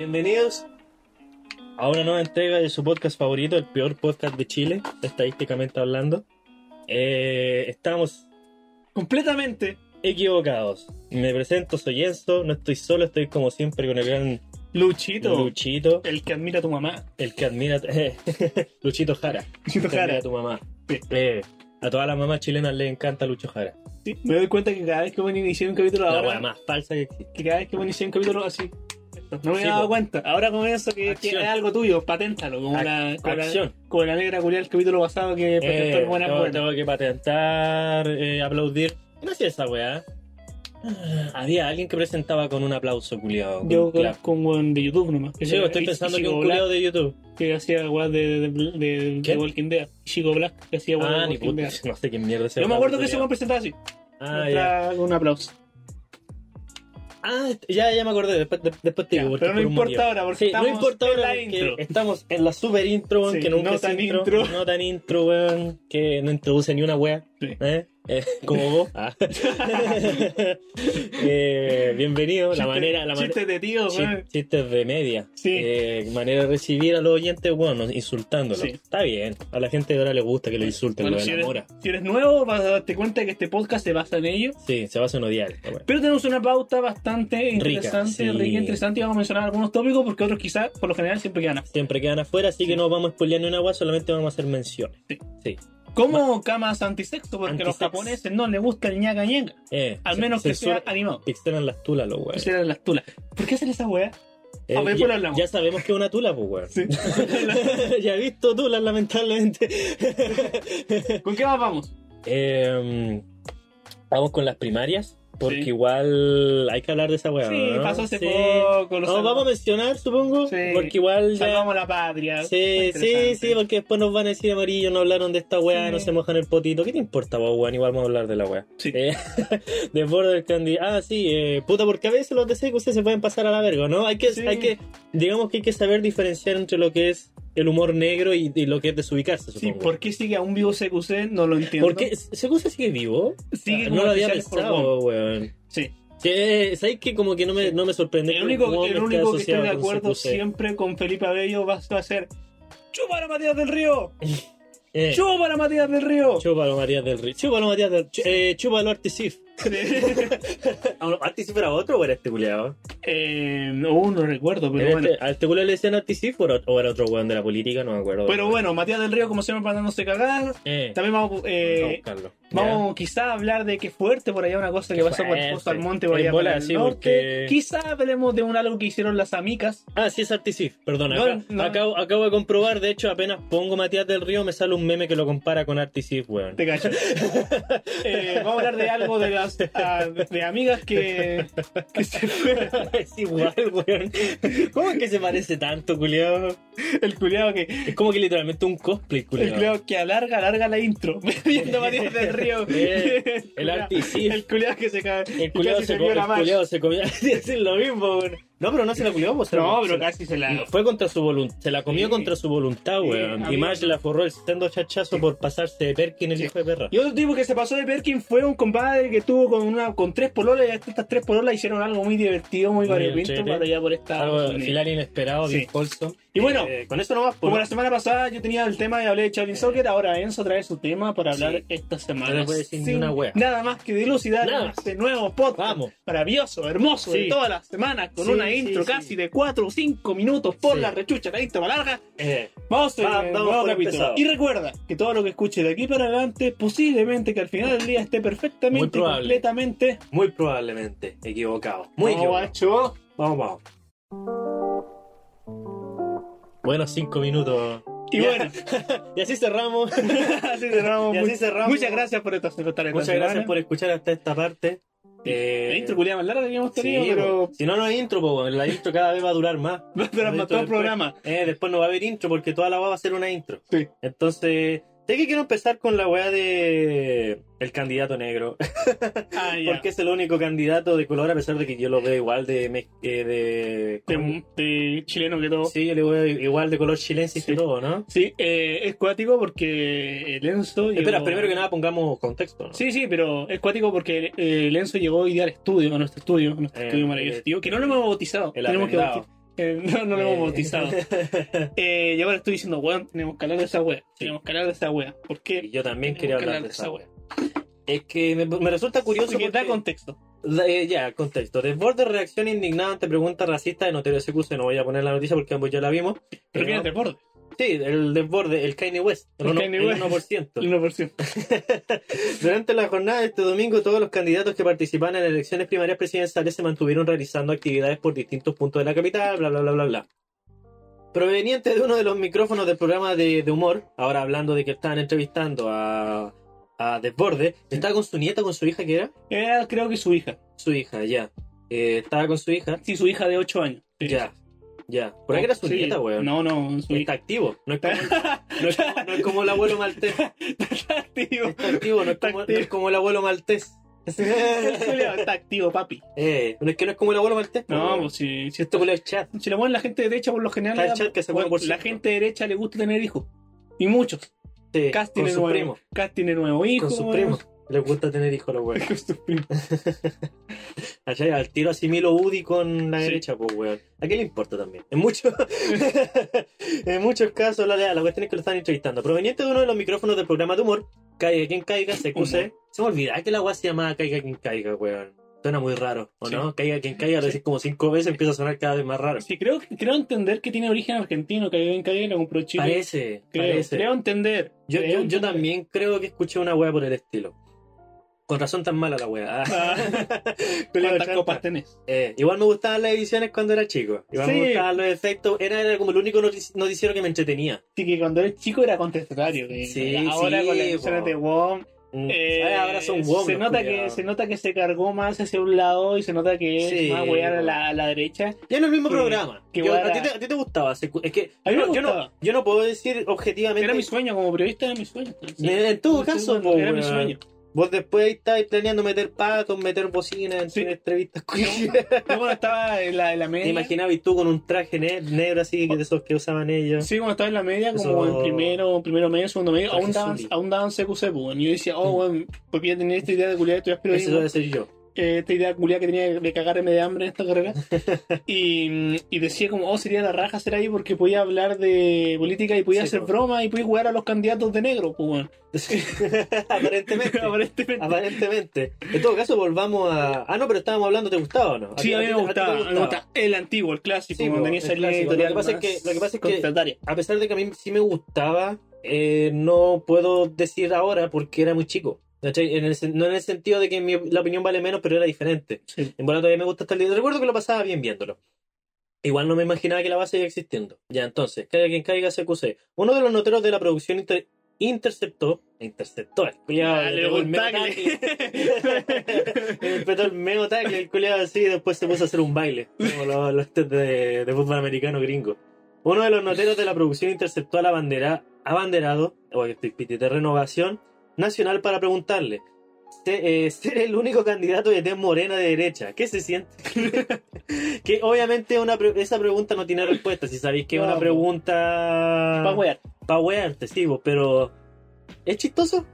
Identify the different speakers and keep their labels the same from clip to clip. Speaker 1: Bienvenidos a una nueva entrega de su podcast favorito, el peor podcast de Chile, estadísticamente hablando. Eh, estamos completamente equivocados. Me presento, soy Enzo, no estoy solo, estoy como siempre con el gran
Speaker 2: Luchito,
Speaker 1: Luchito,
Speaker 2: el que admira a tu mamá.
Speaker 1: el que admira... eh, Luchito Jara.
Speaker 2: Luchito
Speaker 1: Que admira
Speaker 2: Jara.
Speaker 1: a tu mamá.
Speaker 2: Sí.
Speaker 1: Eh, a todas las mamás chilenas les encanta Lucho Jara.
Speaker 2: Sí, me doy cuenta que cada vez que voy a iniciar un capítulo
Speaker 1: La
Speaker 2: ahora,
Speaker 1: wea más falsa que existe.
Speaker 2: que cada vez que voy a iniciar un capítulo así, no me
Speaker 1: Sí,
Speaker 2: había dado
Speaker 1: po.
Speaker 2: cuenta. Ahora comienzo que, que
Speaker 1: Acción.
Speaker 2: es algo tuyo, paténtalo, como,
Speaker 1: Ac-
Speaker 2: la, como, la,
Speaker 1: Acción.
Speaker 2: como la negra culiada del capítulo pasado que patentó
Speaker 1: Eh,
Speaker 2: el buena
Speaker 1: no,
Speaker 2: buena.
Speaker 1: tengo que patentar, eh, aplaudir. ¿Qué hacía esa weá? Ah, Había alguien que presentaba con un aplauso, culiado.
Speaker 2: Yo conozco un buen de YouTube nomás. que
Speaker 1: Yo
Speaker 2: se-
Speaker 1: estoy pensando que
Speaker 2: Ichigo
Speaker 1: un
Speaker 2: Black,
Speaker 1: culiado de YouTube.
Speaker 2: que hacía weas de, de, de, de-
Speaker 1: ¿Qué?
Speaker 2: de Walking Dead. Chico Black que hacía weas
Speaker 1: Ah,
Speaker 2: de
Speaker 1: ni
Speaker 2: Walking
Speaker 1: puta.
Speaker 2: Dead.
Speaker 1: No sé qué mierda se
Speaker 2: Yo me acuerdo que se me presentaba así.
Speaker 1: Ah, ya.
Speaker 2: Entra con un aplauso.
Speaker 1: Ah, ya, ya me acordé. Después, de- después te
Speaker 2: Ya,
Speaker 1: digo. porque
Speaker 2: pero no
Speaker 1: por un
Speaker 2: importa
Speaker 1: motivo.
Speaker 2: ahora, porque
Speaker 1: Sí, no
Speaker 2: estamos
Speaker 1: importa
Speaker 2: en
Speaker 1: ahora
Speaker 2: la
Speaker 1: que
Speaker 2: intro.
Speaker 1: estamos en la super intro, weón,
Speaker 2: Sí,
Speaker 1: que nunca
Speaker 2: no
Speaker 1: es
Speaker 2: tan intro.
Speaker 1: No tan intro, weón, que no introduce ni una wea.
Speaker 2: Sí.
Speaker 1: ¿eh? Eh, como vos. Ah. Eh, bienvenido. la
Speaker 2: Chiste-
Speaker 1: manera, la manera.
Speaker 2: chistes de tío,
Speaker 1: chi-
Speaker 2: weón.
Speaker 1: Chistes de media.
Speaker 2: Sí.
Speaker 1: Eh, manera de recibir a los oyentes, bueno, insultándolos.
Speaker 2: Sí.
Speaker 1: Está bien. A la gente ahora le gusta que lo insulten,
Speaker 2: Bueno,
Speaker 1: lo
Speaker 2: si, eres,
Speaker 1: enamora.
Speaker 2: si eres nuevo, vas a darte cuenta que este podcast se basa en ello.
Speaker 1: Sí, se va a hacer odiar esta wea.
Speaker 2: Pero tenemos una pauta bastante interesante,
Speaker 1: sí.
Speaker 2: rica, interesante. Y vamos a mencionar algunos tópicos porque otros quizás, por lo general, siempre quedan afuera.
Speaker 1: Siempre quedan afuera, así
Speaker 2: Sí.
Speaker 1: que no vamos a spoilear ni una wea, solamente vamos a hacer menciones.
Speaker 2: Sí.
Speaker 1: sí.
Speaker 2: Como camas antisexo, porque a los
Speaker 1: Antisexo.
Speaker 2: japoneses no les gusta el ñaga ñaga.
Speaker 1: Eh,
Speaker 2: Al
Speaker 1: se-
Speaker 2: menos que sea
Speaker 1: censura-
Speaker 2: animado.
Speaker 1: Externan las tulas, los weones.
Speaker 2: Esa era las tulas. ¿Por qué hacen esa weá?
Speaker 1: Eh,
Speaker 2: a ver, pues lo
Speaker 1: ya,
Speaker 2: hablamos.
Speaker 1: ya sabemos que es una tula, pues, weón.
Speaker 2: Sí.
Speaker 1: ya he visto tulas, lamentablemente.
Speaker 2: ¿Con qué más vamos?
Speaker 1: Eh, vamos con las primarias, porque
Speaker 2: Sí.
Speaker 1: igual hay que hablar de esa weá.
Speaker 2: sí,
Speaker 1: ¿no?
Speaker 2: pasó hace
Speaker 1: Sí.
Speaker 2: poco. lo
Speaker 1: No, vamos a
Speaker 2: salvamos.
Speaker 1: mencionar, supongo,
Speaker 2: Sí.
Speaker 1: porque igual ya...
Speaker 2: Salvamos la patria.
Speaker 1: Sí,
Speaker 2: Fue
Speaker 1: sí, sí,
Speaker 2: interesante.
Speaker 1: porque después nos van a decir amarillo, no hablaron de esta weá,
Speaker 2: Sí.
Speaker 1: no se mojan el potito. ¿Qué te importa, vos, weón? Igual vamos a hablar de la weá.
Speaker 2: Sí.
Speaker 1: Eh, de Border del Candy. Ah, sí, eh, puta, porque a veces los de ustedes se pueden pasar a la verga, ¿no? Hay que,
Speaker 2: Sí.
Speaker 1: hay que, digamos que hay que saber diferenciar entre lo que es el humor negro y, y lo que es desubicarse,
Speaker 2: Sí,
Speaker 1: supongo.
Speaker 2: ¿por qué sigue aún vivo CQC? No lo entiendo.
Speaker 1: Porque Segusa sigue vivo.
Speaker 2: Sigue
Speaker 1: Ah,
Speaker 2: como
Speaker 1: no lo había
Speaker 2: oficiales por
Speaker 1: pensado, weón.
Speaker 2: Sí.
Speaker 1: Sí, eh, ¿sabes que Como que no me, no me sorprende.
Speaker 2: El único,
Speaker 1: cómo
Speaker 2: el
Speaker 1: está
Speaker 2: único que estoy
Speaker 1: asociado
Speaker 2: de
Speaker 1: con
Speaker 2: acuerdo
Speaker 1: CQC.
Speaker 2: siempre con Felipe Abello va a ser ¡Chúpala, Matías del Río!
Speaker 1: Eh,
Speaker 2: ¡Chúpala, Matías del Río!
Speaker 1: Chúpalo, Matías del Río. Chúpalo, Matías del Río. Eh, chúpalo, Artisif. ¿Artisif era otro o era este culiado?
Speaker 2: eh, no, no recuerdo, pero bueno.
Speaker 1: ¿A este culiado le decían Artisif o era- o era otro weón de la política? No me acuerdo.
Speaker 2: Pero bueno, Matías del Río, como siempre, mandándose cagar.
Speaker 1: Eh,
Speaker 2: También vamos,
Speaker 1: vamos a
Speaker 2: eh,
Speaker 1: buscarlo.
Speaker 2: vamos quizá a hablar de qué fuerte por allá, una cosa que pasó por el
Speaker 1: Fuerte.
Speaker 2: Pozo al Monte por allá
Speaker 1: En bola,
Speaker 2: por el
Speaker 1: sí,
Speaker 2: norte.
Speaker 1: porque-
Speaker 2: Quizá hablemos de un algo que hicieron las amicas.
Speaker 1: Ya. Ah, sí, es Artisif. Perdón,
Speaker 2: No,
Speaker 1: acá-
Speaker 2: no.
Speaker 1: Acabo, acabo de comprobar. De hecho, apenas pongo Matías del Río, me sale un meme que lo compara con Artisif, weón.
Speaker 2: Te cacho. Eh, vamos a hablar de algo de las ah, de amigas que, que se fue.
Speaker 1: es igual, weón. ¿Cómo es que se parece tanto, culiado?
Speaker 2: El culiado que
Speaker 1: Es como que literalmente un cosplay,
Speaker 2: El
Speaker 1: culiado.
Speaker 2: culiao que alarga, alarga la intro. Viendo Matías del Río.
Speaker 1: Bien. Eh, El
Speaker 2: culiao-
Speaker 1: artisif.
Speaker 2: El culiao que se cae.
Speaker 1: El culiado se, comió, el culiao se comió. es lo mismo, weón. No, pero no se la culió, pues. se la-
Speaker 2: No,
Speaker 1: se
Speaker 2: pero
Speaker 1: la-
Speaker 2: casi se la.
Speaker 1: Fue contra su voluntad. Se la comió
Speaker 2: Sí.
Speaker 1: contra su voluntad,
Speaker 2: Sí,
Speaker 1: weón. Y
Speaker 2: amigo.
Speaker 1: Mash la forró el sendo chachazo por pasarse de Perkin el
Speaker 2: Sí.
Speaker 1: hijo de perra.
Speaker 2: Y otro tipo que se pasó de Perkin fue un compadre que tuvo con una con tres pololas y estas tres pololas hicieron algo muy divertido, muy
Speaker 1: Muy
Speaker 2: variopinto
Speaker 1: chévere.
Speaker 2: para allá por esta.
Speaker 1: Algo final inesperado,
Speaker 2: Sí.
Speaker 1: bien colso.
Speaker 2: Y bueno,
Speaker 1: Eh, con eso nomás, pues,
Speaker 2: Como la semana pasada yo tenía el tema y hablé de Charlie Soccer, ahora Enzo trae su tema para hablar
Speaker 1: Sí.
Speaker 2: esta semana.
Speaker 1: No le puedes decir ni
Speaker 2: Sin
Speaker 1: una wea.
Speaker 2: Nada más que dilucidar
Speaker 1: Nada.
Speaker 2: este nuevo podcast.
Speaker 1: Vamos.
Speaker 2: Maravilloso, hermoso,
Speaker 1: Sí.
Speaker 2: de todas las semanas, con
Speaker 1: Sí,
Speaker 2: una
Speaker 1: sí,
Speaker 2: intro
Speaker 1: sí.
Speaker 2: casi de 4 o 5 minutos por
Speaker 1: Sí.
Speaker 2: la rechucha, la intro más larga.
Speaker 1: eh,
Speaker 2: Vamos,
Speaker 1: Va-
Speaker 2: a
Speaker 1: vamos por empezado.
Speaker 2: Y recuerda que todo lo que escuche de aquí para adelante, posiblemente que al final del día esté
Speaker 1: Muy
Speaker 2: perfectamente,
Speaker 1: probable.
Speaker 2: completamente.
Speaker 1: muy probablemente equivocado. Muy
Speaker 2: No,
Speaker 1: equivocado.
Speaker 2: guacho.
Speaker 1: Vamos, vamos. Buenos cinco minutos.
Speaker 2: Y bueno,
Speaker 1: Y así cerramos.
Speaker 2: así cerramos.
Speaker 1: Y así
Speaker 2: Much-
Speaker 1: cerramos.
Speaker 2: Muchas gracias por esta por estar esta
Speaker 1: Muchas
Speaker 2: semana.
Speaker 1: gracias por escuchar hasta esta parte. Eh,
Speaker 2: La intro culiada más larga que habíamos tenido,
Speaker 1: Sí,
Speaker 2: pero
Speaker 1: po. Si no, no hay intro, po, la intro cada vez va a durar más.
Speaker 2: Pero
Speaker 1: Lo he
Speaker 2: mató
Speaker 1: dicho
Speaker 2: el programa.
Speaker 1: Eh, después no va a haber intro porque toda la weá va a ser una intro.
Speaker 2: Sí.
Speaker 1: Entonces, sé que quiero empezar con la weá de el candidato negro.
Speaker 2: Ah, ya.
Speaker 1: Porque es el único candidato de color, a pesar de que yo lo veo igual de. mez- eh, de-
Speaker 2: De, de este chileno que todo. Sí,
Speaker 1: Sí, yo le veo igual de color chilense
Speaker 2: Sí.
Speaker 1: y todo, ¿no?
Speaker 2: eh, es cuático porque el Enzo. llegó-
Speaker 1: Espera, primero que nada pongamos contexto, ¿no?
Speaker 2: Sí, sí, pero es cuático porque eh, el, el Enzo llegó hoy día al estudio, a nuestro estudio, a nuestro
Speaker 1: Eh,
Speaker 2: estudio maravilloso,
Speaker 1: eh,
Speaker 2: tío, que no lo hemos bautizado.
Speaker 1: El
Speaker 2: Tenemos que
Speaker 1: arrendado.
Speaker 2: bautizar. Eh, no, no lo hemos
Speaker 1: Eh,
Speaker 2: bautizado. Eh, y ahora estoy diciendo, weón, tenemos que hablar de esa wea. Tenemos que hablar de esa wea. ¿Por
Speaker 1: Y
Speaker 2: qué?
Speaker 1: yo también
Speaker 2: tenemos
Speaker 1: quería
Speaker 2: que
Speaker 1: hablar de esa wea. Es que me, me resulta curioso
Speaker 2: Porque da
Speaker 1: porque-
Speaker 2: contexto.
Speaker 1: La- eh, ya, contexto. Desborde reacción indignada ante pregunta racista de Notorio SQ. No voy a poner la noticia porque ambos ya la vimos.
Speaker 2: Pero
Speaker 1: Eh,
Speaker 2: viene del borde.
Speaker 1: Sí, el desborde, el Kanye West. El,
Speaker 2: El
Speaker 1: uno-
Speaker 2: Kanye
Speaker 1: el
Speaker 2: West.
Speaker 1: 1%.
Speaker 2: El 1%.
Speaker 1: Durante la jornada de este domingo, todos los candidatos que participaban en las elecciones primarias presidenciales se mantuvieron realizando actividades por distintos puntos de la capital, bla, bla, bla, bla, bla. Proveniente de uno de los micrófonos del programa de, de humor, ahora hablando de que estaban entrevistando a, a Desborde, estaba con su nieta, con su hija, que era
Speaker 2: Era, Eh, creo que su hija.
Speaker 1: su hija, ya. Eh, estaba con su hija,
Speaker 2: Sí, su hija de 8 años. Sí.
Speaker 1: ya, ya. Por ahí era su
Speaker 2: Sí.
Speaker 1: nieta, weón.
Speaker 2: No, no, su
Speaker 1: Está
Speaker 2: hija.
Speaker 1: activo, no es como, no es como- no es como el abuelo maltés.
Speaker 2: Está activo.
Speaker 1: Está activo, no es como, no es como el abuelo maltés.
Speaker 2: El culiao Está activo, papi.
Speaker 1: Eh, no es que no es como el abuelo maltés.
Speaker 2: No,
Speaker 1: weón.
Speaker 2: pues si, si
Speaker 1: Esto
Speaker 2: esto
Speaker 1: con el chat.
Speaker 2: Si lo ponen la gente derecha, por lo general.
Speaker 1: Está el
Speaker 2: le da-
Speaker 1: chat que se pone por
Speaker 2: la
Speaker 1: ciento.
Speaker 2: gente derecha le gusta tener hijos. Y muchos.
Speaker 1: Sí,
Speaker 2: Cass
Speaker 1: eh, con
Speaker 2: tiene
Speaker 1: su
Speaker 2: nuevo
Speaker 1: primo.
Speaker 2: Cass tiene nuevo hijo.
Speaker 1: Con su
Speaker 2: weón.
Speaker 1: primo. Le gusta tener hijos a los weones.
Speaker 2: Con sus primos.
Speaker 1: Allá al tiro asimilo Woody con la
Speaker 2: Sí.
Speaker 1: derecha, pues weón. ¿A qué le importa también? En muchos, en muchos casos, la, la cuestión es que lo están entrevistando. Proveniente de uno de los micrófonos del programa de humor, Caiga quien caiga, se acuse. Se me olvidaba que la weá se llamaba Caiga quien caiga, weón. Suena muy raro, ¿o
Speaker 2: Sí.
Speaker 1: no? Caiga quien caiga,
Speaker 2: Sí.
Speaker 1: lo decís como cinco veces, empieza a sonar cada vez más raro.
Speaker 2: Sí, creo, creo entender que tiene origen argentino, que en calle lo compró Chile.
Speaker 1: Parece,
Speaker 2: creo,
Speaker 1: parece.
Speaker 2: creo entender.
Speaker 1: Yo,
Speaker 2: creo
Speaker 1: yo, yo
Speaker 2: entender.
Speaker 1: también creo que escuché una wea por el estilo. Con razón tan mala la wea. Ah.
Speaker 2: Ah,
Speaker 1: Julio
Speaker 2: ¿Cuántas
Speaker 1: Chanta.
Speaker 2: copas tenés?
Speaker 1: Eh, igual me gustaban las ediciones cuando era chico. Igual
Speaker 2: Sí.
Speaker 1: me gustaban los efectos. Era, era como el único notici- noticiero que me entretenía.
Speaker 2: Sí, que cuando eres chico era contestatario. que
Speaker 1: Sí,
Speaker 2: ahora
Speaker 1: sí,
Speaker 2: con las
Speaker 1: po.
Speaker 2: ediciones de WOM.
Speaker 1: Mm.
Speaker 2: eh,
Speaker 1: Ay, ahora son wombos,
Speaker 2: se, nota que,
Speaker 1: culiao.
Speaker 2: se nota que se cargó más hacia un lado y se nota que es
Speaker 1: Sí,
Speaker 2: más wear a
Speaker 1: po.
Speaker 2: la, a la derecha.
Speaker 1: Ya no es el mismo
Speaker 2: que-
Speaker 1: programa.
Speaker 2: que
Speaker 1: Yo-
Speaker 2: ahora-
Speaker 1: a, ti te, a ti te gustaba. se cu- Es que
Speaker 2: A mí me
Speaker 1: yo, yo no,
Speaker 2: gustaba.
Speaker 1: yo no puedo decir objetivamente.
Speaker 2: Era mi sueño, como periodista era mi sueño. Sí.
Speaker 1: En en todo
Speaker 2: Sí,
Speaker 1: caso,
Speaker 2: bueno,
Speaker 1: po,
Speaker 2: era mi
Speaker 1: weón.
Speaker 2: sueño.
Speaker 1: vos después ahí estáis planeando meter patos, meter bocinas, en
Speaker 2: Sí.
Speaker 1: entrevistas.
Speaker 2: Yo cuando estaba en la, en la
Speaker 1: Te
Speaker 2: media.
Speaker 1: imaginabas y tú con un traje ne- negro así, que de esos que usaban ellos.
Speaker 2: Sí, cuando estaba en la media, como
Speaker 1: Eso-
Speaker 2: en primero, primero medio, segundo medio,
Speaker 1: Traje
Speaker 2: aún daban,
Speaker 1: Zully.
Speaker 2: aún daban CQC, pues, weón. Y yo decía, oh, weón, porque ya tenía esta idea de culiar, estudiar
Speaker 1: Eso
Speaker 2: periodismo,
Speaker 1: debe ser yo.
Speaker 2: eh, esta idea culiar que tenía de cagarme de hambre en esta carrera. y, mm, y decía como, oh, sería la raja ser ahí porque podía hablar de política y podía
Speaker 1: Sí,
Speaker 2: hacer
Speaker 1: po.
Speaker 2: broma y podía jugar a los candidatos de negro, pues, weón.
Speaker 1: Aparentemente.
Speaker 2: Aparentemente.
Speaker 1: Aparentemente. En todo caso, volvamos a. Ah, no, pero estábamos hablando, ¿te gustaba o no?
Speaker 2: Sí,
Speaker 1: ti-
Speaker 2: a mí me
Speaker 1: ti- ti te
Speaker 2: gustaba, a mí me gustaba. El antiguo, el clásico,
Speaker 1: Sí,
Speaker 2: cuando
Speaker 1: po,
Speaker 2: tenía
Speaker 1: el
Speaker 2: esa línea
Speaker 1: clásico.
Speaker 2: editorial
Speaker 1: Lo que pasa es
Speaker 2: más
Speaker 1: que- lo que pasa es que-
Speaker 2: contestataria.
Speaker 1: A pesar de que a mí sí me gustaba, eh, no puedo decir ahora porque era muy chico. ¿Cachai? En el sen- no en el sentido de que mi- la opinión vale menos, pero era diferente.
Speaker 2: Sí.
Speaker 1: En verdad todavía me gusta estar leyendo. Recuerdo que lo pasaba bien viéndolo. Igual no me imaginaba que la base iba existiendo. Ya, entonces, caiga quien caiga, se acuse. Uno de los noteros de la producción inter- interceptó. Interceptó. el culiao,
Speaker 2: Ah,
Speaker 1: le
Speaker 2: le
Speaker 1: pegó el
Speaker 2: un
Speaker 1: meo
Speaker 2: tacle.
Speaker 1: tacle. Le petó el meo tacle, el culiao así, y después se puso a hacer un baile. Como los, los test de, de fútbol americano gringo. Uno de los noteros de la producción interceptó al abandera, abanderado, o el pipiti de renovación nacional, para preguntarle. Te- eh, ser el único candidato de Tez Morena de derecha. ¿Qué se siente? que obviamente una pre- esa pregunta no tiene respuesta. Si sabéis que es una
Speaker 2: No,
Speaker 1: pregunta.
Speaker 2: Pa' wear.
Speaker 1: Pa' wearte, sí, po, pero. ¿Es chistoso?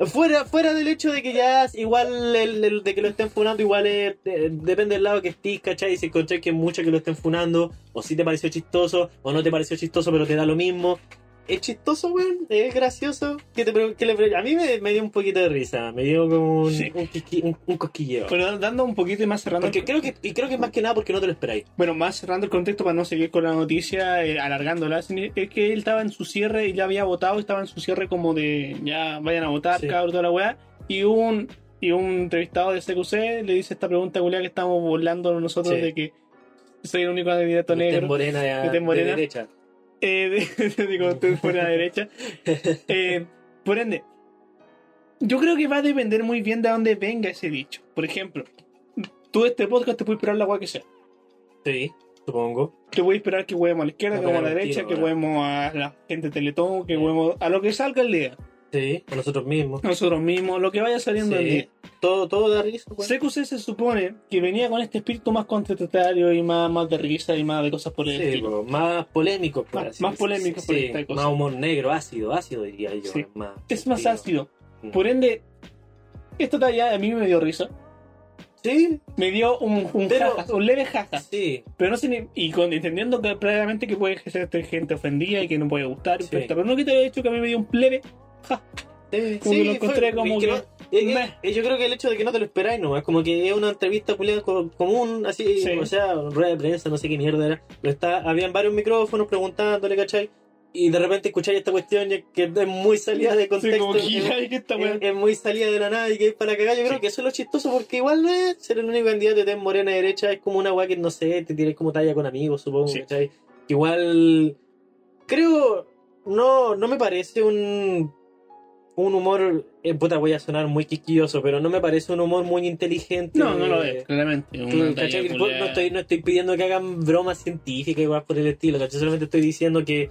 Speaker 1: Fuera, fuera del hecho de que ya igual el, el de que lo estén funando, igual es- eh, depende del lado que estés, ¿cachai? Y si encontrás que mucha que lo estén funando, o si te pareció chistoso, o no te pareció chistoso, pero te da lo mismo. Es chistoso, weón, es gracioso. Que te, pre- que le pre- a mí me, me dio un poquito de risa, me dio como un,
Speaker 2: Sí.
Speaker 1: un, quisqui- un- un cosquilleo.
Speaker 2: Pero dando un poquito y más cerrando.
Speaker 1: Porque creo que, y creo que más que nada porque no te lo esperáis.
Speaker 2: Bueno, más cerrando el contexto para no seguir con la noticia, eh, alargándola, sino- es que él estaba en su cierre y ya había votado, estaba en su cierre como de ya vayan a votar,
Speaker 1: Sí.
Speaker 2: cabrón, toda la weá. Y un, y un entrevistado de CQC le dice esta pregunta, weá, que estamos burlando nosotros
Speaker 1: Sí.
Speaker 2: de que soy el único candidato
Speaker 1: De Tez
Speaker 2: negro.
Speaker 1: morena,
Speaker 2: De Tez
Speaker 1: de
Speaker 2: Morena.
Speaker 1: derecha.
Speaker 2: Eh, de- digo, usted por la derecha. Eh, por ende, yo creo que va a depender muy bien de dónde venga ese dicho. Por ejemplo, tú de este podcast te puedes esperar la weá que sea.
Speaker 1: Sí, supongo.
Speaker 2: Te voy a esperar que huevemos a la izquierda,
Speaker 1: No
Speaker 2: que huevemos a la
Speaker 1: pegar el
Speaker 2: derecha,
Speaker 1: tiro,
Speaker 2: que
Speaker 1: ¿verdad?
Speaker 2: huevemos a la gente de Teletón, que
Speaker 1: Sí.
Speaker 2: huevemos a lo que salga el día.
Speaker 1: Sí, a nosotros mismos.
Speaker 2: Nosotros mismos, lo que vaya saliendo
Speaker 1: Sí.
Speaker 2: el día.
Speaker 1: Todo, todo da risa, pues. weón.
Speaker 2: CQC se supone que venía con este espíritu más contestatario y más, más de risa y más de cosas por el
Speaker 1: Sí,
Speaker 2: estilo.
Speaker 1: po, más polémico, por
Speaker 2: Más-
Speaker 1: así
Speaker 2: más
Speaker 1: decirlo.
Speaker 2: polémico por esta cosa.
Speaker 1: Más humor negro, ácido, ácido diría yo.
Speaker 2: Sí.
Speaker 1: es Más
Speaker 2: Es más
Speaker 1: pues. sentido.
Speaker 2: ácido.
Speaker 1: Mm.
Speaker 2: Por ende, esta talla a mí me dio risa.
Speaker 1: Sí,
Speaker 2: Me dio un, un,
Speaker 1: Pero-
Speaker 2: jaja, un leve jaja.
Speaker 1: sí.
Speaker 2: Pero no signi- y con, entendiendo que claramente que puede ser gente ofendida y que no puede gustar,
Speaker 1: Sí.
Speaker 2: pero no que te haya dicho que a mí me dio un plebe.
Speaker 1: Sí,
Speaker 2: Como que lo encontré como
Speaker 1: y
Speaker 2: que-
Speaker 1: no- es que-
Speaker 2: meh.
Speaker 1: eh, yo creo que el hecho de que no te lo esperáis nomás, como que es una entrevista culiada co- común, así,
Speaker 2: Sí.
Speaker 1: o sea, rueda de prensa, no sé qué mierda era, pero está, habían varios micrófonos preguntándole, ¿cachai? Y de repente escucháis esta cuestión y es que es muy salida de
Speaker 2: Sí, como
Speaker 1: contexto.
Speaker 2: que,
Speaker 1: es-
Speaker 2: ay, que esta
Speaker 1: es,
Speaker 2: weá.
Speaker 1: es muy salida de la nada y que es para cagar. Yo creo
Speaker 2: Sí.
Speaker 1: que eso es lo chistoso porque igual no es ser el único candidato de ten morena derecha. Es como una weá que no sé, te tiráis como talla con amigos, supongo.
Speaker 2: Sí.
Speaker 1: ¿cachai? Que igual. Creo. No, no me parece un. Un humor. eh, puta, voy a sonar muy quisquilloso, pero no me parece un humor muy inteligente.
Speaker 2: No, no lo es, claramente.
Speaker 1: Claro,
Speaker 2: Una talla
Speaker 1: ¿cachai? No
Speaker 2: culiada.
Speaker 1: estoy, no estoy pidiendo que hagan bromas científicas igual por el estilo, ¿cachai? Solamente estoy diciendo que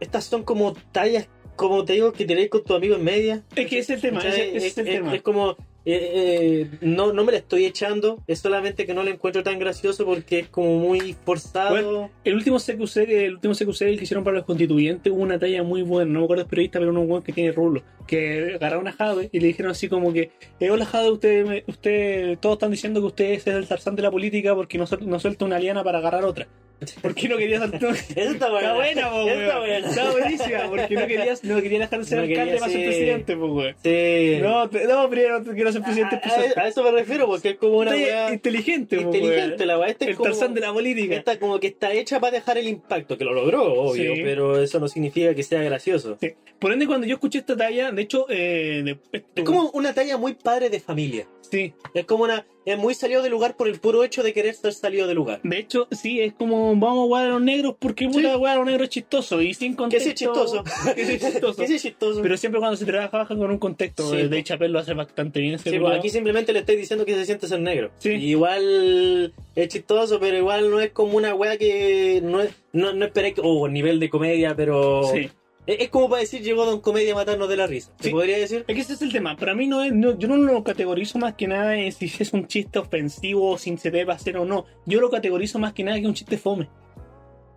Speaker 1: estas son como tallas, como te digo, que tenéis con tu amigo en media.
Speaker 2: Es que ese es el tema, ese,
Speaker 1: ¿cachai?
Speaker 2: ese es el
Speaker 1: es-
Speaker 2: tema.
Speaker 1: es como, eh, eh, no, no me la estoy echando, es solamente que no la encuentro tan gracioso porque es como muy forzado.
Speaker 2: Bueno, El último CQC, que- el último CQC que hicieron para los constituyentes hubo una talla muy buena, no me acuerdo es periodista, pero era un weón que tiene rulo, que agarraron a Jade y le dijeron así como que, eh, hola Jade, usted, me- usted, todos están diciendo que usted es el tarzán de la política porque no, suel- no suelta una liana para agarrar otra. ¿Por qué no quería saltar?
Speaker 1: Eso está bueno.
Speaker 2: Está buena, po,
Speaker 1: Está
Speaker 2: weón.
Speaker 1: buena.
Speaker 2: Está buenísima, porque no quería, no quería dejar de ser
Speaker 1: No
Speaker 2: alcalde
Speaker 1: quería
Speaker 2: para ser
Speaker 1: ser-
Speaker 2: presidente, po, weón.
Speaker 1: Sí.
Speaker 2: No, pues, este te- no, primero no quiero ser presidente.
Speaker 1: a, a- a eso me refiero, porque es como una
Speaker 2: Talla
Speaker 1: weá
Speaker 2: inteligente, po,
Speaker 1: inteligente
Speaker 2: este, pues, weón.
Speaker 1: la weá. Este es
Speaker 2: El
Speaker 1: como-
Speaker 2: tarzán de la política.
Speaker 1: Esta como que está hecha para dejar el impacto, que lo logró, obvio,
Speaker 2: Sí.
Speaker 1: pero eso no significa que sea gracioso.
Speaker 2: Por ende, cuando yo escuché esta talla, de hecho, eh, de-
Speaker 1: Es como una talla muy padre de familia.
Speaker 2: Sí,
Speaker 1: Es como una. Es muy salido de lugar por el puro hecho de querer ser salido de lugar.
Speaker 2: de hecho, sí, es como vamos a jugar a los negros porque puta
Speaker 1: Sí.
Speaker 2: jugar a los negros es chistoso y sin
Speaker 1: Que
Speaker 2: contexto.
Speaker 1: sí es chistoso.
Speaker 2: que sí es chistoso.
Speaker 1: Que sí es chistoso.
Speaker 2: Pero siempre cuando se trabaja baja con un contexto,
Speaker 1: Sí,
Speaker 2: eh,
Speaker 1: po.
Speaker 2: de Chapel lo hace bastante bien. ese
Speaker 1: Sí, pues,
Speaker 2: culiao.
Speaker 1: aquí simplemente le estoy diciendo que se siente ser negro.
Speaker 2: Sí.
Speaker 1: Igual es chistoso, pero igual no es como una wea que. No, es- no, no esperé que. Oh, nivel de comedia, pero.
Speaker 2: Sí.
Speaker 1: Es, es como para decir llegó Don Comedia a matarnos de la risa. ¿Se
Speaker 2: Sí.
Speaker 1: podría decir?
Speaker 2: Es que ese es el tema. Para mí no es, no- yo no lo categorizo más que nada en si es un chiste ofensivo o si se debe hacer o no. Yo lo categorizo más que nada que un chiste fome.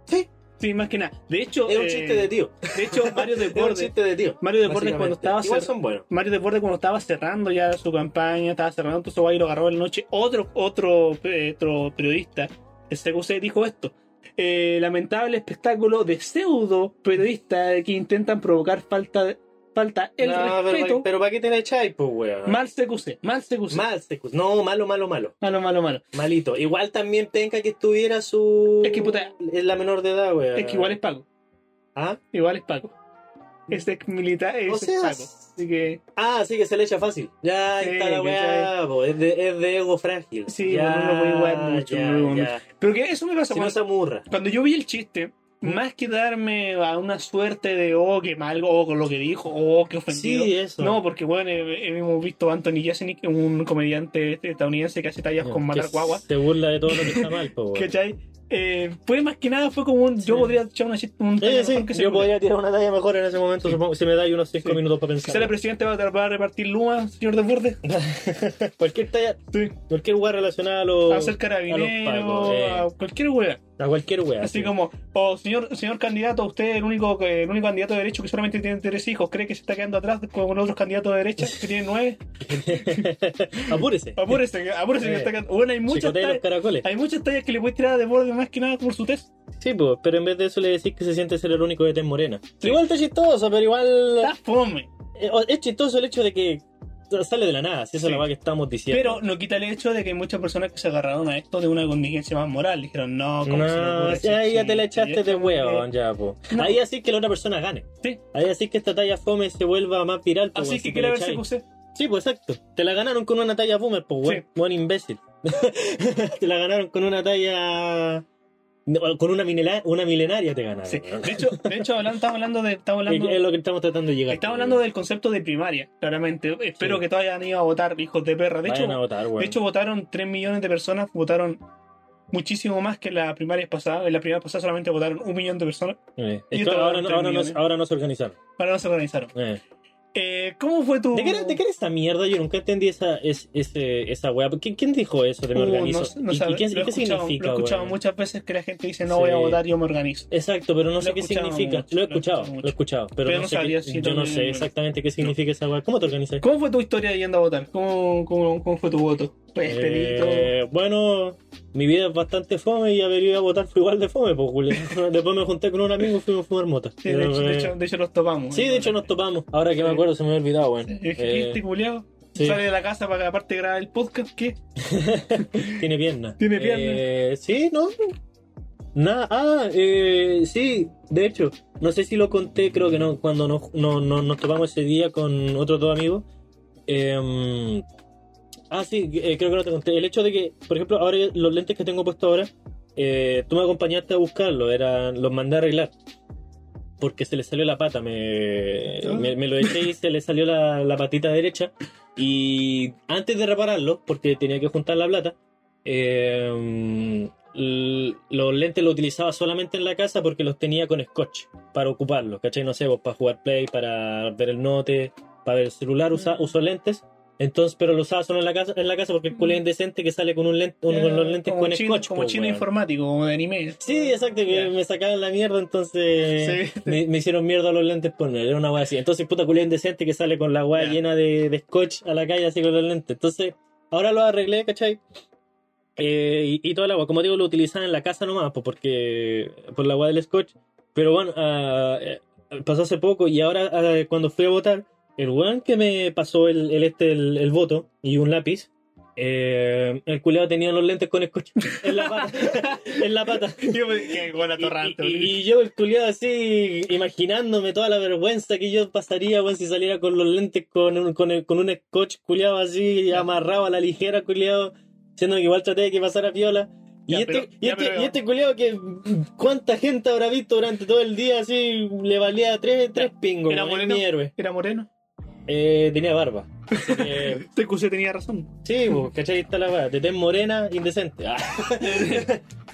Speaker 1: Sí.
Speaker 2: Sí, más que nada. De hecho,
Speaker 1: Es un
Speaker 2: eh,
Speaker 1: chiste de tío.
Speaker 2: de hecho, Mario
Speaker 1: Es un
Speaker 2: Deportes,
Speaker 1: chiste de tío.
Speaker 2: Mario Deportes cuando
Speaker 1: básicamente.
Speaker 2: estaba
Speaker 1: Igual
Speaker 2: cer-
Speaker 1: son buenos.
Speaker 2: Mario Deporte cuando estaba cerrando ya su campaña, estaba cerrando todo eso y lo agarró en la noche. Otro, otro, eh, otro periodista, el CQC, dijo esto. Eh, lamentable espectáculo de pseudo periodistas que intentan provocar falta, falta el
Speaker 1: No, pero-
Speaker 2: respeto.
Speaker 1: Pero, ¿para qué te la echáis, pues, weón?
Speaker 2: mal CQC, mal CQC.
Speaker 1: Mal, se escucha. No, malo, malo, malo.
Speaker 2: Malo, malo, malo.
Speaker 1: Malito. Igual también penca que estuviera su.
Speaker 2: Es que puta-
Speaker 1: Es la menor de edad, weón.
Speaker 2: Es que igual es Paco.
Speaker 1: ¿Ah?
Speaker 2: Igual es Paco. Es ex militar, es
Speaker 1: O sea,
Speaker 2: ex Paco. Así que,
Speaker 1: Ah, sí, que se le echa fácil. Ya, ahí
Speaker 2: Sí,
Speaker 1: está la weá,
Speaker 2: ¿cachai?
Speaker 1: po. Es de, es de ego frágil.
Speaker 2: Sí,
Speaker 1: ya,
Speaker 2: bueno, no lo voy a jugar mucho,
Speaker 1: ya,
Speaker 2: no lo voy a
Speaker 1: ya.
Speaker 2: pero que eso me pasa
Speaker 1: Si no
Speaker 2: cuando-
Speaker 1: se amurra.
Speaker 2: Cuando yo vi el chiste,
Speaker 1: Mm.
Speaker 2: más que darme a una suerte de, oh, qué mal, oh, con lo que dijo, oh, qué ofendido.
Speaker 1: Sí, eso.
Speaker 2: No, porque bueno, eh, hemos visto a Anthony Jeselnik, un comediante este, estadounidense que hace tallas con matar guagua.
Speaker 1: Se burla de todo lo que está mal, po, weón.
Speaker 2: ¿Cachai? Eh, pues más que nada fue como un. Yo
Speaker 1: Sí.
Speaker 2: podría echar una chiste. Un
Speaker 1: Sí, sí,
Speaker 2: mejor que se
Speaker 1: yo
Speaker 2: ocurra.
Speaker 1: podría tirar una talla mejor en ese momento, supongo, si me dais unos 5
Speaker 2: Sí.
Speaker 1: minutos para
Speaker 2: Si sale
Speaker 1: pensar.
Speaker 2: presidente, va a, tra- va a repartir Luma, señor Desbordes.
Speaker 1: Cualquier talla,
Speaker 2: Sí.
Speaker 1: cualquier weá relacionada Oh, a los... eh.
Speaker 2: A ser carabinero,
Speaker 1: a los pagos, sí.
Speaker 2: a cualquier wea.
Speaker 1: A cualquier weá.
Speaker 2: Así
Speaker 1: sí.
Speaker 2: como, oh, señor, señor candidato, usted es el único, que- el único candidato de derecho que solamente tiene tres hijos. ¿Cree que se está quedando atrás con otros candidatos de derecha que tienen nueve?
Speaker 1: Apúrese.
Speaker 2: Apúrese, que- apúrese que
Speaker 1: Eh,
Speaker 2: está quedando. Bueno, hay muchas,
Speaker 1: Chicotee los
Speaker 2: tallas,
Speaker 1: caracoles.
Speaker 2: hay muchas tallas que le puedes tirar de borde más que nada por su test.
Speaker 1: Sí, pues, pero en vez de eso le decís que se siente ser el único de tez morena.
Speaker 2: Sí.
Speaker 1: Igual está chistoso, pero igual...
Speaker 2: Está fome.
Speaker 1: eh, o- Es chistoso el hecho de que sale de la nada, si eso
Speaker 2: Sí.
Speaker 1: es la weá que estamos diciendo.
Speaker 2: Pero no quita el hecho de que hay muchas personas que se agarraron a esto de una contingencia más moral. Dijeron, no, ¿cómo se le
Speaker 1: No,
Speaker 2: ocurre
Speaker 1: o
Speaker 2: ese
Speaker 1: sea, ahí ya te la
Speaker 2: chiste?
Speaker 1: echaste de huevo, ya, po.
Speaker 2: No.
Speaker 1: Ahí así que la otra persona gane.
Speaker 2: Sí.
Speaker 1: Ahí así que esta talla fome se vuelva más viral. po,
Speaker 2: Así
Speaker 1: weón, si
Speaker 2: que
Speaker 1: te
Speaker 2: quiere
Speaker 1: la
Speaker 2: verse
Speaker 1: echáis.
Speaker 2: con usted.
Speaker 1: Sí, pues exacto. Te la ganaron con una talla boomer, pues, weón.
Speaker 2: Sí.
Speaker 1: Buen imbécil. te la ganaron con una talla. no, Con una, minela- una milenaria te ganaron.
Speaker 2: Sí.
Speaker 1: weón.
Speaker 2: De hecho, de hecho hablando, estamos hablando de. Estamos hablando
Speaker 1: Ah, Es lo que estamos tratando de llegar.
Speaker 2: Estamos hablando del concepto de primaria, claramente. Espero
Speaker 1: Sí.
Speaker 2: que todos hayan ido a votar, hijos de perra. De,
Speaker 1: Vayan a
Speaker 2: hecho,
Speaker 1: votar, weón.
Speaker 2: de hecho, votaron 3 millones de personas, votaron muchísimo más que en la primaria pasada. En la primaria pasada solamente votaron un millón de personas.
Speaker 1: Eh,
Speaker 2: y
Speaker 1: esto
Speaker 2: esto
Speaker 1: ahora,
Speaker 2: vale
Speaker 1: no, ahora, no,
Speaker 2: tres millones.
Speaker 1: ahora no se organizaron.
Speaker 2: Para no se organizaron.
Speaker 1: Eh.
Speaker 2: Eh, ¿Cómo fue tu.?
Speaker 1: ¿De, qué era, de qué era esa mierda? Yo nunca entendí esa, es, ese, esa wea. ¿Qui- ¿Quién dijo eso de me
Speaker 2: Uh,
Speaker 1: organizo?
Speaker 2: no sé- no
Speaker 1: ¿Y- ¿Y,
Speaker 2: sabe.
Speaker 1: qué,
Speaker 2: Lo he
Speaker 1: qué
Speaker 2: escuchado-
Speaker 1: significa,
Speaker 2: Lo he escuchado
Speaker 1: weón?
Speaker 2: muchas veces que la gente dice, no
Speaker 1: Sí.
Speaker 2: voy a votar, yo me organizo.
Speaker 1: Exacto, pero no sé
Speaker 2: Lo he
Speaker 1: qué
Speaker 2: escuchado
Speaker 1: significa.
Speaker 2: mucho,
Speaker 1: lo he
Speaker 2: lo he
Speaker 1: escuchado,
Speaker 2: escuchado
Speaker 1: lo he escuchado, pero,
Speaker 2: Pero
Speaker 1: no
Speaker 2: no
Speaker 1: sé
Speaker 2: sabía
Speaker 1: qué-
Speaker 2: si
Speaker 1: yo no
Speaker 2: también-
Speaker 1: sé exactamente qué significa esa weá. ¿Cómo te organizas?
Speaker 2: ¿Cómo fue tu historia yendo a votar? ¿Cómo, cómo, cómo fue tu voto? Pues, pelito.
Speaker 1: Eh, bueno, mi vida es bastante fome y haber ido a votar fue igual de fome, pues, Julio. Después me junté con un amigo y fuimos a fumar mota. Eh,
Speaker 2: Sí, de, hecho, de hecho- de hecho nos topamos.
Speaker 1: Sí, de hecho nos topamos. Ahora que me
Speaker 2: Sí.
Speaker 1: acuerdo se me había olvidado, bueno.
Speaker 2: Es que
Speaker 1: Eh,
Speaker 2: Este culiao
Speaker 1: sí.
Speaker 2: sale de la casa para que aparte grabe el podcast. ¿Qué?
Speaker 1: Tiene piernas.
Speaker 2: Tiene piernas.
Speaker 1: Eh, sí, no. Nada, ah, eh, sí, de hecho, no sé si lo conté, creo que no, cuando nos, no, no- nos topamos ese día con otros dos amigos. Em, ah, sí, eh, creo que no te conté. El hecho de que, por ejemplo, ahora los lentes que tengo puestos ahora, eh, tú me acompañaste a buscarlos, eran, los mandé a arreglar. Porque se le salió la pata, me,
Speaker 2: Ah.
Speaker 1: me, me lo eché y se le salió la, la patita derecha. Y antes de repararlos, porque tenía que juntar la plata, eh, l- los lentes los utilizaba solamente en la casa porque los tenía con scotch para ocuparlos, ¿cachai? No sé, pues, para jugar play, para ver el note, para ver el celular, usa,
Speaker 2: Mm.
Speaker 1: uso lentes. Entonces, pero lo usaba solo en la casa, en la casa porque el culo es indecente que sale con un lente, un- con los lentes
Speaker 2: Mm. Eh, como
Speaker 1: con
Speaker 2: chino,
Speaker 1: scotch.
Speaker 2: Como
Speaker 1: po,
Speaker 2: chino
Speaker 1: weón.
Speaker 2: informático, como de anime.
Speaker 1: Sí, exacto, que
Speaker 2: Ya.
Speaker 1: me sacaban la mierda, entonces
Speaker 2: Sí.
Speaker 1: me, me hicieron mierda los lentes por no, era una wea así. Entonces, puta culia indecente que sale con la wea
Speaker 2: Ya.
Speaker 1: llena de, de scotch a la calle así con los lentes. Entonces, ahora lo arreglé, ¿cachai? Eh, y, y toda la agua, como digo, lo utilizaba en la casa nomás, pues, porque por la wea del scotch. Pero bueno, ah, eh, pasó hace poco y ahora ah, cuando fui a votar, el weón que me pasó el, el este, el, el voto y un lápiz, eh, el culiado tenía los lentes con scotch en la pata. en la pata.
Speaker 2: Yo me qué con
Speaker 1: Y-
Speaker 2: atorrante.
Speaker 1: Y,
Speaker 2: boludo.
Speaker 1: y yo, el culiado, así, imaginándome toda la vergüenza que yo pasaría, weón, si saliera con los lentes, con un, con el- con un scotch culiado así,
Speaker 2: Ya.
Speaker 1: amarrado a la ligera, culiado, siendo que igual traté de que pasara viola. Y,
Speaker 2: Ya,
Speaker 1: este,
Speaker 2: pero-
Speaker 1: y,
Speaker 2: ya,
Speaker 1: este,
Speaker 2: pero-
Speaker 1: y este culiado que mm, cuánta gente habrá visto durante todo el día así le valía tres, tres pingos,
Speaker 2: Era
Speaker 1: weón, es
Speaker 2: moreno.
Speaker 1: mi héroe.
Speaker 2: Era moreno.
Speaker 1: Eh, tenía barba. Así que,
Speaker 2: Este cuse tenía razón.
Speaker 1: sí, bo, ¿cachai? Está la weá. De tez morena, indecente. Ah.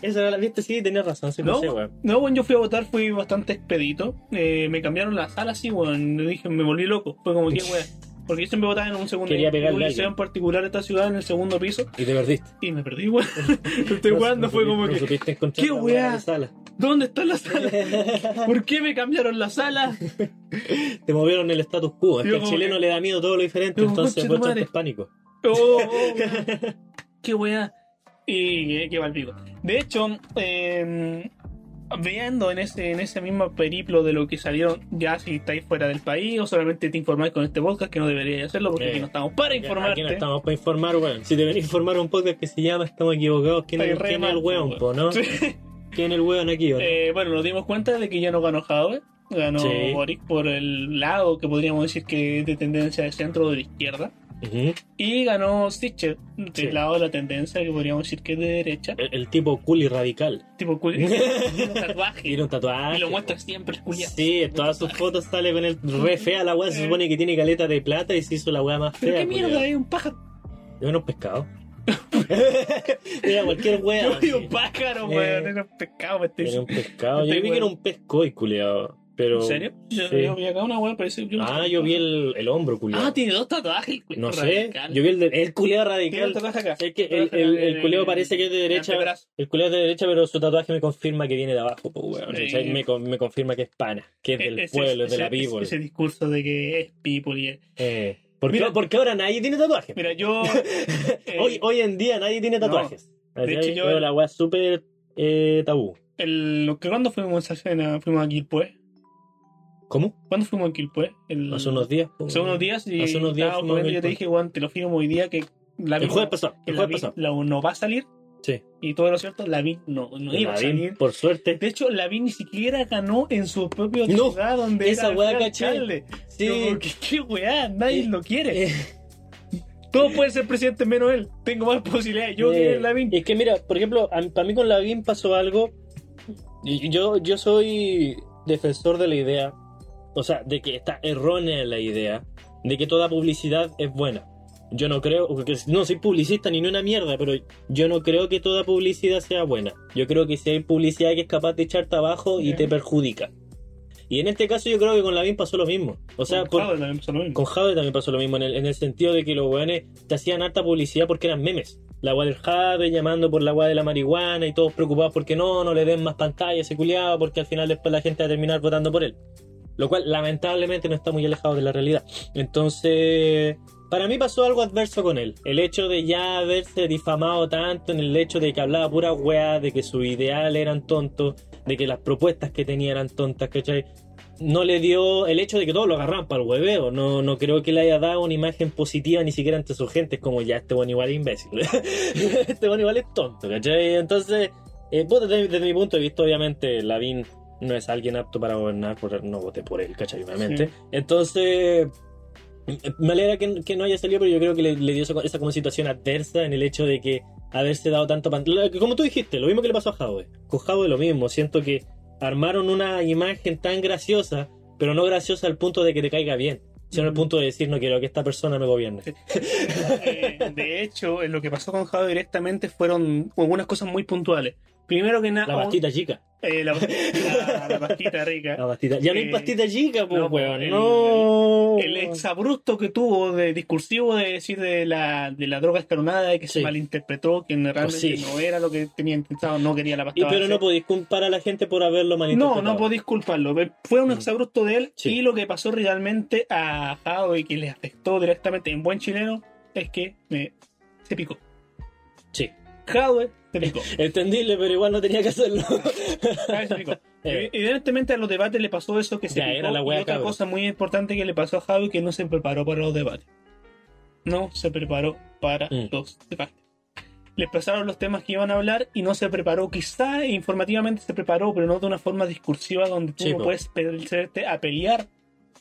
Speaker 1: Esa era la viste, sí, tenía razón, sí, no,
Speaker 2: No.
Speaker 1: sé, weón.
Speaker 2: No, bueno, yo fui a votar, fui bastante expedito. Eh, me cambiaron la sala así, weón. Yo Dije, me volví loco. Fue como, qué weón. Porque yo siempre votaba en un segundo
Speaker 1: Quería
Speaker 2: piso.
Speaker 1: pegarle
Speaker 2: un
Speaker 1: a
Speaker 2: liceo
Speaker 1: alguien.
Speaker 2: en particular de esta ciudad, en el segundo piso.
Speaker 1: Y te perdiste.
Speaker 2: Y me perdí, Este weón. Estoy jugando, fue como que, ¿qué weá? ¿dónde está la sala? ¿Por qué me cambiaron la sala?
Speaker 1: Te movieron el status quo. Es
Speaker 2: Yo
Speaker 1: que al
Speaker 2: como
Speaker 1: chileno
Speaker 2: que-
Speaker 1: le da miedo todo lo diferente,
Speaker 2: Yo,
Speaker 1: entonces
Speaker 2: conche
Speaker 1: vos
Speaker 2: tu madre.
Speaker 1: es pánico.
Speaker 2: Oh, oh, weón. qué weá. Y eh, qué mal pico. De hecho, eh, veando en ese, en ese mismo periplo de lo que salieron, ya si estáis fuera del país o solamente te informáis con este podcast, que no deberíais hacerlo porque
Speaker 1: Eh,
Speaker 2: aquí no estamos para informarte.
Speaker 1: Aquí no estamos para informar, weón. Si te ven a informar un podcast que se llama Estamos equivocados, ¿quién,
Speaker 2: Estáis
Speaker 1: es-
Speaker 2: re
Speaker 1: quién es
Speaker 2: mal,
Speaker 1: el weón,
Speaker 2: weón.
Speaker 1: po, no?
Speaker 2: Sí.
Speaker 1: ¿Quién es el weón aquí, o no?
Speaker 2: Eh, bueno, nos dimos cuenta de que ya no ganó Jadwe, ganó
Speaker 1: Sí.
Speaker 2: Boric por el lado que podríamos decir que es de tendencia de centro o de izquierda.
Speaker 1: Ujú.
Speaker 2: Y ganó Stitcher, del
Speaker 1: Sí.
Speaker 2: lado de la tendencia que podríamos decir que es de derecha.
Speaker 1: el, el tipo cool y radical.
Speaker 2: Tipo, culi- tiene un tatuaje.
Speaker 1: Tiene un tatuaje.
Speaker 2: Y lo
Speaker 1: po.
Speaker 2: muestra siempre, culiado.
Speaker 1: Sí, en todas sus fotos sale con el re fea la weá. Se
Speaker 2: Eh.
Speaker 1: supone que tiene caleta de plata y se hizo la weá más fea.
Speaker 2: Pero qué mierda,
Speaker 1: culiao.
Speaker 2: es un pájaro.
Speaker 1: Yo era un pescado. era cualquier weá.
Speaker 2: Yo soy
Speaker 1: así.
Speaker 2: un pájaro,
Speaker 1: Eh.
Speaker 2: weón. Era un pescado, me estoy
Speaker 1: Era un
Speaker 2: diciendo.
Speaker 1: pescado. Yo
Speaker 2: Este
Speaker 1: vi que
Speaker 2: weón.
Speaker 1: era un pescoy, culiado. Pero...
Speaker 2: ¿En serio? Yo,
Speaker 1: Sí.
Speaker 2: yo vi acá una weón, parece. yo no-
Speaker 1: Ah, yo vi el, el hombro, culiado.
Speaker 2: Ah, tiene dos tatuajes, el culiao
Speaker 1: no sé.
Speaker 2: radical.
Speaker 1: Yo vi el, de, el culiado
Speaker 2: Tiene un
Speaker 1: radical.
Speaker 2: tatuaje acá.
Speaker 1: Es que el, el, el culiao parece que es de derecha.
Speaker 2: antebrazo.
Speaker 1: El culiao es de derecha, pero su tatuaje me confirma que viene de abajo, pues, weón.
Speaker 2: Sí. E,
Speaker 1: ¿cachai? Me, con- me confirma que es pana, que es del
Speaker 2: Ese-
Speaker 1: pueblo, es de
Speaker 2: ese-
Speaker 1: la people.
Speaker 2: Ese discurso de que es people y es-
Speaker 1: Eh, ¿por, qué,
Speaker 2: Mira.
Speaker 1: por qué ahora nadie tiene tatuajes?
Speaker 2: Mira, yo. eh,
Speaker 1: hoy, hoy en día nadie tiene
Speaker 2: no.
Speaker 1: tatuajes.
Speaker 2: De hecho,
Speaker 1: ¿Cachai?
Speaker 2: yo-
Speaker 1: Pero la weá es súper eh, tabú.
Speaker 2: el- lo que cuando fuimos a cena, fuimos a Quilpue.
Speaker 1: ¿Cómo?
Speaker 2: ¿Cuándo fuimos a Quilpue? El-
Speaker 1: Hace unos días. pues,
Speaker 2: Hace unos días y
Speaker 1: Hace unos días
Speaker 2: estaba
Speaker 1: fuimos a
Speaker 2: comiendo y yo te
Speaker 1: Quilpue.
Speaker 2: dije, Juan, te lo firmo hoy día que la
Speaker 1: El
Speaker 2: Big
Speaker 1: jueves pasado.
Speaker 2: que
Speaker 1: El
Speaker 2: la
Speaker 1: jueves
Speaker 2: Big
Speaker 1: pasado.
Speaker 2: la- no va a salir.
Speaker 1: Sí.
Speaker 2: Y todo lo cierto, la Big no, no iba a
Speaker 1: Lavín,
Speaker 2: salir.
Speaker 1: por suerte.
Speaker 2: De hecho, la Big ni siquiera ganó en su propio
Speaker 1: No,
Speaker 2: ciudad donde
Speaker 1: esa
Speaker 2: era
Speaker 1: weá
Speaker 2: el
Speaker 1: caché.
Speaker 2: alcalde.
Speaker 1: Sí.
Speaker 2: Yo como que, qué weá, nadie
Speaker 1: Eh,
Speaker 2: lo quiere.
Speaker 1: Eh,
Speaker 2: Todo puede ser presidente menos él. Tengo más posibilidades. Yo
Speaker 1: eh,
Speaker 2: que la Big.
Speaker 1: Es que mira, por ejemplo, para mí con Lavín pasó algo. Y Yo, yo soy defensor de la idea, o sea, de que está errónea la idea, de que toda publicidad es buena. Yo no creo, porque no soy publicista ni una mierda, pero yo no creo que toda publicidad sea buena. Yo creo que si hay publicidad que es capaz de echarte abajo y
Speaker 2: Ya.
Speaker 1: te perjudica. Y en este caso yo creo que con Lavín pasó lo mismo. O sea, por,
Speaker 2: Jado también pasó lo mismo.
Speaker 1: Con Jade también pasó lo mismo, en el, en el sentido de que los weones te hacían harta publicidad porque eran memes. La weá del Jade llamando por la weá de la marihuana y todos preocupados porque no, no le den más pantalla a ese culiado porque al final después la gente va a terminar votando por él. Lo cual lamentablemente no está muy alejado de la realidad. Entonces, Para mí pasó algo adverso con él. El hecho de ya haberse difamado tanto en el hecho de que hablaba pura weá, de que su ideal eran tontos, de que las propuestas que tenía eran tontas, ¿cachai? No le dio el hecho de que todos lo agarran para el hueveo. No, no creo que le haya dado una imagen positiva ni siquiera ante su gente. Es como ya este buen igual es imbécil. este buen igual es tonto, ¿cachai? Entonces, eh, puta, desde, desde mi punto de vista, obviamente, Lavín no es alguien apto para gobernar, por, no voté por él, ¿cachai? Obviamente.
Speaker 2: Sí.
Speaker 1: Entonces, me alegra que, que no haya salido, pero yo creo que le, le dio esa, esa como situación adversa en el hecho de que haberse dado tanto pan- lo que- Como tú dijiste, lo mismo que le pasó a Jadwe. Con Jadwe lo mismo. Siento que armaron una imagen tan graciosa, pero no graciosa al punto de que te caiga bien, sino al punto de decir no quiero que esta persona me gobierne.
Speaker 2: Eh, de hecho, eh, lo que pasó con Jado directamente fueron algunas cosas muy puntuales. Primero que nada,
Speaker 1: La pastita chica.
Speaker 2: eh, la, la- la pastita rica.
Speaker 1: La pastita. Ya no
Speaker 2: Eh,
Speaker 1: hay pastita chica, pues,
Speaker 2: no,
Speaker 1: weón.
Speaker 2: el-
Speaker 1: no.
Speaker 2: el exabrupto que tuvo de discursivo de decir de la, de la droga escalonada de que se
Speaker 1: Sí.
Speaker 2: malinterpretó, que realmente
Speaker 1: sí.
Speaker 2: no era lo que tenía intentado, no quería la pasta
Speaker 1: Y pero
Speaker 2: base.
Speaker 1: no podéis culpar a la gente por haberlo
Speaker 2: no,
Speaker 1: malinterpretado.
Speaker 2: no podéis culparlo. Fue un
Speaker 1: Mm.
Speaker 2: exabrupto de él
Speaker 1: Sí.
Speaker 2: y lo que pasó realmente a Jao y que le afectó directamente en buen chileno es que eh, se picó.
Speaker 1: Sí.
Speaker 2: Jao se picó.
Speaker 1: Entendible, pero igual no tenía que hacerlo.
Speaker 2: Jadwe se picó.
Speaker 1: Eh.
Speaker 2: Ah, Y- Evidentemente a los debates le pasó eso que se
Speaker 1: Ya,
Speaker 2: picó,
Speaker 1: era la wea
Speaker 2: y otra
Speaker 1: cabra.
Speaker 2: cosa muy importante que le pasó a Javi que no se preparó para los debates. No se preparó para
Speaker 1: Mm.
Speaker 2: los debates. Les pasaron los temas que iban a hablar y no se preparó. Quizá informativamente se preparó, pero no de una forma discursiva donde tú
Speaker 1: Sí,
Speaker 2: no
Speaker 1: po.
Speaker 2: puedes perderte a pelear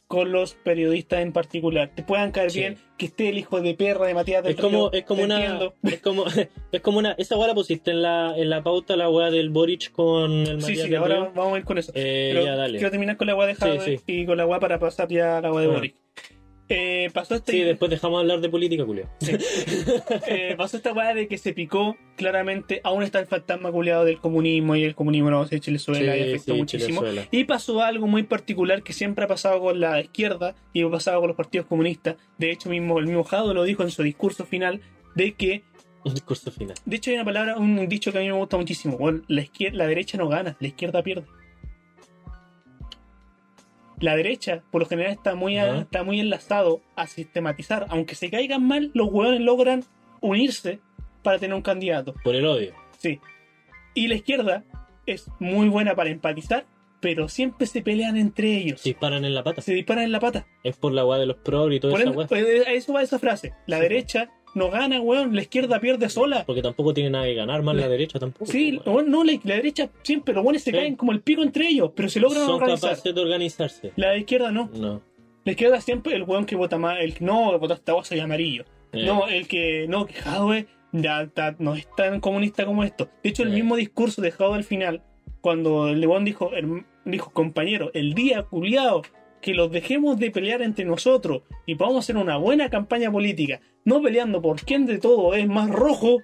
Speaker 2: con los periodistas en particular. Te puedan caer
Speaker 1: Sí.
Speaker 2: bien que esté el hijo de perra de Matías del
Speaker 1: Es como,
Speaker 2: Río,
Speaker 1: es como
Speaker 2: te
Speaker 1: una.
Speaker 2: entiendo.
Speaker 1: Es como, es como una. Esa weá la pusiste en la, en la pauta, la weá del Boric con el Matías
Speaker 2: Sí, sí,
Speaker 1: del
Speaker 2: ahora
Speaker 1: Río.
Speaker 2: vamos a ir con eso.
Speaker 1: Eh,
Speaker 2: Pero Quiero
Speaker 1: ya, dale.
Speaker 2: terminar con la agua de
Speaker 1: Sí,
Speaker 2: Jade
Speaker 1: sí.
Speaker 2: y con la agua para pasar ya al agua de
Speaker 1: Ah.
Speaker 2: Boric. Eh, pasó, este,
Speaker 1: Sí, después dejamos de hablar de política, Julio.
Speaker 2: eh, pasó esta agua de que se picó. Claramente, aún está el fantasma culeado del comunismo y el comunismo no se Chilezuela y afectó muchísimo. Y pasó algo muy particular que siempre ha pasado con la izquierda y ha pasado con los partidos comunistas. De hecho, mismo el mismo Jado lo dijo en su discurso final de que,
Speaker 1: Un discurso final.
Speaker 2: de hecho, hay una palabra, un dicho que a mí me gusta muchísimo. weón, la, izquier- la derecha no gana, la izquierda pierde. la derecha por lo general está muy, a-
Speaker 1: Ajá.
Speaker 2: está muy enlazado a sistematizar. Aunque se caigan mal, los hueones logran unirse para tener un candidato.
Speaker 1: Por el odio.
Speaker 2: Sí. Y la izquierda es muy buena para empatizar, pero siempre se pelean entre ellos.
Speaker 1: Se disparan en la pata.
Speaker 2: Se disparan en la pata.
Speaker 1: Es por la weá de los progres y toda
Speaker 2: Por
Speaker 1: esa
Speaker 2: ende,
Speaker 1: weá.
Speaker 2: pues, a eso va esa frase. La
Speaker 1: Sí.
Speaker 2: derecha no gana, weón. La izquierda pierde sola.
Speaker 1: Porque tampoco tiene nada que ganar más la derecha tampoco.
Speaker 2: Sí,
Speaker 1: weón.
Speaker 2: weón, no, la, la derecha siempre, los buenos se
Speaker 1: eh, Sí.
Speaker 2: caen como el pico entre ellos, pero se logran
Speaker 1: Son
Speaker 2: organizar.
Speaker 1: capaces de organizarse.
Speaker 2: La izquierda no.
Speaker 1: No.
Speaker 2: La izquierda siempre el weón que vota más, el que no vota esta voz soy amarillo.
Speaker 1: Eh,
Speaker 2: No, el que no, que Jadwe ya, ta- no es tan comunista como esto. De hecho, el
Speaker 1: Eh.
Speaker 2: mismo discurso de Jadwe al final, cuando el León dijo, herm- dijo, compañero, el día culiado, que los dejemos de pelear entre nosotros y podamos hacer una buena campaña política, no peleando por quién de todo es más rojo,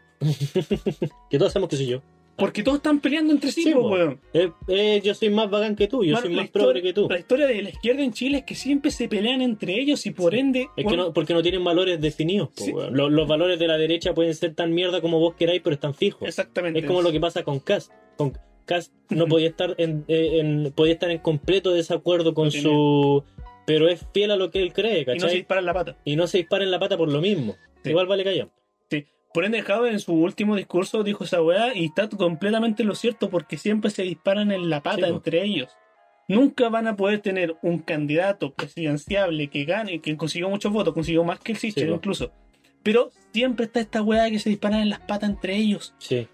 Speaker 1: Que todos sabemos que soy yo.
Speaker 2: porque todos están peleando entre sí,
Speaker 1: Sí,
Speaker 2: po,
Speaker 1: po.
Speaker 2: weón.
Speaker 1: Eh, eh, yo soy más bacán que tú. Yo
Speaker 2: Bueno,
Speaker 1: soy
Speaker 2: la
Speaker 1: más
Speaker 2: histori-
Speaker 1: progre que tú.
Speaker 2: La historia de la izquierda en Chile es que siempre se pelean entre ellos y por
Speaker 1: Sí.
Speaker 2: ende...
Speaker 1: Es que
Speaker 2: bueno,
Speaker 1: no, porque no tienen valores definidos. po,
Speaker 2: Sí.
Speaker 1: weón. Los, los valores de la derecha pueden ser tan mierda como vos queráis, pero están fijos.
Speaker 2: Exactamente.
Speaker 1: Es como lo que pasa con Cass. Con Cass no
Speaker 2: Ujú.
Speaker 1: podía estar en, eh, en- podía estar en completo desacuerdo con
Speaker 2: No tiene-
Speaker 1: su. Pero es fiel a lo que él cree,
Speaker 2: Y no se
Speaker 1: ¿cachai?
Speaker 2: disparan la pata.
Speaker 1: Y no se dispara en la pata por lo mismo.
Speaker 2: Sí.
Speaker 1: Igual vale callar.
Speaker 2: Por ende, Javi en su último discurso dijo esa weá y está completamente lo cierto porque siempre se disparan en la pata
Speaker 1: Sí, po.
Speaker 2: entre ellos. Nunca van a poder tener un candidato presidenciable que gane, que consiguió muchos votos, consiguió más que el Sichel
Speaker 1: po.
Speaker 2: incluso. Pero siempre está esta weá que se disparan en las patas entre ellos.
Speaker 1: Sí.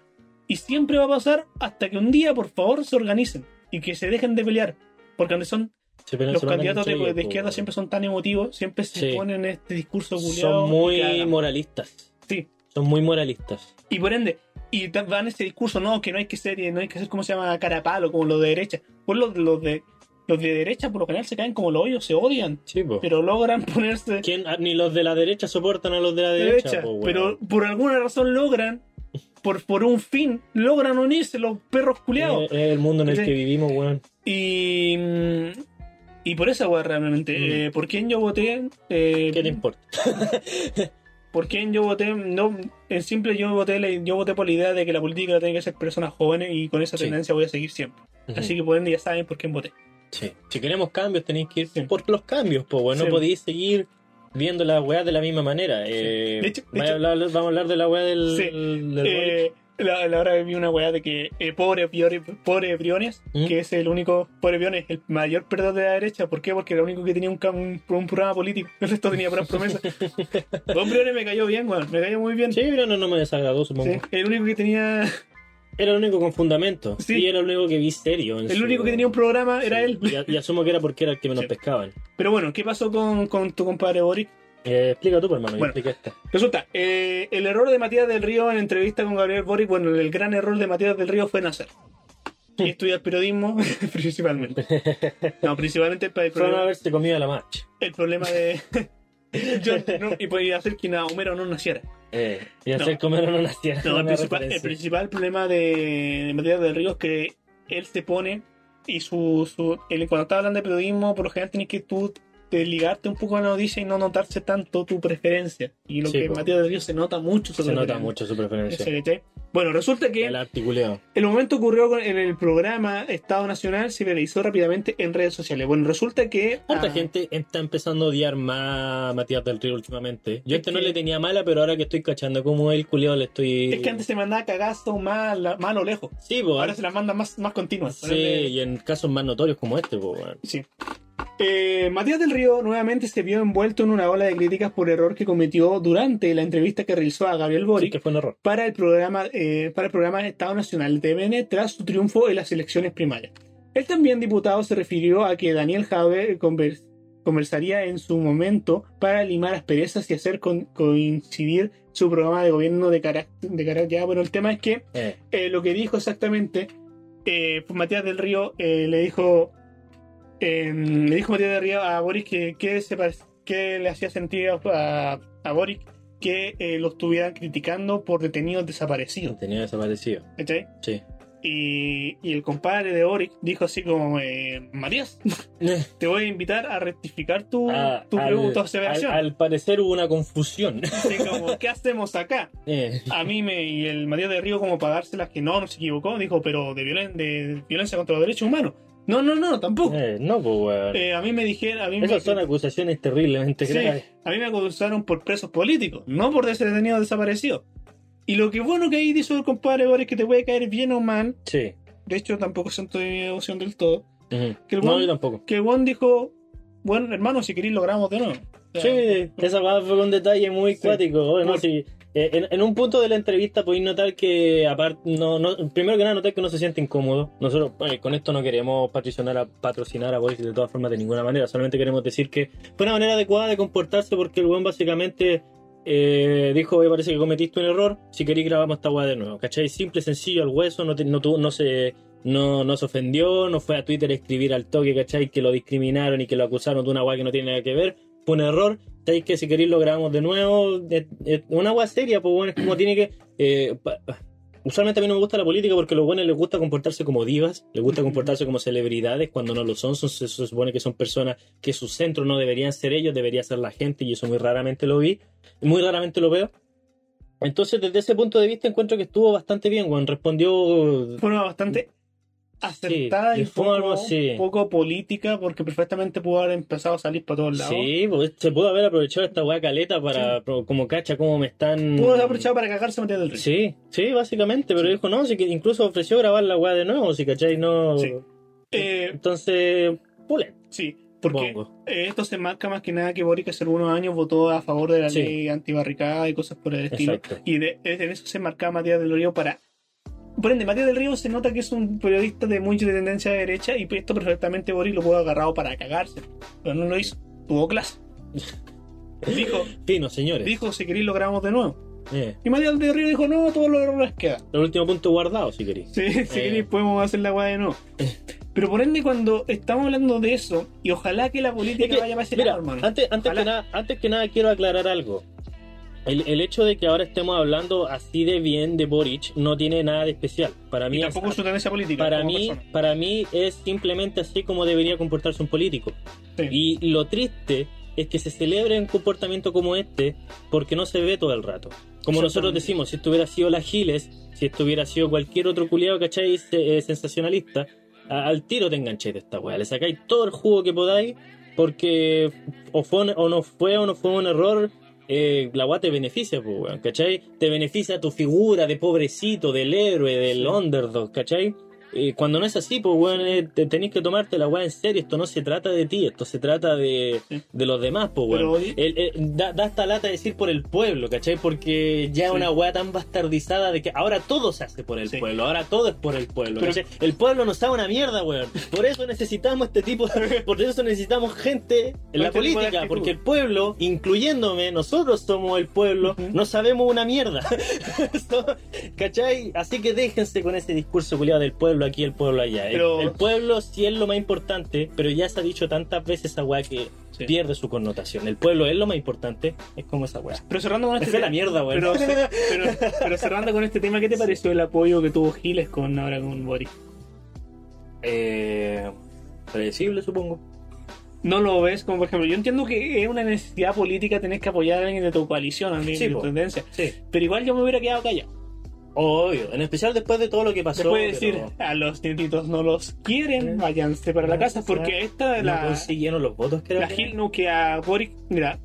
Speaker 2: Y siempre va a pasar hasta que un día, por favor, se organicen y que se dejen de pelear. Porque donde son
Speaker 1: Se pelan-
Speaker 2: los
Speaker 1: se mandan
Speaker 2: candidatos
Speaker 1: entre
Speaker 2: de,
Speaker 1: ellos, pues,
Speaker 2: de
Speaker 1: po,
Speaker 2: izquierda
Speaker 1: weón.
Speaker 2: siempre son tan emotivos, siempre se
Speaker 1: Sí.
Speaker 2: ponen este discurso culiado.
Speaker 1: Son muy moralistas.
Speaker 2: Sí.
Speaker 1: Son muy moralistas.
Speaker 2: Y por ende, y ta- dan este discurso, no, que no hay que ser, eh, no hay que ser, ¿cómo se llama? Carapalo, como los de derecha. Pues los, los de los de derecha por lo general se caen como los hoyos, se odian,
Speaker 1: Sí, po.
Speaker 2: pero logran ponerse de
Speaker 1: ¿Quién- ah, Ni los de la derecha soportan a los de la derecha.
Speaker 2: derecha.
Speaker 1: po, weón.
Speaker 2: pero por alguna razón logran, por, por un fin, logran unirse los perros culeados.
Speaker 1: Es- es el mundo en el
Speaker 2: Sí.
Speaker 1: que vivimos, weón.
Speaker 2: Y. mm, Y por esa weá realmente.
Speaker 1: Mm.
Speaker 2: eh, ¿Por quién yo voté? Eh,
Speaker 1: ¿Qué te importa?
Speaker 2: ¿Por quién yo voté? No, en simple yo voté, la- yo voté por la idea de que la política la tienen que hacer personas jóvenes y con esa
Speaker 1: Sí.
Speaker 2: tendencia voy a seguir siempre. Así que por ende ya saben por quién voté.
Speaker 1: Sí. Si queremos cambios, tenéis que ir
Speaker 2: Sí.
Speaker 1: por los cambios, pues,
Speaker 2: Sí.
Speaker 1: No podéis seguir viendo la weá de la misma manera. Eh,
Speaker 2: De hecho- de
Speaker 1: vaya
Speaker 2: hecho-
Speaker 1: a hablar- vamos a hablar de la weá del.
Speaker 2: Sí.
Speaker 1: del-
Speaker 2: Eh, la, la hora vi una weá de que eh, pobre, Piore- pobre Briones,
Speaker 1: ¿Mm?
Speaker 2: que es el único, pobre Briones, el mayor perdedor de la derecha. ¿Por qué? Porque era el único que tenía un, cam- un, un programa político. El resto tenía puras promesas. Don Briones me cayó bien, weón. Me cayó muy bien.
Speaker 1: Sí, pero no, no me desagradó, supongo.
Speaker 2: Sí, El único que tenía.
Speaker 1: Era el único con fundamento.
Speaker 2: Sí.
Speaker 1: Y era el único que vi serio. en
Speaker 2: El
Speaker 1: su-
Speaker 2: único que tenía un programa era
Speaker 1: Sí.
Speaker 2: él.
Speaker 1: Y, a- y asumo que era porque era el que menos
Speaker 2: Sí.
Speaker 1: pescaban.
Speaker 2: Pero bueno, ¿qué pasó con, con tu compadre Boric?
Speaker 1: Eh, explica tú, pues, hermano. yo
Speaker 2: Bueno.
Speaker 1: expliqué esta.
Speaker 2: Resulta, eh, el error de Matías del Río en entrevista con Gabriel Boric, bueno, el gran error de Matías del Río fue nacer. Y estudiar periodismo, principalmente. No, principalmente para el
Speaker 1: Fue no
Speaker 2: problema,
Speaker 1: haberse comido la marcha.
Speaker 2: el problema de. Yo no- y podía hacer que na- Homero no naciera.
Speaker 1: Eh, y
Speaker 2: No.
Speaker 1: hacer comer a una nación.
Speaker 2: No, el
Speaker 1: Una
Speaker 2: principal, el
Speaker 1: referencia.
Speaker 2: principal problema de, de Matías del Río es que él se pone y su, su él- cuando estás hablando de periodismo, por lo general tienes que tú te ligarte un poco a la noticia y no notarse tanto tu preferencia. Y lo
Speaker 1: Sí,
Speaker 2: que en
Speaker 1: po.
Speaker 2: Matías del Río se nota mucho.
Speaker 1: Se
Speaker 2: sobre
Speaker 1: nota
Speaker 2: el-
Speaker 1: mucho su
Speaker 2: ese
Speaker 1: preferencia.
Speaker 2: detalle. Bueno, resulta que
Speaker 1: El articuleo.
Speaker 2: el momento ocurrió con- en el programa Estado Nacional, se realizó rápidamente en redes sociales. Bueno, resulta que...
Speaker 1: Harta
Speaker 2: ah,
Speaker 1: gente está empezando a odiar más a Matías del Río últimamente. Yo
Speaker 2: Es
Speaker 1: antes no
Speaker 2: que-
Speaker 1: le tenía mala, pero ahora que estoy cachando como el culiao le estoy.
Speaker 2: Es que antes se mandaba cagazo más, la- más a lo lejos.
Speaker 1: Sí, pues.
Speaker 2: Ahora se las manda más, más continuas.
Speaker 1: Sí, y en casos más notorios como este, pues, weón.
Speaker 2: Sí. Eh, Matías del Río nuevamente se vio envuelto en una ola de críticas por error que cometió durante la entrevista que realizó a Gabriel
Speaker 1: Sí,
Speaker 2: Boric
Speaker 1: que fue un error.
Speaker 2: para, el programa, eh, para el programa Estado Nacional de TVN tras su triunfo en las elecciones primarias. El también diputado se refirió a que Daniel Javier conversaría en su momento para limar asperezas y hacer con- coincidir su programa de gobierno de carácter. De carac- ya, bueno, el tema es que
Speaker 1: Eh,
Speaker 2: eh, lo que dijo exactamente, eh, Matías del Río eh, le dijo eh, le dijo Matías del Río a Boris que, que, se pare- que le hacía sentir a, a Boris que eh, lo estuvieran criticando por detenidos desaparecidos.
Speaker 1: tenía desaparecido.
Speaker 2: ¿cachai?
Speaker 1: Sí.
Speaker 2: Y, y el compadre de Boris dijo así como, eh, Matías, te voy a invitar a rectificar tu,
Speaker 1: Ah,
Speaker 2: tu,
Speaker 1: al,
Speaker 2: tu
Speaker 1: al,
Speaker 2: aseveración.
Speaker 1: al parecer hubo una confusión.
Speaker 2: Así como, ¿qué hacemos acá?
Speaker 1: Eh,
Speaker 2: a mí me, y el Matías de Río como pagárselas que no, no se equivocó, dijo, pero de, violen- de violencia contra los derechos humanos. No, no, no, tampoco.
Speaker 1: eh, no, pues, weón.
Speaker 2: Eh, a mí me dijeron, a mí me,
Speaker 1: Esas son acusaciones terriblemente
Speaker 2: Sí.
Speaker 1: graves.
Speaker 2: a mí me acusaron por presos políticos, no por detenidos desaparecidos. Y lo que bueno que ahí dice el compadre Boris que te puede caer bien o mal,
Speaker 1: Sí.
Speaker 2: de hecho tampoco siento mi opción del todo,
Speaker 1: Ujú.
Speaker 2: Que el
Speaker 1: No,
Speaker 2: weón-
Speaker 1: yo tampoco.
Speaker 2: que Juan dijo, bueno hermano, si queréis logramos de nuevo. O sea,
Speaker 1: Sí, esa weá fue un detalle muy
Speaker 2: Sí.
Speaker 1: cuático. Oye, no,
Speaker 2: Por-
Speaker 1: sí, eh, En, en un punto de la entrevista podéis notar que, aparte, no, no- primero que nada, notar que no se siente incómodo. Nosotros eh, con esto no queremos patrocinar a, patrocinar a Boris de todas formas, de ninguna manera. Solamente queremos decir que fue una manera adecuada de comportarse porque el buen básicamente eh, dijo, me parece que cometiste un error, si queréis grabamos esta weá de nuevo. ¿Cachai? Simple, sencillo, al hueso, no, te- no, tuvo- no se... No, no se ofendió, no fue a Twitter a escribir al toque, ¿cachai? Que lo discriminaron y que lo acusaron de una weá que no tiene nada que ver. Fue un error, ¿Sabéis que si queréis lo grabamos de nuevo? Eh, eh, una agua seria, pues bueno, es como tiene que. eh, pa- usualmente a mí no me gusta la política porque a los buenos les gusta comportarse como divas, les gusta comportarse como celebridades cuando no lo son. son se, se supone que son personas que su centro no deberían ser ellos, debería ser la gente, y eso muy raramente lo vi, muy raramente lo veo. Entonces, desde ese punto de vista, encuentro que estuvo bastante bien, weón. Respondió.
Speaker 2: Fue una bastante acertada
Speaker 1: de
Speaker 2: y
Speaker 1: forma,
Speaker 2: poco,
Speaker 1: sí.
Speaker 2: poco política porque perfectamente pudo haber empezado a salir para todos lados.
Speaker 1: Sí, pues, se pudo haber aprovechado esta weá caleta para. pro- Como cacha, como me están.
Speaker 2: Pudo haber aprovechado para cagarse Matías del Río.
Speaker 1: Sí, sí, básicamente, pero dijo no, sí que incluso ofreció grabar la weá de nuevo, si cachai, no.
Speaker 2: Sí. Eh,
Speaker 1: Entonces, pule,
Speaker 2: sí, porque
Speaker 1: supongo.
Speaker 2: eh, esto se marca más que nada que Boric hace algunos años votó a favor de la
Speaker 1: Sí.
Speaker 2: ley antibarricada y cosas por el estilo.
Speaker 1: Exacto.
Speaker 2: Y de, en eso se marcaba Matías del Río para... Por ende, Matías del Río se nota que es un periodista de mucha tendencia derecha y esto perfectamente Boric lo pudo haber agarrado para cagarse. Pero no lo hizo. Tuvo clase. dijo,
Speaker 1: Fino, señores.
Speaker 2: dijo, si queréis lo grabamos de nuevo.
Speaker 1: Eh,
Speaker 2: Y Matías del Río dijo, no, todos los errores quedan.
Speaker 1: el último punto guardado, si queréis.
Speaker 2: Sí, si
Speaker 1: Eh.
Speaker 2: queréis podemos hacer la weá de nuevo. Pero por ende, cuando estamos hablando de eso, y ojalá que la política
Speaker 1: Es que,
Speaker 2: vaya para ese
Speaker 1: mira,
Speaker 2: lado, hermano.
Speaker 1: antes, antes,
Speaker 2: Ojalá.
Speaker 1: que nada, antes que nada quiero aclarar algo. El, el hecho de que ahora estemos hablando así de bien de Boric no tiene nada de especial. Para mí
Speaker 2: Y
Speaker 1: es
Speaker 2: tampoco su tendencia política.
Speaker 1: para
Speaker 2: como
Speaker 1: mí,
Speaker 2: persona.
Speaker 1: para mí es simplemente así como debería comportarse un político.
Speaker 2: Sí.
Speaker 1: Y lo triste es que se celebre un comportamiento como este porque no se ve todo el rato. Como nosotros
Speaker 2: Exactamente.
Speaker 1: decimos, si estuviera sido la Giles, si estuviera sido cualquier otro culiado, ¿cachai? Se- eh, sensacionalista, a- al tiro te engancháis de esta weá, le sacáis todo el jugo que podáis porque o, fue, un- o no fue o no fue un error, eh, la weá te beneficia, pues, weón, ¿cachai? Te beneficia tu figura de pobrecito, del héroe, del
Speaker 2: Sí.
Speaker 1: underdog, ¿cachai? Eh, cuando no es así, pues, weón, eh, te tenés que tomarte la weá en serio. Esto no se trata de ti, esto se trata de,
Speaker 2: Sí.
Speaker 1: de los demás, pues, weón.
Speaker 2: Pero hoy-
Speaker 1: El- el- da, da esta lata decir por el pueblo, ¿cachai? Porque ya es
Speaker 2: Sí.
Speaker 1: una weá tan bastardizada de que ahora todo se hace por el
Speaker 2: Sí.
Speaker 1: pueblo, ahora todo es por el pueblo.
Speaker 2: Pero-
Speaker 1: ¿cachai? El pueblo nos da una mierda, weón. Por eso necesitamos este tipo, de- por eso necesitamos gente en la
Speaker 2: Este tipo de
Speaker 1: política,
Speaker 2: actitud.
Speaker 1: porque el pueblo, incluyéndome, nosotros somos el pueblo,
Speaker 2: Ujú.
Speaker 1: no sabemos una mierda. So- ¿Cachai? Así que déjense con ese discurso culiado del pueblo aquí, el pueblo allá. El-
Speaker 2: Pero-
Speaker 1: El, pueblo sí es lo más importante, pero ya se ha dicho tantas veces esa weá que
Speaker 2: Sí.
Speaker 1: pierde su connotación. El pueblo es lo más importante, es como esa weá.
Speaker 2: Pero cerrando con este
Speaker 1: Es la mierda, weón.
Speaker 2: Pero, pero- pero cerrando con este tema, ¿qué te pareció el apoyo que tuvo Giles con ahora con Boris?
Speaker 1: Eh, predecible, supongo.
Speaker 2: No lo ves como, por ejemplo, yo entiendo que es una necesidad política tener que apoyar a alguien de tu coalición, a alguien
Speaker 1: Sí,
Speaker 2: de tu
Speaker 1: po.
Speaker 2: tendencia.
Speaker 1: Sí.
Speaker 2: Pero igual yo me hubiera quedado callado.
Speaker 1: Obvio, en especial después de todo lo que pasó.
Speaker 2: Después de decir,
Speaker 1: pero
Speaker 2: a los nietitos no los
Speaker 1: Eh.
Speaker 2: quieren, váyanse para la casa,
Speaker 1: Sí.
Speaker 2: porque esta es
Speaker 1: no
Speaker 2: la,
Speaker 1: consiguieron los votos que
Speaker 2: la
Speaker 1: era.
Speaker 2: Gil no que a Boric, mira,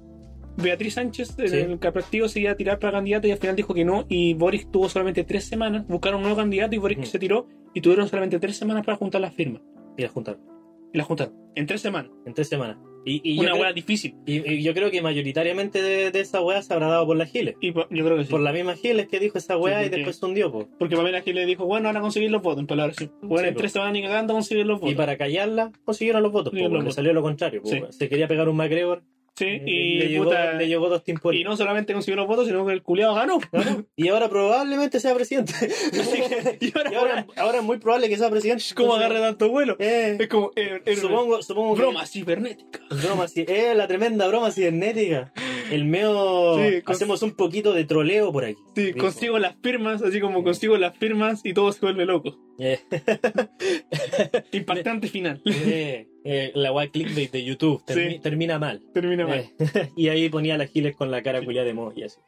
Speaker 2: Beatriz Sánchez en
Speaker 1: Sí.
Speaker 2: el partido se iba a tirar para candidata y al final dijo que no, y Boric tuvo solamente tres semanas, buscaron un nuevo candidato y Boric
Speaker 1: Ujú.
Speaker 2: se tiró y tuvieron solamente tres semanas para juntar las firmas.
Speaker 1: Y la juntaron.
Speaker 2: Y las juntaron, en tres semanas.
Speaker 1: En tres semanas. Y, y
Speaker 2: Una
Speaker 1: yo,
Speaker 2: hueá
Speaker 1: creo,
Speaker 2: difícil.
Speaker 1: y- y yo creo que mayoritariamente de, de esa weá se habrá dado por las giles.
Speaker 2: Y po- yo creo que sí.
Speaker 1: Por la misma giles que dijo esa weá y
Speaker 2: porque-
Speaker 1: después se hundió, po.
Speaker 2: Porque Pamela Gil le dijo, bueno, ahora conseguir los votos, en palabras. sí. Bueno,
Speaker 1: Sí,
Speaker 2: en
Speaker 1: po.
Speaker 2: tres semanas ni cagando conseguir los votos.
Speaker 1: Y para callarla, consiguieron los votos, po,
Speaker 2: Consiguieron los
Speaker 1: porque
Speaker 2: votos.
Speaker 1: salió lo contrario, po.
Speaker 2: Sí.
Speaker 1: Se quería pegar un McGregor.
Speaker 2: Sí, y
Speaker 1: le, llegó,
Speaker 2: puta,
Speaker 1: le llegó dos tiempos.
Speaker 2: y no solamente consiguió los votos, sino que el culiado ganó.
Speaker 1: Y ahora probablemente sea presidente.
Speaker 2: Así que- y ahora,
Speaker 1: Y ahora, ahora es muy probable que sea presidente.
Speaker 2: es como agarra tanto vuelo.
Speaker 1: Eh,
Speaker 2: Es como eh, eh,
Speaker 1: supongo, supongo que-
Speaker 2: broma cibernética.
Speaker 1: Broma, ci- eh, la tremenda broma cibernética. El meo.
Speaker 2: Sí, cons-
Speaker 1: Hacemos un poquito de troleo por aquí.
Speaker 2: Sí,
Speaker 1: Dijo.
Speaker 2: consigo las firmas, así
Speaker 1: Mm.
Speaker 2: como consigo las firmas y todo se vuelve loco.
Speaker 1: Eh,
Speaker 2: Impactante final.
Speaker 1: eh, eh, la guay clickbait de YouTube termi-
Speaker 2: Sí.
Speaker 1: termina mal.
Speaker 2: Termina mal.
Speaker 1: Eh, y ahí ponía las giles con la cara culiada de moho y así.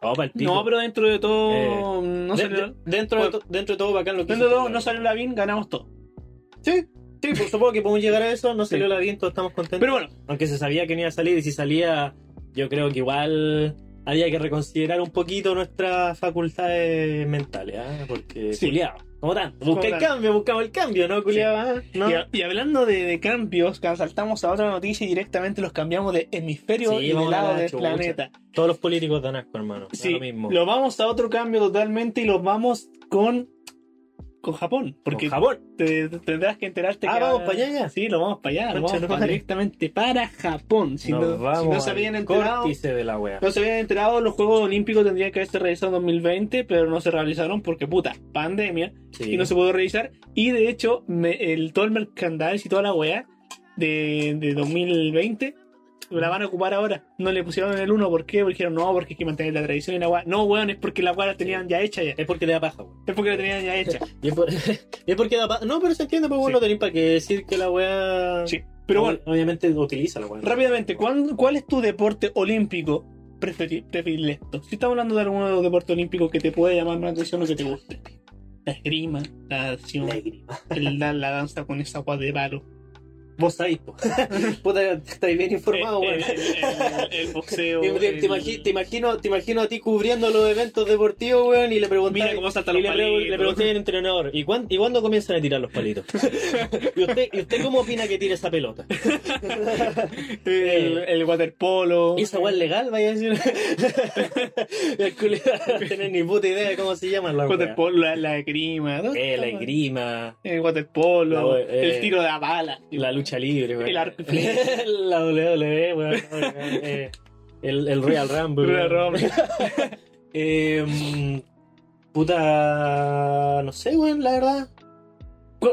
Speaker 1: Oh, pa'l pico.
Speaker 2: no, pero dentro de todo
Speaker 1: Eh,
Speaker 2: no
Speaker 1: De-
Speaker 2: salió.
Speaker 1: de- dentro, de to- dentro de todo, bacán lo que
Speaker 2: Dentro de
Speaker 1: hizo
Speaker 2: todo
Speaker 1: Piñera.
Speaker 2: no salió la BIN, ganamos todo.
Speaker 1: Sí, sí, pues, supongo que podemos llegar a eso. No salió
Speaker 2: Sí.
Speaker 1: la bien, todos estamos contentos.
Speaker 2: Pero bueno,
Speaker 1: Aunque se sabía que no iba a salir y si salía, yo creo que igual había que reconsiderar un poquito nuestras facultades mentales, ¿ah? porque
Speaker 2: Sí.
Speaker 1: culiao, como tanto, busca el
Speaker 2: tanto.
Speaker 1: cambio, buscamos el cambio, ¿no, culiado?
Speaker 2: y, a- y hablando de, de cambios, ca- saltamos a otra noticia y directamente los cambiamos de hemisferio
Speaker 1: Sí,
Speaker 2: y de
Speaker 1: vamos a la
Speaker 2: lado del
Speaker 1: chucha.
Speaker 2: planeta.
Speaker 1: Todos los políticos dan asco, hermano, da
Speaker 2: Sí,
Speaker 1: lo mismo.
Speaker 2: lo vamos a otro cambio totalmente y los vamos con con Japón,
Speaker 1: Porque
Speaker 2: porque
Speaker 1: Japón,
Speaker 2: te- te- tendrás que enterarte
Speaker 1: Ah,
Speaker 2: que
Speaker 1: ¿vamos pa' allá ya?
Speaker 2: Sí, lo vamos para allá, lo
Speaker 1: Concha
Speaker 2: vamos
Speaker 1: no
Speaker 2: pa'
Speaker 1: madre.
Speaker 2: directamente para Japón. Si,
Speaker 1: nos
Speaker 2: no, si
Speaker 1: vamos
Speaker 2: no se
Speaker 1: al
Speaker 2: habían enterado,
Speaker 1: córtice de la wea.
Speaker 2: no se habían enterado, los Juegos Olímpicos tendrían que haberse realizado en 2020, pero no se realizaron porque puta, pandemia
Speaker 1: Sí.
Speaker 2: y no se pudo revisar. Y de hecho, me- el, todo el merchandise y toda la weá de, de 2020 la van a ocupar ahora. No le pusieron el 1, ¿por qué? Porque dijeron, no, porque hay que mantener la tradición y la weá. No, weón, es porque la weá la tenían ya hecha ya.
Speaker 1: Es porque te da paja, wea.
Speaker 2: Es porque la tenían ya hecha.
Speaker 1: Y es, por- y es porque da paja. No, pero se entiende, pues
Speaker 2: Sí.
Speaker 1: bueno, no tenéis para qué decir que la wea.
Speaker 2: Sí. Pero bueno,
Speaker 1: Obviamente utiliza la wea.
Speaker 2: rápidamente, ¿cuál, cuál es tu deporte olímpico preferi- predilecto? Si estamos hablando de algún deporte olímpico que te puede llamar más la atención o que te guste. La esgrima, la acción,
Speaker 1: Lágrima.
Speaker 2: el, la, la danza con esa agua de palo.
Speaker 1: Vos sabés, po. Puta, estáis bien informado,
Speaker 2: El-
Speaker 1: weón.
Speaker 2: el, el- el boxeo.
Speaker 1: Te, te-
Speaker 2: el-
Speaker 1: te imagi- te imagino, te imagino a ti cubriendo los eventos deportivos, weón, y le
Speaker 2: Mira
Speaker 1: preguntáis.
Speaker 2: cómo saltan
Speaker 1: Y
Speaker 2: los
Speaker 1: le, pregu- le
Speaker 2: palitos.
Speaker 1: pregunté al entrenador, ¿y, cuán- y cuándo comienzan a tirar los palitos? ¿Y, usted, ¿Y usted cómo opina que tire esa pelota?
Speaker 2: El, el waterpolo.
Speaker 1: ¿Y esa weá es legal? Vaya a decir. El culo no va a tener ni puta idea de cómo se llaman las weas.
Speaker 2: waterpolo, la, la esgrima. ¿no?
Speaker 1: Eh, la esgrima,
Speaker 2: El waterpolo.
Speaker 1: La- eh,
Speaker 2: el tiro de la bala.
Speaker 1: la lucha libre, weón.
Speaker 2: El arco y flecha.
Speaker 1: La E, WWE, weón. eh, el, el Royal Rumble.
Speaker 2: Royal
Speaker 1: weón.
Speaker 2: Rumble.
Speaker 1: Eh, puta. No sé, weón, la verdad.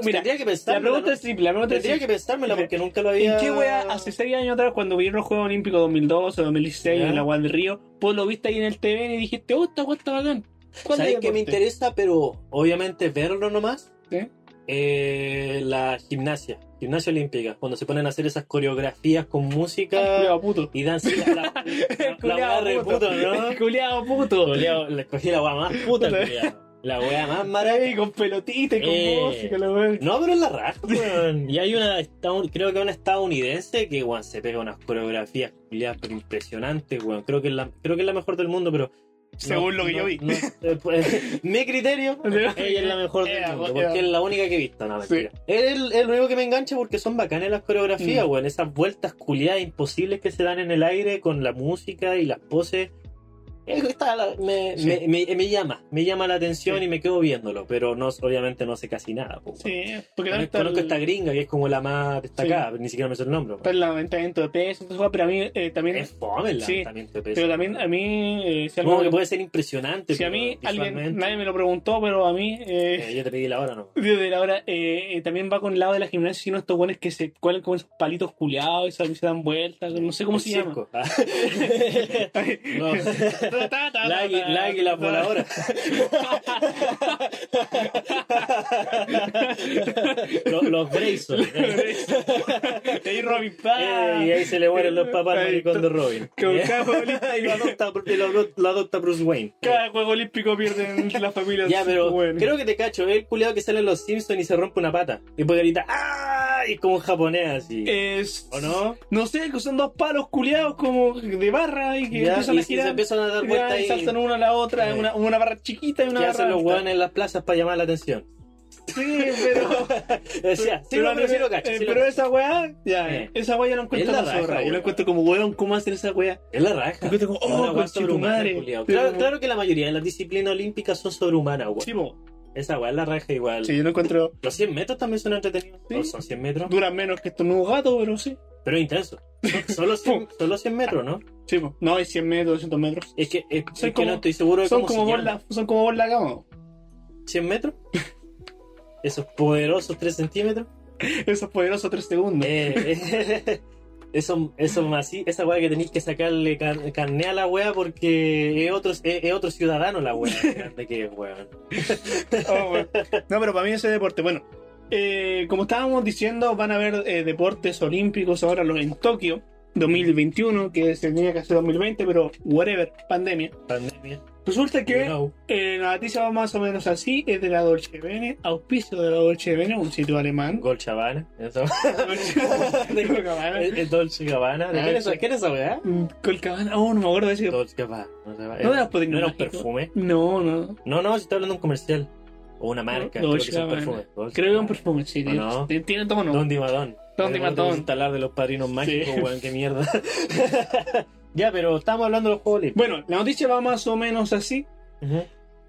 Speaker 2: Mira,
Speaker 1: tendría que
Speaker 2: la
Speaker 1: pensármela.
Speaker 2: pregunta
Speaker 1: ¿no?
Speaker 2: es simple. La pregunta es
Speaker 1: Tendría que
Speaker 2: simple.
Speaker 1: pensármela porque nunca lo había.
Speaker 2: ¿En qué wea hace 6 años atrás, cuando vieron los Juegos Olímpicos 2012 o 2016
Speaker 1: Ya.
Speaker 2: en la Guan de Río, vos lo viste ahí en el TVN y dijiste, oh, esta wea está bacán? ¿Cuál es
Speaker 1: ¿Sabes
Speaker 2: el
Speaker 1: qué me
Speaker 2: deporte?
Speaker 1: interesa? Pero obviamente verlo nomás.
Speaker 2: Sí.
Speaker 1: Eh, la gimnasia, gimnasia olímpica, cuando se ponen a hacer esas coreografías con
Speaker 2: Ah,
Speaker 1: música
Speaker 2: culiao puto.
Speaker 1: y danza. La, la, la, la
Speaker 2: Culiao
Speaker 1: weá re
Speaker 2: puto.
Speaker 1: puto, ¿no?
Speaker 2: Culiao puto.
Speaker 1: Culeado, le escogí la weá más puta, el culeado. La wea más maravillosa.
Speaker 2: Ay, con pelotita y con
Speaker 1: Eh.
Speaker 2: música, la wea.
Speaker 1: No, pero es la raja, weón. Y hay una, estadoun- creo que una estadounidense que, weón, se pega unas coreografías culiadas, pero impresionantes, weón. Creo que, es la, creo que es la mejor del mundo, pero... no-
Speaker 2: Según lo que
Speaker 1: no-
Speaker 2: yo vi.
Speaker 1: no- eh, pues, mi criterio, ella es la mejor del
Speaker 2: Era, pues,
Speaker 1: mundo,
Speaker 2: era.
Speaker 1: porque es la única que he visto, no, mentira. Es el, el único que me engancha porque son bacanas las coreografías,
Speaker 2: Mm.
Speaker 1: weón. Esas vueltas culiadas imposibles que se dan en el aire con la música y las poses. Eh, está la- me,
Speaker 2: Sí.
Speaker 1: me- me- me llama, me llama la atención
Speaker 2: Sí.
Speaker 1: y me quedo viéndolo, pero no, obviamente no sé casi nada. po, weón.
Speaker 2: Sí, porque también
Speaker 1: También
Speaker 2: está
Speaker 1: conozco
Speaker 2: el,
Speaker 1: esta gringa que es como la más destacada, pero ni siquiera me sé el nombre.
Speaker 2: está el lamentamiento de peso, entonces, weón, pero a mí eh, también...
Speaker 1: Es fome el
Speaker 2: Sí,
Speaker 1: lanzamiento de peso.
Speaker 2: Pero también a mí... eh, si,
Speaker 1: Como
Speaker 2: algo-
Speaker 1: que puede ser impresionante.
Speaker 2: si a
Speaker 1: pero
Speaker 2: mí alguien...
Speaker 1: visualmente,
Speaker 2: Nadie me lo preguntó, pero a mí... eh,
Speaker 1: eh, yo te pedí la hora, ¿no?
Speaker 2: Desde la hora, eh, eh, también va con el lado de la gimnasia, sino estos guanes que se cuelgan con esos palitos culeados y se se dan vueltas, no sé cómo
Speaker 1: El
Speaker 2: se
Speaker 1: circo. Ah. No.
Speaker 2: llama. Ta, ta, ta,
Speaker 1: La águi-
Speaker 2: ta,
Speaker 1: la águila
Speaker 2: ta, ta.
Speaker 1: voladora. los los Grayson.
Speaker 2: Y ahí Robin
Speaker 1: Eh,
Speaker 2: pa.
Speaker 1: y ahí se le mueren los papás
Speaker 2: Ahí,
Speaker 1: al maricón de Robin.
Speaker 2: Con
Speaker 1: Eh,
Speaker 2: cada juego olímpico,
Speaker 1: Y lo adopta, y lo- lo adopta Bruce Wayne.
Speaker 2: cada juego olímpico pierden las familias.
Speaker 1: Ya, pero
Speaker 2: Bueno.
Speaker 1: creo que te cacho. Es el culiado que sale en los Simpsons y se rompe una pata. Y puede gritar ¡Ah! Y es como un japonés así.
Speaker 2: Eh, Es-
Speaker 1: ¿O no?
Speaker 2: No sé, que son dos palos culeados como de barra y que
Speaker 1: Ya,
Speaker 2: empiezan
Speaker 1: y
Speaker 2: a
Speaker 1: si se
Speaker 2: girar.
Speaker 1: empiezan a dar
Speaker 2: ya,
Speaker 1: vueltas
Speaker 2: y
Speaker 1: y
Speaker 2: saltan una a la otra,
Speaker 1: Sí.
Speaker 2: una, una barra chiquita y una
Speaker 1: ¿Qué
Speaker 2: barra.
Speaker 1: hacen los
Speaker 2: alta.
Speaker 1: hueones en las plazas para llamar la atención?
Speaker 2: Sí, pero.
Speaker 1: O sea, sí,
Speaker 2: pero,
Speaker 1: no, pero sí lo cacho.
Speaker 2: eh,
Speaker 1: sí lo
Speaker 2: pero
Speaker 1: cacho.
Speaker 2: esa weá, ya,
Speaker 1: Eh.
Speaker 2: esa weá yo la encuentro
Speaker 1: Es la
Speaker 2: la
Speaker 1: raja,
Speaker 2: zorra. Yo la
Speaker 1: weón.
Speaker 2: encuentro como weón, ¿cómo hacer esa weá?
Speaker 1: Es la raja.
Speaker 2: La encuentro como,
Speaker 1: Una
Speaker 2: oh,
Speaker 1: weá
Speaker 2: conche tu
Speaker 1: sobrehumana,
Speaker 2: madre.
Speaker 1: culiao.
Speaker 2: Pero-
Speaker 1: Claro, claro que la mayoría de las disciplinas olímpicas son sobrehumanas, weón.
Speaker 2: Sí, po.
Speaker 1: Esa weá es la raja igual.
Speaker 2: Sí, yo la encuentro.
Speaker 1: Los 100 metros también son entretenidos.
Speaker 2: Sí.
Speaker 1: O Son 100 metros.
Speaker 2: Duran menos que estos nuevos gatos, pero sí.
Speaker 1: Pero intenso. Son- Solo 100, solo 100 metros, ¿no?
Speaker 2: Sí, po. No, hay 100 metros, 200 metros.
Speaker 1: Es que, es,
Speaker 2: Son
Speaker 1: es que
Speaker 2: como-
Speaker 1: no estoy seguro de
Speaker 2: Son
Speaker 1: cómo se
Speaker 2: como,
Speaker 1: llama.
Speaker 2: bola, son como bola gama.
Speaker 1: 100 metros. Esos poderosos 3 centímetros.
Speaker 2: Esos poderosos 3 segundos.
Speaker 1: Eh, eh, eso, eso masi- esa weá que tenéis que sacarle car- carne a la weá porque es otro, es, es otro ciudadano la weá. grande que es, weón.
Speaker 2: Oh, weón. no, pero para mí ese deporte, bueno. eh, como estábamos diciendo, van a haber eh, deportes olímpicos ahora los en Tokio 2021, que se tenía que hacer 2020, pero whatever, pandemia.
Speaker 1: Pandemia.
Speaker 2: Resulta que
Speaker 1: You know.
Speaker 2: Eh, la noticia va más o menos así, es de la Dolce Bene, auspicio de la Dolce Bene, un sitio alemán.
Speaker 1: Gol Chavana. Eso.
Speaker 2: Colcabana.
Speaker 1: Es- es Dolce Gabbana. ¿De
Speaker 2: Ah,
Speaker 1: quién es esa-
Speaker 2: sí.
Speaker 1: quién es esa weá?
Speaker 2: Colcabana, oh, no me acuerdo de ese.
Speaker 1: Dolce Gabbana. No, se va-
Speaker 2: No era
Speaker 1: no era un
Speaker 2: tecnológico.
Speaker 1: perfume.
Speaker 2: No, no.
Speaker 1: No, no, se está hablando de un comercial. O una marca. creo
Speaker 2: Dolce
Speaker 1: que es un
Speaker 2: Gabbana.
Speaker 1: perfume.
Speaker 2: Creo que
Speaker 1: Dolce
Speaker 2: es un
Speaker 1: Gabbana.
Speaker 2: perfume, sí.
Speaker 1: ¿O
Speaker 2: tiene-
Speaker 1: no?
Speaker 2: tiene- Tiene todo, ¿no?
Speaker 1: Don Di Madón.
Speaker 2: Don Di Madón.
Speaker 1: Instalar de los padrinos mágicos,
Speaker 2: Sí.
Speaker 1: weón, qué mierda. ya, pero estamos hablando de los Juegos Olímpicos.
Speaker 2: Bueno, la noticia va más o menos así.
Speaker 1: Ujú.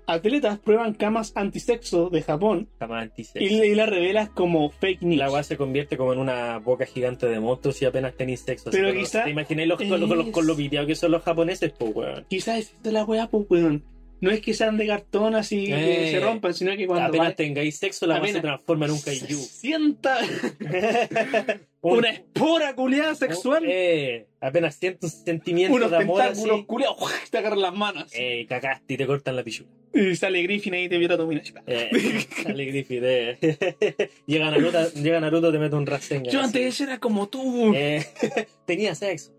Speaker 2: Atletas prueban camas antisexo de Japón
Speaker 1: Jamás antisexo.
Speaker 2: y, y las revelas como fake news.
Speaker 1: La weá se convierte como en una boca gigante de monstruos y apenas tenéis sexo. así
Speaker 2: Pero
Speaker 1: como-
Speaker 2: quizá
Speaker 1: ¿Te imagináis los, con, los- con los, con los videos que son los japoneses, pues, weón?
Speaker 2: Quizás es de la weá, pues, weón. No es que sean de cartón así y
Speaker 1: Eh.
Speaker 2: se rompan, sino que cuando
Speaker 1: apenas
Speaker 2: va-
Speaker 1: tengáis sexo, la weá se
Speaker 2: Apenas.
Speaker 1: transforma en un
Speaker 2: se
Speaker 1: kaiju.
Speaker 2: sienta
Speaker 1: Un-
Speaker 2: una espora culeada sexual.
Speaker 1: Eh, apenas siento un sentimiento
Speaker 2: unos
Speaker 1: de amor
Speaker 2: tentáculos
Speaker 1: así.
Speaker 2: culeados, ¡guau! te agarran las manos.
Speaker 1: Eh, cagaste y te cortan la pichula.
Speaker 2: Y sale Griffin ahí y te viola tu mina. chica.
Speaker 1: Eh, sale Griffith, eh. llega, Naruto, llega Naruto, te mete un Rasengan.
Speaker 2: Yo
Speaker 1: así.
Speaker 2: antes era como tú.
Speaker 1: Eh, tenía sexo.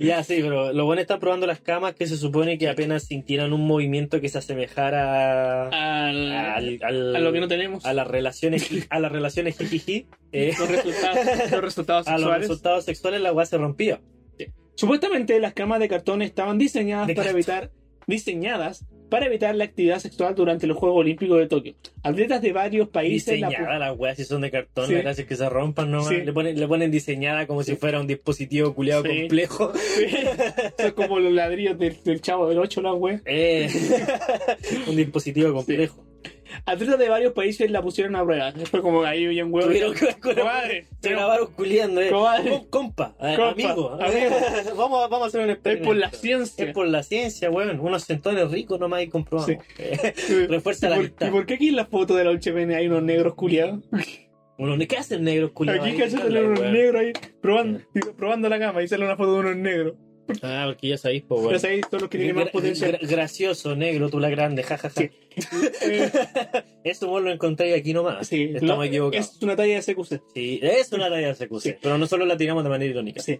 Speaker 1: ya, sí, pero lo bueno está probando las camas que se supone que apenas sintieran un movimiento que se asemejara a,
Speaker 2: al-
Speaker 1: al- al-
Speaker 2: a lo que no tenemos.
Speaker 1: a las relaciones a las relaciones jijiji, eh,
Speaker 2: los, resultados, los resultados
Speaker 1: a los
Speaker 2: sexuales.
Speaker 1: resultados sexuales la weá se rompía.
Speaker 2: Supuestamente las camas de cartón estaban diseñadas
Speaker 1: De
Speaker 2: para
Speaker 1: cartón.
Speaker 2: evitar diseñadas para evitar la actividad sexual durante los Juegos Olímpicos de Tokio. Atletas de varios países la
Speaker 1: Diseñada las weas si son de cartón,
Speaker 2: Sí.
Speaker 1: las gracias que se rompan nomás.
Speaker 2: Sí.
Speaker 1: Le, ponen, le ponen diseñada como si fuera un dispositivo culiado
Speaker 2: Sí.
Speaker 1: complejo.
Speaker 2: son como los ladrillos del, del chavo del 8, la web.
Speaker 1: Eh, un dispositivo complejo.
Speaker 2: Atletas de varios países la pusieron a prueba. Fue como ahí bien huevo.
Speaker 1: Tuvieron que-
Speaker 2: Comadre,
Speaker 1: Se
Speaker 2: pero-
Speaker 1: grabaron culiando, eh.
Speaker 2: Comadre.
Speaker 1: Com- compa, eh,
Speaker 2: Compa,
Speaker 1: amigo.
Speaker 2: amigo.
Speaker 1: vamos, a- vamos a hacer un
Speaker 2: es
Speaker 1: experimento.
Speaker 2: por la ciencia.
Speaker 1: Es por la ciencia, weón. Unos centones ricos nomás y comprobamos.
Speaker 2: Sí.
Speaker 1: Eh,
Speaker 2: ¿Y
Speaker 1: refuerza la
Speaker 2: por-
Speaker 1: amistad.
Speaker 2: ¿Y por qué aquí en la foto de la UCHPN hay unos negros culiados?
Speaker 1: Unos- ¿Qué hacen negros culiados?
Speaker 2: Aquí
Speaker 1: ahí?
Speaker 2: cachate
Speaker 1: Habla,
Speaker 2: unos
Speaker 1: weón.
Speaker 2: negros ahí probando, probando la cama y sale una foto de unos negros.
Speaker 1: Ah, porque ya sabéis, pues,
Speaker 2: Pero
Speaker 1: weón.
Speaker 2: ahí todos los que tienen más
Speaker 1: Gra-
Speaker 2: potencia.
Speaker 1: gra- gracioso, negro, tú la grande, jajaja.
Speaker 2: Sí. Eh,
Speaker 1: Eso vos lo encontráis aquí nomás.
Speaker 2: sí,
Speaker 1: Estamos
Speaker 2: no,
Speaker 1: equivocados.
Speaker 2: Es una talla de CQC.
Speaker 1: Sí, es una talla de CQC,
Speaker 2: Sí.
Speaker 1: pero nosotros la tiramos de manera irónica.
Speaker 2: Sí.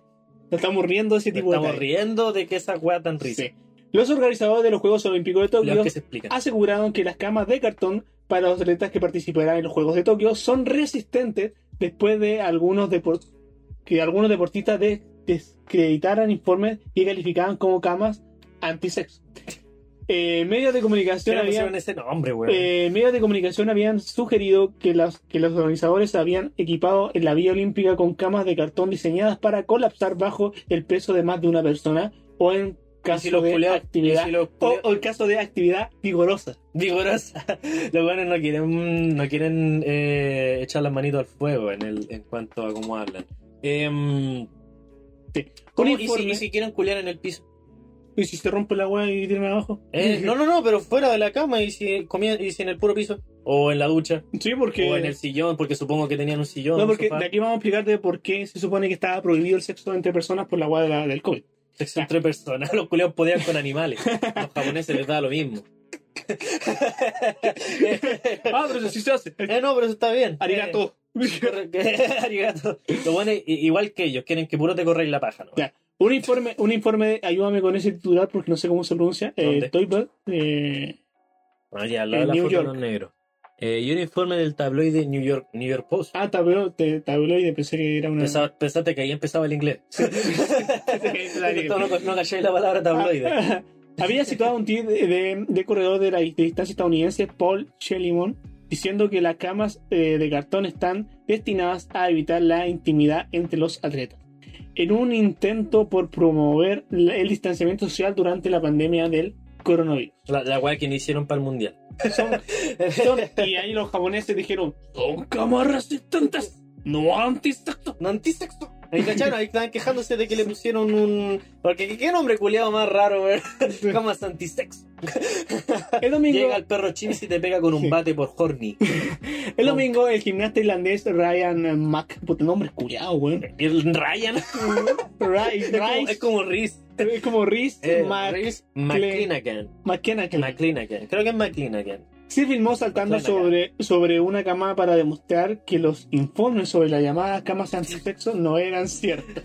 Speaker 2: Nos estamos riendo de ese
Speaker 1: Nos
Speaker 2: tipo
Speaker 1: estamos
Speaker 2: de. talla.
Speaker 1: riendo de que esa weá tan risa.
Speaker 2: Sí. Los organizadores de los Juegos Olímpicos de Tokio
Speaker 1: Los que se explican.
Speaker 2: aseguraron que las camas de cartón para los atletas que participarán en los Juegos de Tokio son resistentes después de algunos depor- que algunos deportistas des- descreditaran informes que calificaban como camas antisexo. Eh, medios de
Speaker 1: ¿Qué
Speaker 2: comunicación
Speaker 1: le
Speaker 2: habían
Speaker 1: pusieron ese nombre, weón?
Speaker 2: eh, medios de comunicación habían sugerido que, las- que los organizadores habían equipado en la Vía Olímpica con camas de cartón diseñadas para colapsar bajo el peso de más de una persona o en
Speaker 1: Y
Speaker 2: caso
Speaker 1: si los
Speaker 2: de
Speaker 1: culiados-
Speaker 2: actividad Oh,
Speaker 1: y si los
Speaker 2: o,
Speaker 1: culiados-
Speaker 2: o en caso de actividad vigorosa.
Speaker 1: vigorosa. Los buenos no quieren, no quieren eh, echar las manitos al fuego en, el, en cuanto a cómo hablan. Em,
Speaker 2: Un
Speaker 1: ¿cómo- Oh, y, si,
Speaker 2: informe.
Speaker 1: y si quieren culiar en el piso?
Speaker 2: ¿Y si se rompe la weá y tiene abajo?
Speaker 1: Eh, no, no, no, pero fuera de la cama y si, comía, y si en el puro piso. O en la ducha.
Speaker 2: Sí, porque.
Speaker 1: O en el sillón, porque supongo que tenían un sillón.
Speaker 2: No,
Speaker 1: un
Speaker 2: porque
Speaker 1: sofá.
Speaker 2: de aquí vamos a explicarte por qué se supone que estaba prohibido el sexo entre personas por la weá de la- del COVID.
Speaker 1: Sexo entre personas. Los culiados podían con animales. Los japoneses les da lo mismo.
Speaker 2: ah, pero eso sí se hace.
Speaker 1: Eh, no, pero eso está bien. Eh,
Speaker 2: Arigato.
Speaker 1: Arigato. Lo bueno es, i- igual que ellos, quieren que puro te corréis la paja, ¿no?
Speaker 2: Ya. Un informe, un informe, de- ayúdame con ese titular porque no sé cómo se pronuncia.
Speaker 1: ¿Dónde?
Speaker 2: Eh, Toibel, eh,
Speaker 1: Bueno, ya,
Speaker 2: En
Speaker 1: la, la
Speaker 2: New
Speaker 1: foto
Speaker 2: York.
Speaker 1: no es negro. Eh, y un informe del tabloide New York, New York Post.
Speaker 2: ah, tablo, te- tabloide, pensé que era una.
Speaker 1: Pensaba- pensaste que ahí empezaba el inglés. no, no, no cachai la palabra tabloide.
Speaker 2: Ah, Había citado a un tío de, de- de corredor de la de distancia estadounidense, Paul Shelimon, diciendo que las camas eh, de cartón están destinadas a evitar la intimidad entre los atletas. En un intento por promover la- el distanciamiento social durante la pandemia del coronavirus.
Speaker 1: La, la weá que no hicieron para el mundial.
Speaker 2: Son- son- y ahí los japoneses dijeron, son camas resistentes, no antisexo.
Speaker 1: No antisexo. Ahí cacharon, ahí estaban quejándose de que le pusieron un. Porque qué- qué nombre culiado más raro, weón. Camas antisexo.
Speaker 2: El domingo,
Speaker 1: Llega el perro chino y te pega con un bate por horny.
Speaker 2: el, domingo el gimnasta irlandés Ryan Mack, puta nombre curiado, weón.
Speaker 1: Y el Ryan. Es
Speaker 2: Ry-
Speaker 1: como, es
Speaker 2: Rice,
Speaker 1: como Riz.
Speaker 2: es como Rhys
Speaker 1: Eh,
Speaker 2: Mac-
Speaker 1: Riz McClinagan.
Speaker 2: McKenna, que-
Speaker 1: McClinagan. Creo que es McClinagan.
Speaker 2: se filmó saltando
Speaker 1: McKenna.
Speaker 2: sobre, sobre una cama para demostrar que los informes sobre las llamadas camas antisexo no eran ciertas.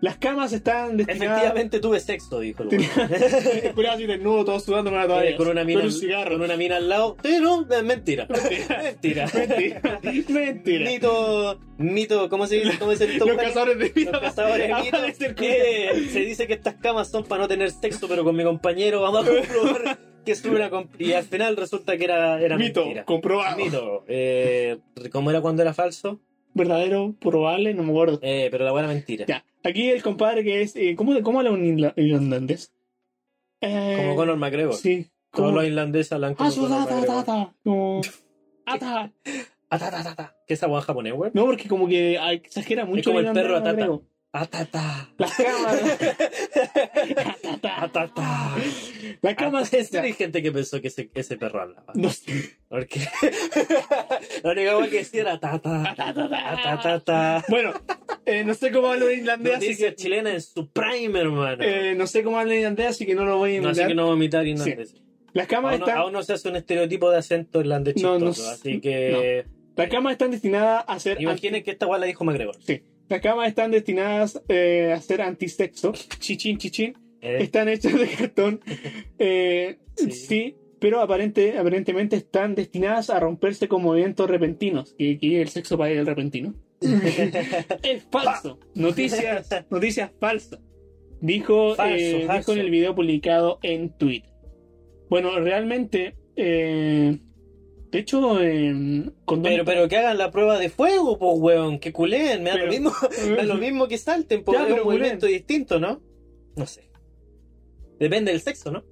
Speaker 2: Las camas estaban destinadas...
Speaker 1: Efectivamente tuve sexo, dijo el weón.
Speaker 2: Efectivamente. Curado así desnudo, todo sudando, me
Speaker 1: Eh,
Speaker 2: todavía.
Speaker 1: con una mina
Speaker 2: Con un
Speaker 1: al-
Speaker 2: cigarro.
Speaker 1: con una mina al lado. Sí, no, es mentira. mentira.
Speaker 2: Mentira. Mentira.
Speaker 1: Mito, mito, ¿cómo se dice? ¿Cómo se dice?
Speaker 2: Los cazadores de vida.
Speaker 1: Los cazadores de mitos.
Speaker 2: Aparecen con-
Speaker 1: Eh, se dice que estas camas son para no tener sexo, pero con mi compañero vamos a comprobar que es una comp- y al final resulta que era, era
Speaker 2: Mito,
Speaker 1: mentira.
Speaker 2: comprobado.
Speaker 1: Mito. Eh, ¿Cómo era cuando era falso?
Speaker 2: Verdadero, probable, no me acuerdo.
Speaker 1: Eh, pero la buena mentira.
Speaker 2: Ya. Aquí el compadre que es. eh, ¿Cómo, cómo habla un irla- irlandés? Eh,
Speaker 1: Como Conor McGregor.
Speaker 2: Sí.
Speaker 1: Todos
Speaker 2: como-
Speaker 1: los irlandeses hablan
Speaker 2: Ah,
Speaker 1: como
Speaker 2: su
Speaker 1: Conor
Speaker 2: ta, ta, ta,
Speaker 1: McGregor. Ah,
Speaker 2: ta. Como. Ata.
Speaker 1: Atatatata. ¿Qué es esa guan japonés, güey?
Speaker 2: No, porque como que ah, exagera mucho.
Speaker 1: como el
Speaker 2: irlandés,
Speaker 1: perro atata.
Speaker 2: creo.
Speaker 1: Ah, Atata.
Speaker 2: Las camas. Atata.
Speaker 1: Atata.
Speaker 2: Las camas.
Speaker 1: En serio hay gente que pensó que ese, ese perro hablaba.
Speaker 2: Ah, No sé.
Speaker 1: Porque la única cosa que decía era tata, tata, tata.
Speaker 2: Bueno, eh, no sé cómo habla un irlandés, así que.
Speaker 1: Noticia chilena en su prime, hermano.
Speaker 2: eh, no sé cómo habla un irlandés, así que no lo voy a
Speaker 1: no,
Speaker 2: imitar.
Speaker 1: así que no vomitar y no.
Speaker 2: Sí. Las camas
Speaker 1: Aún, no,
Speaker 2: están.
Speaker 1: aún no se hace un estereotipo de acento irlandés
Speaker 2: No,
Speaker 1: chistoso,
Speaker 2: no sé.
Speaker 1: así que
Speaker 2: Las camas están destinadas a ser.
Speaker 1: imaginen que esta guay la dijo McGregor.
Speaker 2: Las camas están destinadas eh, a ser antisexo. Chichín, chichín.
Speaker 1: Eh,
Speaker 2: Están hechas de cartón. Eh,
Speaker 1: Sí.
Speaker 2: sí. pero aparente, aparentemente están destinadas a romperse con movimientos repentinos. Y aquí el sexo para el repentino. es falso. Noticias, noticias falsas. Dijo,
Speaker 1: Falso,
Speaker 2: eh, dijo
Speaker 1: falso.
Speaker 2: en el video publicado en Twitter. Bueno, realmente. eh, de hecho, eh, condón-
Speaker 1: pero, pero que hagan la prueba de fuego, pues weón, que culeen, me da
Speaker 2: Pero-
Speaker 1: lo mismo, me da lo mismo que salten, porque
Speaker 2: Ya,
Speaker 1: es
Speaker 2: pero
Speaker 1: un
Speaker 2: culeen.
Speaker 1: movimiento distinto, ¿no? No sé. Depende del sexo, ¿no?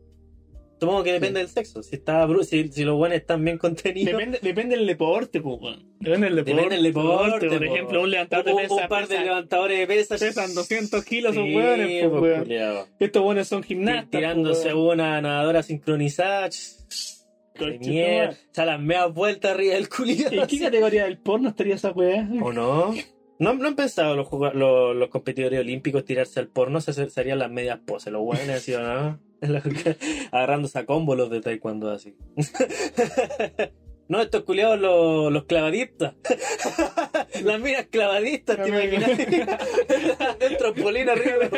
Speaker 1: Supongo que depende del sexo. Si está bru- si, si los buenos están bien contenidos.
Speaker 2: Depende, depende del deporte, po, weón. Depende del deporte.
Speaker 1: Depende del deporte,
Speaker 2: Por
Speaker 1: po.
Speaker 2: ejemplo, un levantador de
Speaker 1: Un,
Speaker 2: pesa
Speaker 1: un par de
Speaker 2: pesa-
Speaker 1: levantadores de pesas.
Speaker 2: pesan 200 kilos, son
Speaker 1: Sí,
Speaker 2: hueones, po,
Speaker 1: pues,
Speaker 2: weón.
Speaker 1: culiao.
Speaker 2: Estos buenos son gimnastas.
Speaker 1: Tirándose a
Speaker 2: po,
Speaker 1: una nadadora sincronizada. ch,
Speaker 2: weón.
Speaker 1: de Mierda. O sea, las medias vueltas arriba del culiado.
Speaker 2: ¿En qué categoría del porno estaría esa weá?
Speaker 1: ¿O no? ¿No, no han pensado los, jugua- los, los competidores olímpicos tirarse al porno? Se se- serían las medias poses, los buenos, ¿sí o no? Los que- Agarrándose a combo los de taekwondo así. No, estos culiados los, los clavadistas. Las minas clavadistas, ¿te
Speaker 2: Amigo.
Speaker 1: imaginas? Dentro trampolina arriba.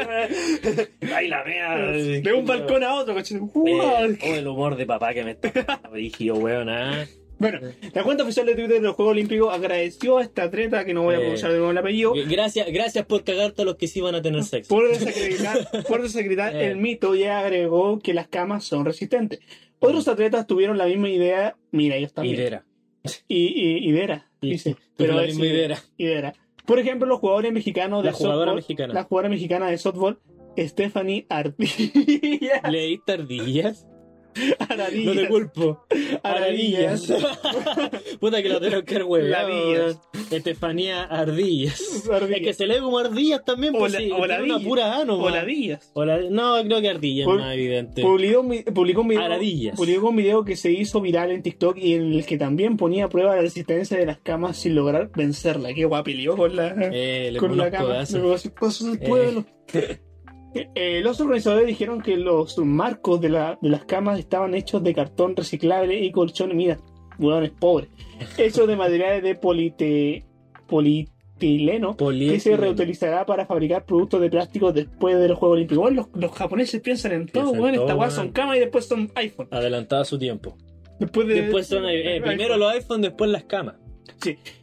Speaker 1: Ay, la mea.
Speaker 2: De un balcón a otro, coche.
Speaker 1: Eh, oh, el humor de papá que me está brígido, weón. ah.
Speaker 2: Bueno, la cuenta oficial de Twitter de los Juegos Olímpicos agradeció a esta atleta, que no voy a
Speaker 1: Eh.
Speaker 2: pronunciar de nuevo el apellido,
Speaker 1: Gracias, gracias por cagarte a los que sí van a tener sexo.
Speaker 2: por desacreditar, por desacreditar
Speaker 1: Eh.
Speaker 2: el mito y agregó que las camas son resistentes. Otros atletas tuvieron la misma idea, mira, ellos también.
Speaker 1: Idera.
Speaker 2: Y, y, idea,
Speaker 3: Sí,
Speaker 2: dice.
Speaker 3: Pero la
Speaker 2: es
Speaker 3: misma idea.
Speaker 2: idea. Por ejemplo, los jugadores mexicanos de
Speaker 3: La jugadora
Speaker 2: softball-
Speaker 3: mexicana.
Speaker 2: la jugadora mexicana de softball, Stephanie Ardilla.
Speaker 3: ¿Leíste ardillas? No
Speaker 2: Aradillas.
Speaker 3: te culpo.
Speaker 2: Aradillas.
Speaker 3: Puta que lo tengo que
Speaker 2: Ladillas.
Speaker 3: hueveado. Estefanía Ardillas.
Speaker 2: Ardillas.
Speaker 3: Es que se lee como ardillas también,
Speaker 2: O
Speaker 3: pues
Speaker 2: la-
Speaker 3: sí.
Speaker 2: o
Speaker 3: tiene
Speaker 2: ladillas.
Speaker 3: una pura A nomás.
Speaker 2: Oladillas.
Speaker 3: O la- No, creo que ardillas
Speaker 2: Por-
Speaker 3: es más evidente.
Speaker 2: Publicó un, vi- publicó un video,
Speaker 3: Aradillas.
Speaker 2: publicó un video que se hizo viral en TikTok y en el que también ponía a prueba la resistencia de las camas sin lograr vencerla. Qué guapilio con la,
Speaker 3: Eh, le
Speaker 2: con
Speaker 3: pongo
Speaker 2: la
Speaker 3: unos
Speaker 2: cama.
Speaker 3: codazos.
Speaker 2: Los cosas del pueblo. Eh, pues, eh, los organizadores dijeron que los marcos de, la- de las camas estaban hechos de cartón reciclable y colchón. Mira, hueones pobres. Hechos de materiales de polite, polietileno que se
Speaker 3: Polietileno.
Speaker 2: reutilizará para fabricar productos de plástico después de los Juegos Olímpicos. Bueno, los, los japoneses piensan en todo,
Speaker 3: Piensan en
Speaker 2: weón.
Speaker 3: todo,
Speaker 2: Esta weá
Speaker 3: weón.
Speaker 2: son camas y después son iPhone.
Speaker 3: Adelantaba su tiempo.
Speaker 2: Después de,
Speaker 3: Después son, eh, eh, primero los iPhone, después las camas.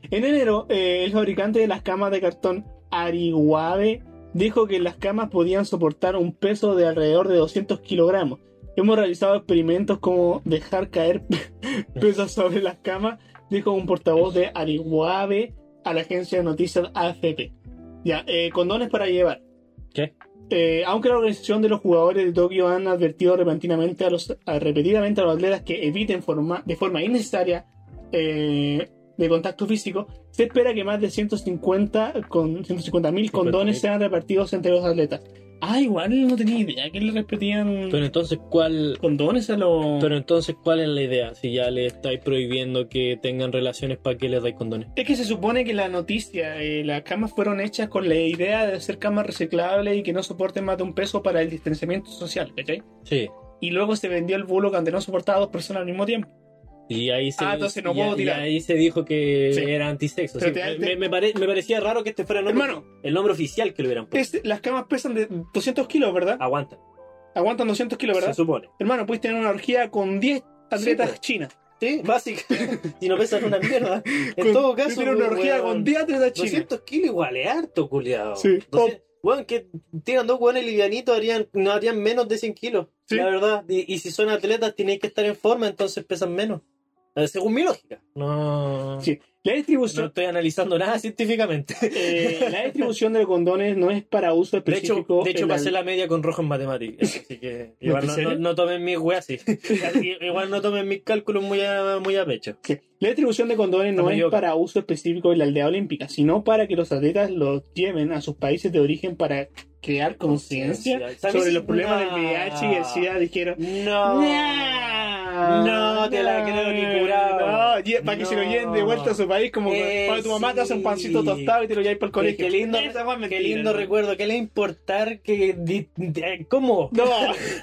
Speaker 2: En enero, eh, el fabricante de las camas de cartón, Ariwabe, dijo que las camas podían soportar un peso de alrededor de 200 kilogramos. Hemos realizado experimentos como dejar caer pesas sobre las camas, dijo un portavoz de Ariwabe a la agencia de noticias AFP. Ya, eh, condones para llevar.
Speaker 3: ¿Qué?
Speaker 2: Eh, aunque la organización de los jugadores de Tokio han advertido repentinamente a los, a- repetidamente a los atletas que eviten forma, de forma innecesaria eh, de contacto físico, se espera que más de 150 con 150.000 condones
Speaker 3: 50.000.
Speaker 2: sean repartidos entre los atletas. Ah, igual no tenía idea que le repetían
Speaker 3: Pero entonces, ¿cuál,
Speaker 2: condones a los...
Speaker 3: pero entonces, ¿cuál es la idea? Si ya le estáis prohibiendo que tengan relaciones, ¿para qué les dais condones?
Speaker 2: Es que se supone que la noticia, eh, las camas fueron hechas con la idea de hacer camas reciclables y que no soporten más de un peso para el distanciamiento social, ¿cachai?
Speaker 3: Sí.
Speaker 2: Y luego se vendió el bulo que ante no soportaba a dos personas al mismo tiempo.
Speaker 3: Y ahí se,
Speaker 2: Ah, entonces no
Speaker 3: y-
Speaker 2: puedo
Speaker 3: y
Speaker 2: tirar.
Speaker 3: ahí se dijo que
Speaker 2: Sí.
Speaker 3: era antisexo.
Speaker 2: Pero
Speaker 3: sí.
Speaker 2: te-
Speaker 3: me,
Speaker 2: te-
Speaker 3: me pare- me parecía raro que este fuera el nombre,
Speaker 2: Hermano,
Speaker 3: el nombre oficial que le hubieran puesto.
Speaker 2: Es- las camas pesan de 200 kilos, ¿verdad?
Speaker 1: Ah.
Speaker 3: Aguanta,
Speaker 2: Aguantan 200 kilos,
Speaker 3: se
Speaker 2: ¿verdad?
Speaker 3: supone.
Speaker 2: Hermano, puedes tener una orgía con 10 atletas
Speaker 3: pues.
Speaker 2: chinas.
Speaker 1: Sí, básica. si no pesan una mierda. En
Speaker 2: Con-
Speaker 1: todo
Speaker 2: puedes
Speaker 1: caso. pues,
Speaker 2: tener una orgía
Speaker 1: weón,
Speaker 2: con 10 atletas chinas.
Speaker 1: 200 kilos igual es harto, culiado.
Speaker 2: Sí.
Speaker 1: Weón, que tiran dos weones livianitos harían, no harían menos de 100 kilos.
Speaker 2: Sí.
Speaker 1: La verdad. Y, y si son atletas, tienen que estar en forma, entonces pesan menos. Eh, según mi lógica.
Speaker 3: No,
Speaker 2: Sí. La
Speaker 1: No
Speaker 2: distribución,
Speaker 1: estoy analizando nada científicamente.
Speaker 2: eh, la distribución de condones no es para uso
Speaker 1: De hecho,
Speaker 2: específico.
Speaker 1: de hecho
Speaker 2: en la-
Speaker 1: pasé la media con rojo en matemáticas. Así que igual no,
Speaker 2: ¿En serio?
Speaker 1: no- no tomen mis weas así. Igual no tomen mis cálculos muy a, muy a pecho.
Speaker 2: Sí. La distribución de condones no
Speaker 1: Estamos
Speaker 2: es
Speaker 1: equivocados.
Speaker 2: para uso específico en la aldea olímpica, sino para que los atletas los lleven a sus países de origen para crear conciencia
Speaker 1: ¿Sabes?
Speaker 2: sobre los problemas
Speaker 1: No.
Speaker 2: del VIH y el SIDA. Dijeron,
Speaker 1: No. No te la creo ni curado.
Speaker 2: No, y es para que se lo
Speaker 1: No.
Speaker 2: lleven de vuelta a su país, como
Speaker 1: Eh,
Speaker 2: cuando tu mamá te hace un
Speaker 1: sí.
Speaker 2: pancito tostado y te lo lleváis para el colegio.
Speaker 1: Qué lindo, qué lindo recuerdo. ¿Qué le va a importar que... di- di- eh, ¿Cómo?
Speaker 2: No,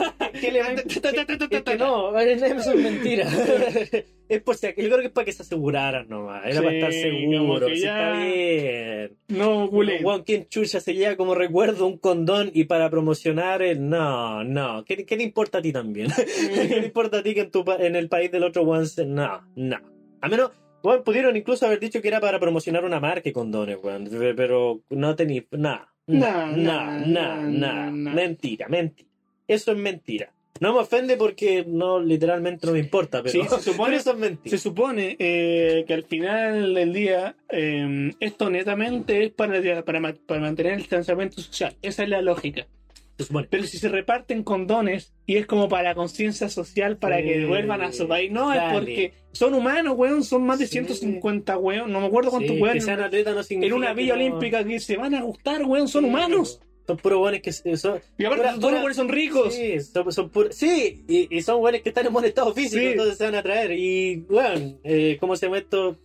Speaker 1: ¿Qué le va a importar? Es que no, eso es mentira. Es por si ac- yo creo que es para que se aseguraran nomás. Era
Speaker 2: Sí,
Speaker 1: para estar
Speaker 2: como
Speaker 1: seguro.
Speaker 2: que
Speaker 1: sí,
Speaker 2: ya-
Speaker 1: Está bien.
Speaker 2: no, culé.
Speaker 1: Juan, ¿quién chucha se lleva como recuerdo un condón y para promocionar el... No, no. ¿Qué, qué le importa a ti también? ¿Qué le importa a ti que en, tu pa- en el país del otro Juan se... No, no. A menos... Juan, pudieron incluso haber dicho que era para promocionar una marca de condones, Juan. Pero no tenía... Nada.
Speaker 2: No,
Speaker 1: Nah,
Speaker 2: no,
Speaker 1: nah, nah,
Speaker 2: no,
Speaker 1: nah.
Speaker 2: no.
Speaker 1: Mentira, mentira. Eso es mentira. No me ofende porque no, literalmente no me importa, pero...
Speaker 2: Sí, se supone-
Speaker 1: pero eso es mentira.
Speaker 2: Se supone eh, que al final del día eh, esto netamente es para, para, ma- para mantener el distanciamiento social. Esa es la lógica.
Speaker 1: Se supone.
Speaker 2: Pero si se reparten condones y es como para conciencia social, para que
Speaker 1: Sí.
Speaker 2: devuelvan a su país, no, es
Speaker 1: Dale.
Speaker 2: porque son humanos, weón, son más de
Speaker 1: Sí.
Speaker 2: 150 weón, no me acuerdo cuántos
Speaker 1: Sí, que
Speaker 2: weón.
Speaker 1: sean atletas no significa
Speaker 2: En una
Speaker 1: que
Speaker 2: villa
Speaker 1: no-
Speaker 2: olímpica que se van a gustar, weón, son humanos.
Speaker 1: Son puros buenos que se- son,
Speaker 2: Y aparte,
Speaker 1: Pura-
Speaker 2: todos
Speaker 1: pura-
Speaker 2: los weones son ricos.
Speaker 1: Sí, son, son pur- sí y, y son buenos que están en buen estado físico,
Speaker 2: Sí.
Speaker 1: entonces se van a traer. Y, bueno, eh, ¿cómo se llama esto?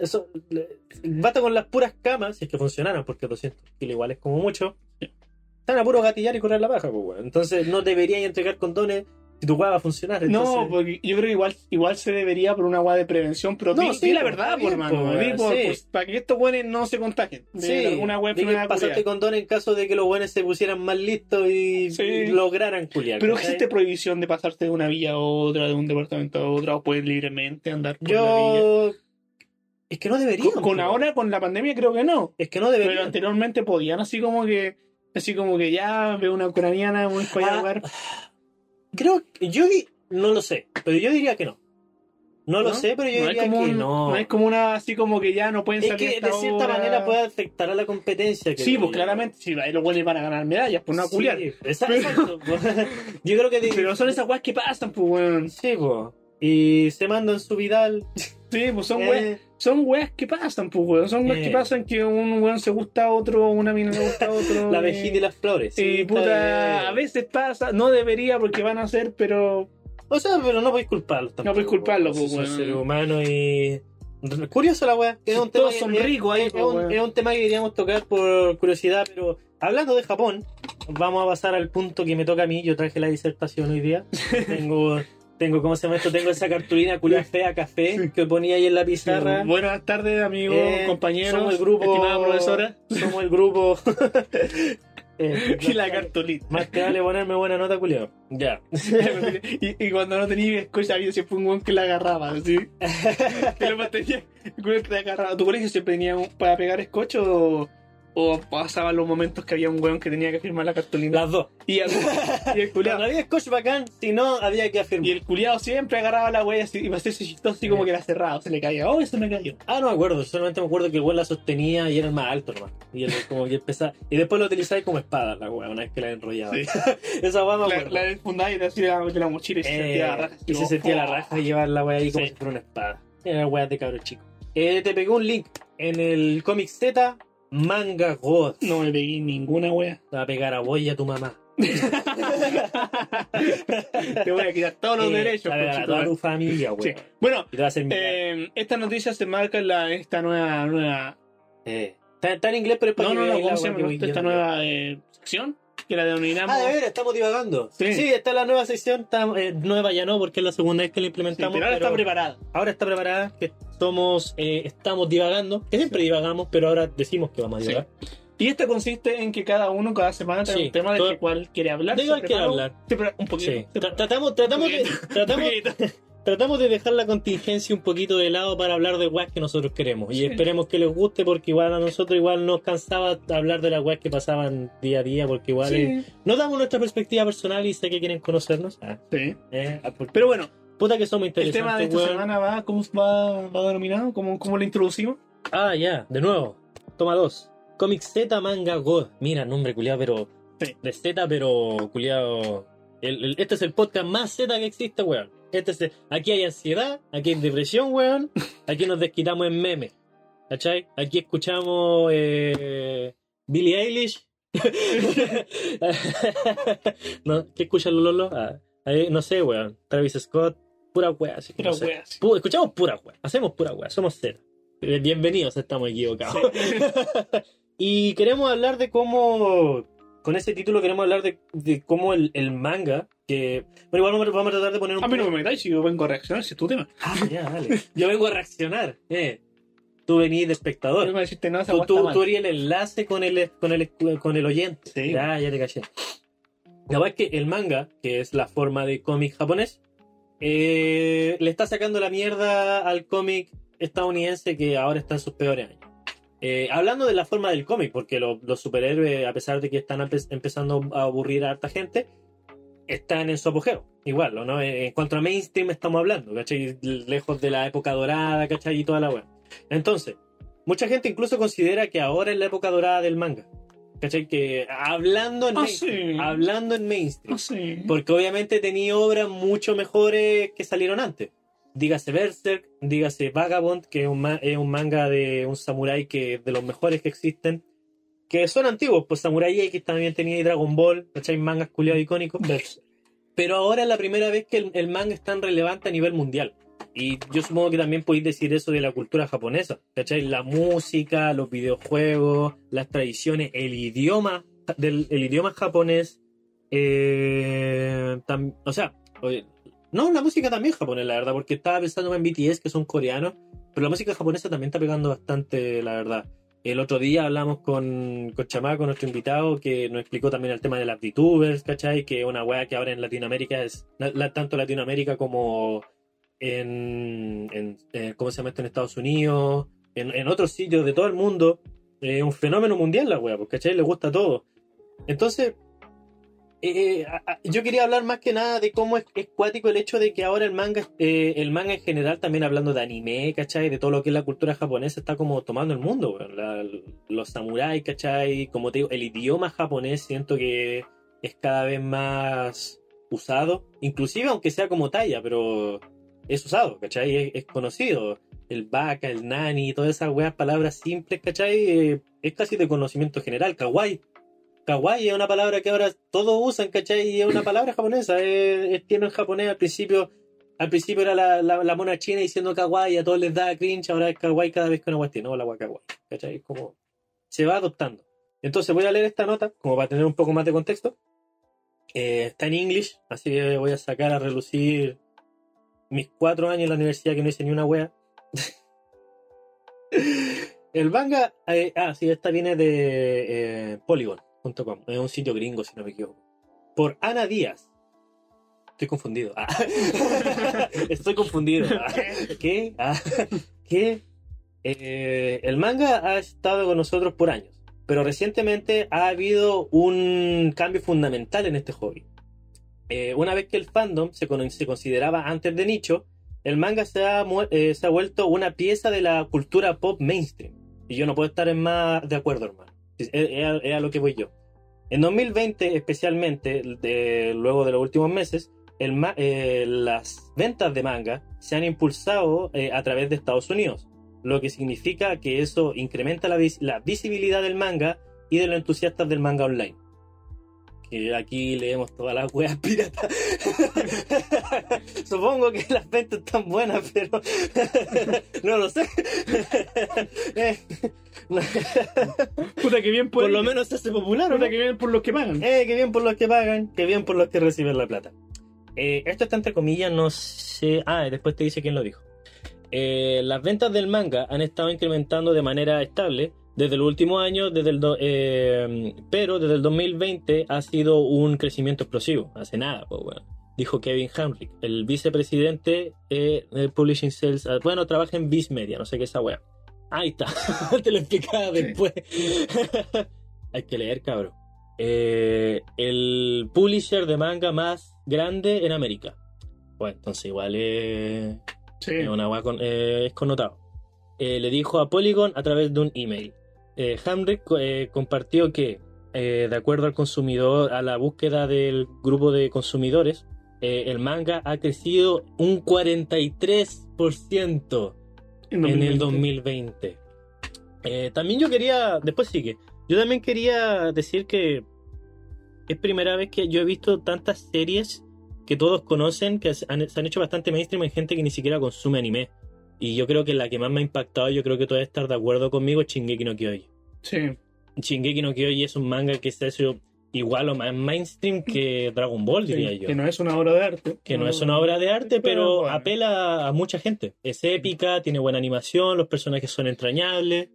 Speaker 1: Eso- le- basta con las puras camas, si es que funcionaran, porque 200 kilos igual es como mucho. Están a puro gatillar y correr la baja, pues, weón. Entonces no deberían entregar condones si tu weá va a funcionar.
Speaker 2: No, pues,
Speaker 1: entonces-
Speaker 2: porque yo creo que igual, igual se debería por una weá de prevención, pero
Speaker 1: No,
Speaker 2: di,
Speaker 1: sí,
Speaker 2: di la
Speaker 1: pues,
Speaker 2: verdad,
Speaker 1: está
Speaker 2: por
Speaker 1: bien,
Speaker 2: mano.
Speaker 1: pues,
Speaker 2: di, por-
Speaker 1: sí.
Speaker 2: pues, para que estos weones no se contagien. De
Speaker 1: Sí,
Speaker 2: alguna weá
Speaker 1: de que
Speaker 2: enfermedad
Speaker 1: pasaste
Speaker 2: culiada.
Speaker 1: condón en caso de que los buenos se pusieran más listos y,
Speaker 2: Sí.
Speaker 1: y lograran culiar.
Speaker 2: Pero
Speaker 1: ¿cachai?
Speaker 2: existe prohibición de pasarte de una villa a otra, de un departamento a otra, o puedes libremente andar por la villa.
Speaker 1: Yo. Es que no deberían.
Speaker 2: Con, con
Speaker 1: po.
Speaker 2: ahora, con la pandemia, creo que no.
Speaker 1: Es que no
Speaker 2: Pero
Speaker 1: deberían.
Speaker 2: anteriormente podían, así como que, así como que ya veo una ucraniana, voy para allá a
Speaker 1: Ah,
Speaker 2: jugar.
Speaker 1: Creo que. Yo di- No lo sé. Pero yo diría que no. No lo sé, pero yo
Speaker 2: no es
Speaker 1: diría
Speaker 2: como
Speaker 1: que
Speaker 2: un-
Speaker 1: no.
Speaker 2: es como una, así como que ya no pueden
Speaker 1: Es
Speaker 2: salir.
Speaker 1: que
Speaker 2: hasta
Speaker 1: de cierta
Speaker 2: ahora.
Speaker 1: manera puede afectar a la competencia. creo
Speaker 2: Sí, pues
Speaker 1: yo.
Speaker 2: claramente, sí, ahí los buenos van a ganar medallas, por no
Speaker 1: Sí,
Speaker 2: aculiar.
Speaker 1: esa-
Speaker 2: Pero-
Speaker 1: exacto, po. yo creo que. de-
Speaker 2: Pero son esas weas que pasan, pues, weón.
Speaker 1: Sí, po. Y se mandan su Vidal.
Speaker 2: Sí, pues son
Speaker 1: eh,
Speaker 2: weas, son weas que pasan, pues, weón. Son weas
Speaker 1: Eh.
Speaker 2: que pasan que un weón se gusta a otro, una mina le gusta a otro.
Speaker 1: la eh.
Speaker 2: y-
Speaker 1: vejita y las flores.
Speaker 2: Y
Speaker 1: Sí, está
Speaker 2: eh, puta,
Speaker 1: bien.
Speaker 2: a veces pasa, no debería porque van a hacer, pero
Speaker 1: O sea, pero no podéis culparlo tampoco.
Speaker 2: No podéis culparlo,
Speaker 1: po,
Speaker 2: pues,
Speaker 1: si
Speaker 2: weón.
Speaker 1: Son seres humanos y. Curioso la weá. que es un
Speaker 2: todos
Speaker 1: tema
Speaker 2: son
Speaker 1: que-
Speaker 2: ricos ahí,
Speaker 1: es,
Speaker 2: pues,
Speaker 1: un,
Speaker 2: weón.
Speaker 1: es un tema que queríamos tocar por curiosidad, pero hablando de Japón, vamos a pasar al punto que me toca a mí. Yo traje la disertación hoy día. tengo, tengo ¿cómo se llama esto? Tengo esa cartulina culia fea café
Speaker 2: Sí.
Speaker 1: que ponía ahí en la pizarra.
Speaker 2: Buenas tardes, amigos,
Speaker 1: Eh,
Speaker 2: compañeros,
Speaker 1: somos el grupo-
Speaker 2: estimada profesora.
Speaker 1: Somos el grupo. Eh,
Speaker 2: Y la cartolita.
Speaker 1: Más te vale ponerme buena nota, culiao. Ya.
Speaker 2: y, y cuando no tenía bizcocho, había siempre un weón que la agarraba, ¿sí? que lo mantenía, el weón que la agarraba. ¿Tu colegio siempre tenía un- para pegar escocho o, o pasaban los momentos que había un weón que tenía que firmar la cartolina?
Speaker 1: Las dos.
Speaker 2: Y, el- y el
Speaker 1: Cuando
Speaker 2: culiado.
Speaker 1: había scotch bacán, si no, había que afirmar.
Speaker 2: Y el culiado siempre agarraba la wea así, y para hacerse chistoso, así como que la cerraba, se le caía. Oh, eso me cayó.
Speaker 1: Ah, no me acuerdo, solamente me acuerdo que el weón la sostenía y era el más alto nomás. Y él como que empezaba. Y después lo utilizaba como espada la weá, una vez que la enrollaba.
Speaker 2: Sí.
Speaker 1: Esa weá me
Speaker 2: La,
Speaker 1: acuerdo.
Speaker 2: la desfundaba y te hacía la, de la mochila y se
Speaker 1: Eh,
Speaker 2: sentía la raja. "Oh".
Speaker 1: y se sentía la raja llevar la weá ahí como
Speaker 2: Sí.
Speaker 1: si fuera una espada. Era weá de cabro chico. Eh, te pegué un link en el cómic Z, Manga God.
Speaker 2: No me pegué ninguna wea.
Speaker 1: Te va a pegar a vos y a tu mamá.
Speaker 2: Te voy a quitar todos los
Speaker 1: Eh,
Speaker 2: derechos.
Speaker 1: Te va a pegar a toda
Speaker 2: conchetumare.
Speaker 1: tu familia, weón.
Speaker 2: Sí. Bueno,
Speaker 1: Y te va a hacer mirar.
Speaker 2: eh, esta noticia se marca en la, esta nueva, nueva
Speaker 1: Eh. Está, está en inglés, pero es para
Speaker 2: no,
Speaker 1: que
Speaker 2: no, no,
Speaker 1: veáis la
Speaker 2: ¿cómo se
Speaker 1: weá que
Speaker 2: llama?
Speaker 1: voy
Speaker 2: Esta
Speaker 1: leyendo.
Speaker 2: nueva eh, sección que la denominamos.
Speaker 1: Ah, de ver, estamos divagando. Sí,
Speaker 2: Sí.
Speaker 1: está la nueva sección, está, eh, nueva ya no, porque es la segunda vez que la
Speaker 2: Sí,
Speaker 1: implementamos.
Speaker 2: pero ahora está preparada.
Speaker 1: ahora está preparada, que somos, eh, estamos divagando, que siempre divagamos, pero ahora decimos que vamos a
Speaker 2: Sí.
Speaker 1: divagar.
Speaker 2: Y esta consiste en que cada uno, cada semana, trae
Speaker 1: Sí,
Speaker 2: un tema
Speaker 1: todo-
Speaker 2: del que cual quiere hablar.
Speaker 1: de
Speaker 2: se
Speaker 1: cual quiere
Speaker 2: prepara un-
Speaker 1: hablar.
Speaker 2: se prepara Un
Speaker 1: Sí.
Speaker 2: poquito. se
Speaker 1: Tra-
Speaker 2: prepara
Speaker 1: Tratamos, tratamos, de,
Speaker 2: un
Speaker 1: tratamos,
Speaker 2: poquito.
Speaker 1: tratamos de dejar la contingencia un poquito de lado para hablar de weas que nosotros queremos. Y
Speaker 2: Sí.
Speaker 1: esperemos que les guste, porque igual a nosotros igual nos cansaba hablar de las weas que pasaban día a día, porque igual eh,
Speaker 2: Sí.
Speaker 1: nos damos nuestra perspectiva personal y sé que quieren conocernos. Ah,
Speaker 2: Sí.
Speaker 1: eh, ah, porque-
Speaker 2: Pero bueno,
Speaker 1: puta que somos
Speaker 2: el
Speaker 1: interesantes.
Speaker 2: tema de esta
Speaker 1: weón.
Speaker 2: semana va, ¿cómo va, va denominado? ¿Cómo, ¿Cómo lo introducimos?
Speaker 1: Ah, ya, de nuevo. Toma dos. Comic Z Manga God. Mira, nombre culiado, pero.
Speaker 2: Sí.
Speaker 1: De Z, pero culiado. este es el podcast más Z que existe, weón. Este es el- aquí hay ansiedad, aquí hay depresión, weón. Aquí nos desquitamos en memes. ¿Cachai? Aquí escuchamos eh, Billie Eilish. no, ¿Qué escuchan los lolos? Ah, eh, no sé, weón. Travis Scott, pura weá. así que
Speaker 2: Pero
Speaker 1: no sé.
Speaker 2: weas.
Speaker 1: Pu- escuchamos pura wea, hacemos pura wea, somos cero. Eh, Bienvenidos, estamos equivocados. y queremos hablar de cómo, con este título queremos hablar de, de cómo el, el manga, que, bueno, igual vamos, vamos a tratar de poner un...
Speaker 2: A mí no me metáis si yo vengo a reaccionar, si es tu tema.
Speaker 1: Ah, ya, dale. Yo vengo a reaccionar. eh. Tú venís de
Speaker 2: No
Speaker 1: espectador.
Speaker 2: me deciste nada, esa
Speaker 1: Tú,
Speaker 2: weá está
Speaker 1: tú,
Speaker 2: mal.
Speaker 1: tú eres el enlace con el, con el, con el oyente.
Speaker 2: Sí.
Speaker 1: Ya, ya te caché. La verdad es que el manga, que es la forma de cómic japonés, eh, le está sacando la mierda al cómic estadounidense que ahora está en sus peores años. Eh, hablando de la forma del cómic, porque lo- los superhéroes, a pesar de que están empe- empezando a aburrir a harta gente, están en su apogeo. Igual, ¿no? Eh, En cuanto a mainstream estamos hablando, ¿cachai? Lejos de la época dorada, ¿cachai? Y toda la web. Entonces, mucha gente incluso considera que ahora es la época dorada del manga. ¿Cachai? Que hablando en
Speaker 2: Ah,
Speaker 1: mainstream.
Speaker 2: sí.
Speaker 1: Hablando en mainstream.
Speaker 2: No sé.
Speaker 1: Porque obviamente tenía obras mucho mejores que salieron antes. Dígase Berserk, dígase Vagabond, que es un, ma- es un manga de un samurái que es de los mejores que existen. Que son antiguos, pues Samurai X también tenía y Dragon Ball, ¿cachai? Mangas culiados icónicos. Pero ahora es la primera vez que el, el manga es tan relevante a nivel mundial. Y yo supongo que también podéis decir eso de la cultura japonesa, ¿cachai? La música, los videojuegos, las tradiciones, el idioma, del, el idioma japonés, eh, tam- o sea, Oye, no, la música también es japonesa, la verdad, porque estaba pensando en BTS, que son coreanos, pero la música japonesa también está pegando bastante, la verdad. El otro día hablamos con, con Chamaco, nuestro invitado, que nos explicó también el tema de las VTubers, ¿cachai? Que es una weá que ahora en Latinoamérica es, la- la- tanto Latinoamérica como en, en- eh, ¿cómo se llama esto? En Estados Unidos, en, en otros sitios de todo el mundo. Es un fenómeno mundial la weá, pues, ¿cachai? Le gusta todo. Entonces, eh, eh, a- a- yo quería hablar más que nada de cómo es, es cuático el hecho de que ahora el manga, eh, el manga en general, también hablando de anime, ¿cachai? De todo lo que es la cultura japonesa, está como tomando el mundo, weón. La- los samuráis, ¿cachai? Como te digo, el idioma japonés siento que es cada vez más usado, inclusive aunque sea como talla, pero es usado, ¿cachai? Es, es conocido. El vaca, el nani, todas esas weas palabras simples, ¿cachai? Eh, es casi de conocimiento general, kawaii. Kawaii es una palabra que ahora todos usan, ¿cachai? Y es una palabra japonesa, es, es tierno en japonés. Al principio, al principio era la, la, la mona china diciendo kawaii, a todos les da cringe, ahora es kawaii cada vez que una guastina, no la guay kawaii, ¿cachai? Es como, se va adoptando. Entonces voy a leer esta nota, como para tener un poco más de contexto. Eh, está en English, así que voy a sacar a relucir mis cuatro años en la universidad que no hice ni una wea. El manga, eh, ah, sí, esta viene de eh, Polygon.com, es un sitio gringo, si no me equivoco. Por Ana Díaz. Estoy confundido. Ah. Estoy confundido. Ah. ¿Qué? Ah. ¿Qué? Eh, el manga ha estado con nosotros por años, pero recientemente ha habido un cambio fundamental en este hobby. Eh, una vez que el fandom se, con- se consideraba antes de nicho, el manga se ha, mu- eh, se ha vuelto una pieza de la cultura pop mainstream. Y yo no puedo estar en más de acuerdo, hermano. Es, es a- es a lo que voy yo. En 2020, especialmente, de- luego de los últimos meses, el ma- eh, las ventas de manga se han impulsado eh, a través de Estados Unidos, lo que significa que eso incrementa la, vis- la visibilidad del manga y de los entusiastas del manga online. Que aquí leemos todas las weas piratas. Supongo que las ventas están buenas, pero no lo sé. Eh,
Speaker 2: Puta que bien
Speaker 1: Por
Speaker 2: puede-
Speaker 1: lo menos se hace popular, ¿o no?
Speaker 2: Puta que bien por los que pagan.
Speaker 1: Eh, qué bien por los Pues, que pagan, qué bien por los que reciben la plata. Eh, esto está entre comillas, no sé. Ah, y después te dice quién lo dijo. Eh, las ventas del manga han estado incrementando de manera estable desde el último año, desde el do- eh, pero desde el 2020 ha sido un crecimiento explosivo. Hace nada, pues bueno. Dijo Kevin Hamrick, el vicepresidente eh, de Publishing Sales. Ah, Bueno, trabaja en Viz Media, no sé qué es esa wea. Ahí está, te lo explicaba
Speaker 2: Sí.
Speaker 1: después. Hay que leer, cabrón. Eh, el publisher de manga más grande en América. Bueno, entonces igual es,
Speaker 2: Sí.
Speaker 1: es una weá con- eh, es connotado. Eh, le dijo a Polygon a través de un email. Eh, Hamrick eh, compartió que, eh, de acuerdo al consumidor, a la búsqueda del grupo de consumidores, eh, el manga ha crecido un 43% en el 2020. Eh, también yo quería, después sigue, yo también quería decir que es primera vez que yo he visto tantas series que todos conocen, que se han, se han hecho bastante mainstream en gente que ni siquiera consume anime. Y yo creo que la que más me ha impactado, yo creo que tú vas a estar de acuerdo conmigo, es Shingeki no Kyojin.
Speaker 2: Sí.
Speaker 1: Shingeki no Kyojin es un manga que se ha hecho igual o más mainstream que Dragon Ball, diría
Speaker 2: Sí,
Speaker 1: yo
Speaker 2: Que no es una obra de arte.
Speaker 1: que no es una obra de arte, pero
Speaker 2: Mm, bueno.
Speaker 1: apela a mucha gente. Es épica, tiene buena animación, los personajes son entrañables.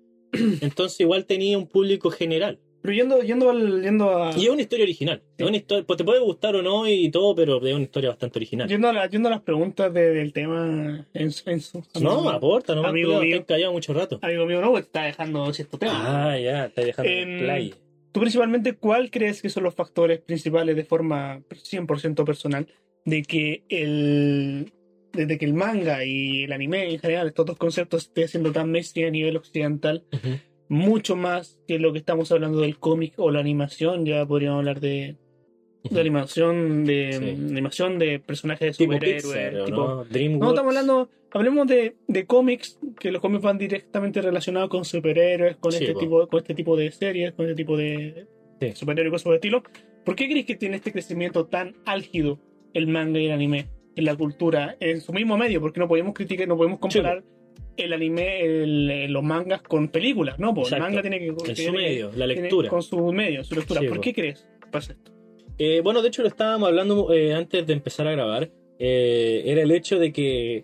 Speaker 1: Entonces igual tenía un público general.
Speaker 2: Pero yendo, yendo, al- yendo a.
Speaker 1: Y es una historia original. Es una historia, pues te puede gustar o no y todo, pero es una historia bastante original.
Speaker 2: Yendo a, la- yendo a las preguntas de- del tema en su. En su
Speaker 1: No, aporta, no me
Speaker 2: Amigo mío.
Speaker 1: has callado mucho rato.
Speaker 2: Amigo mío, no, está dejando cierto tema.
Speaker 1: Ah, ya, está dejando
Speaker 2: Em,
Speaker 1: el play.
Speaker 2: Tú principalmente, ¿cuál crees que son los factores principales de forma 100% personal de que el desde que el manga y el anime en general, estos dos conceptos estén siendo tan mainstream a nivel occidental,
Speaker 1: Ujú.
Speaker 2: mucho más que lo que estamos hablando del cómic o la animación, ya podríamos hablar de, de animación de
Speaker 1: Sí.
Speaker 2: animación de personajes de
Speaker 1: Tipo
Speaker 2: superhéroes,
Speaker 1: Pixar, ¿o
Speaker 2: tipo-
Speaker 1: ¿no? DreamWorks.
Speaker 2: no, estamos hablando, hablemos de, de cómics, que los cómics van directamente relacionados con superhéroes, con,
Speaker 1: Sí,
Speaker 2: este,
Speaker 1: po.
Speaker 2: tipo, con este tipo de series, con este tipo de
Speaker 1: Sí.
Speaker 2: superhéroes y cosas por el estilo. ¿Por qué crees que tiene este crecimiento tan álgido el manga y el anime en la cultura, en su mismo medio? Porque no podemos criticar, no podemos comparar el anime, el- los mangas con películas, ¿no? po? el
Speaker 1: Exacto.
Speaker 2: manga tiene que...
Speaker 1: En
Speaker 2: tiene
Speaker 1: su
Speaker 2: que-
Speaker 1: medio, la
Speaker 2: tiene-
Speaker 1: lectura.
Speaker 2: con su medio, su lectura.
Speaker 1: Sí,
Speaker 2: ¿Por
Speaker 1: po.
Speaker 2: qué crees? que Pasa esto.
Speaker 1: Eh, bueno, de hecho lo estábamos hablando eh, antes de empezar a grabar. eh, era el hecho de que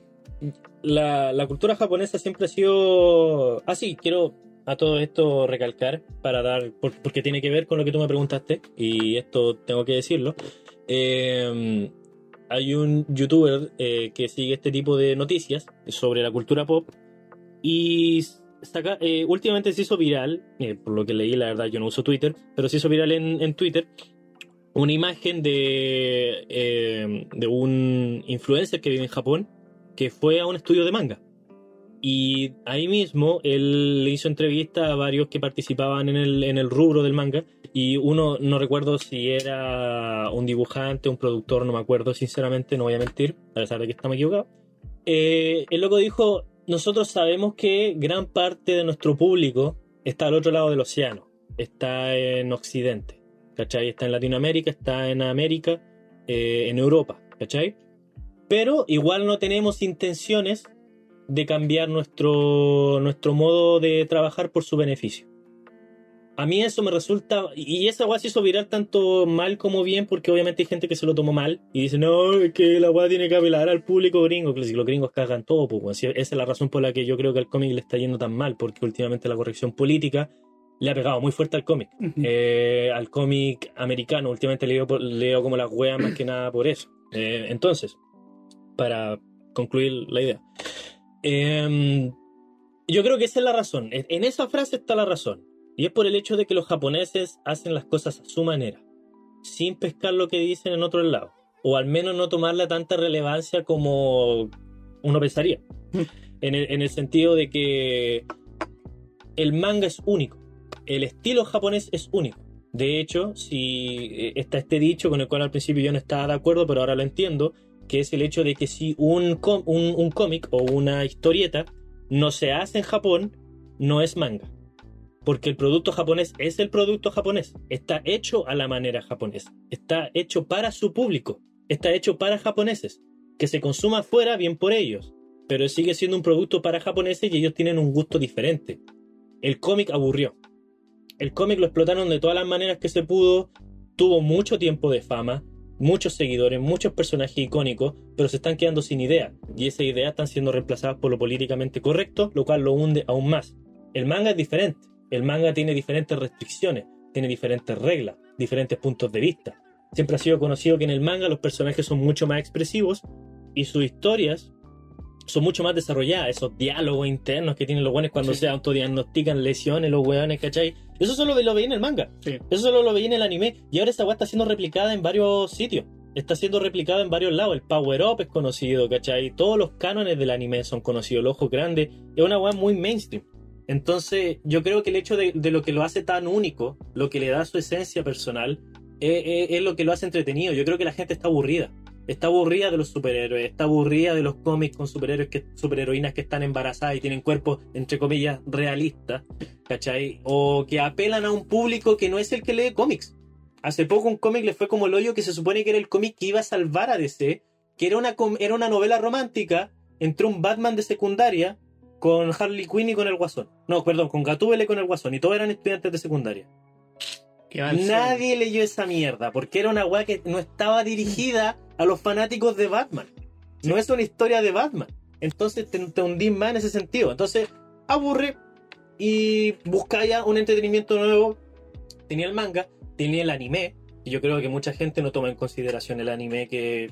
Speaker 1: la, la cultura japonesa siempre ha sido... Ah, sí, quiero a todo esto recalcar para dar... por- porque tiene que ver con lo que tú me preguntaste y esto tengo que decirlo. Eh, hay un youtuber eh, que sigue este tipo de noticias sobre la cultura pop y saca- eh, últimamente se hizo viral, eh, por lo que leí, la verdad yo no uso Twitter, pero se hizo viral en, en Twitter una imagen de, eh, de un influencer que vive en Japón que fue a un estudio de manga. Y ahí mismo él le hizo entrevista a varios que participaban en el, en el rubro del manga y uno, no recuerdo si era un dibujante, un productor, no me acuerdo, sinceramente, no voy a mentir, a pesar de que estamos equivocados. Eh, el loco dijo, nosotros sabemos que gran parte de nuestro público está al otro lado del océano, está en Occidente, ¿cachai? Está en Latinoamérica, está en América, eh, en Europa, ¿cachai? Pero igual no tenemos intenciones de cambiar nuestro, nuestro modo de trabajar por su beneficio. A mí eso me resulta. Y esa weá se hizo viral tanto mal como bien, porque obviamente hay gente que se lo tomó mal y dice, no, es que la weá tiene que apelar al público gringo. Que si los gringos cagan todo, pues, weón. Si Esa es la razón por la que yo creo que al cómic le está yendo tan mal, porque últimamente la corrección política le ha pegado muy fuerte al cómic.
Speaker 2: Mm.
Speaker 1: Eh, al cómic americano, últimamente leo, por- leo como las weas más que nada por eso. Eh, entonces, para concluir la idea. Em, yo creo que esa es la razón. En en esa frase está la razón. Y es por el hecho de que los japoneses hacen las cosas a su manera, sin pescar lo que dicen en otro lado, o al menos no tomarla tanta relevancia como uno pensaría, en el, en el sentido de que el manga es único, el estilo japonés es único. De hecho, si eh, está este dicho con el cual al principio yo no estaba de acuerdo, pero ahora lo entiendo, que es el hecho de que si un, com- un, un cómic o una historieta no se hace en Japón, no es manga. Porque el producto japonés es el producto japonés. Está hecho a la manera japonesa. Está hecho para su público. Está hecho para japoneses. Que se consuma fuera bien por ellos. Pero sigue siendo un producto para japoneses y ellos tienen un gusto diferente. El cómic aburrió. El cómic lo explotaron de todas las maneras que se pudo. Tuvo mucho tiempo de fama, muchos seguidores, muchos personajes icónicos, pero se están quedando sin idea. Y esas ideas están siendo reemplazadas por lo políticamente correcto, lo cual lo hunde aún más. El manga es diferente. El manga tiene diferentes restricciones, tiene diferentes reglas, diferentes puntos de vista. Siempre ha sido conocido que en el manga los personajes son mucho más expresivos y sus historias son mucho más desarrolladas. Esos diálogos internos que tienen los weones cuando
Speaker 2: Sí.
Speaker 1: se autodiagnostican lesiones, los weones, ¿cachai? Eso solo lo veía en el manga.
Speaker 2: Sí.
Speaker 1: Eso solo lo veía en el anime. Y ahora esa weá está siendo replicada en varios sitios. Está siendo replicada en varios lados. El Power Up es conocido, ¿cachai? Todos los cánones del anime son conocidos. El ojo grande es una weá muy mainstream. Entonces, yo creo que el hecho de, de lo que lo hace tan único, lo que le da su esencia personal, es, es- es lo que lo hace entretenido. Yo creo que la gente está aburrida. Está aburrida de los superhéroes, está aburrida de los cómics con superhéroes que, superheroínas que están embarazadas y tienen cuerpos, entre comillas, realistas, ¿cachai? O que apelan a un público que no es el que lee cómics. Hace poco un cómic le fue como el hoyo que se supone que era el cómic que iba a salvar a DC, que era una, com- era una novela romántica entre un Batman de secundaria con Harley Quinn y con el Guasón. No, perdón, con Gatúbela y con el Guasón. Y todos eran estudiantes de secundaria.
Speaker 2: Que va al Ah, sol.
Speaker 1: Nadie leyó esa mierda, porque era una weá que no estaba dirigida a los fanáticos de Batman. No es una historia de Batman. Entonces te, te hundís más en ese sentido. Entonces, aburre y busca ya un entretenimiento nuevo. Tenía el manga, tenía el anime. Y yo creo que mucha gente no toma en consideración el anime que,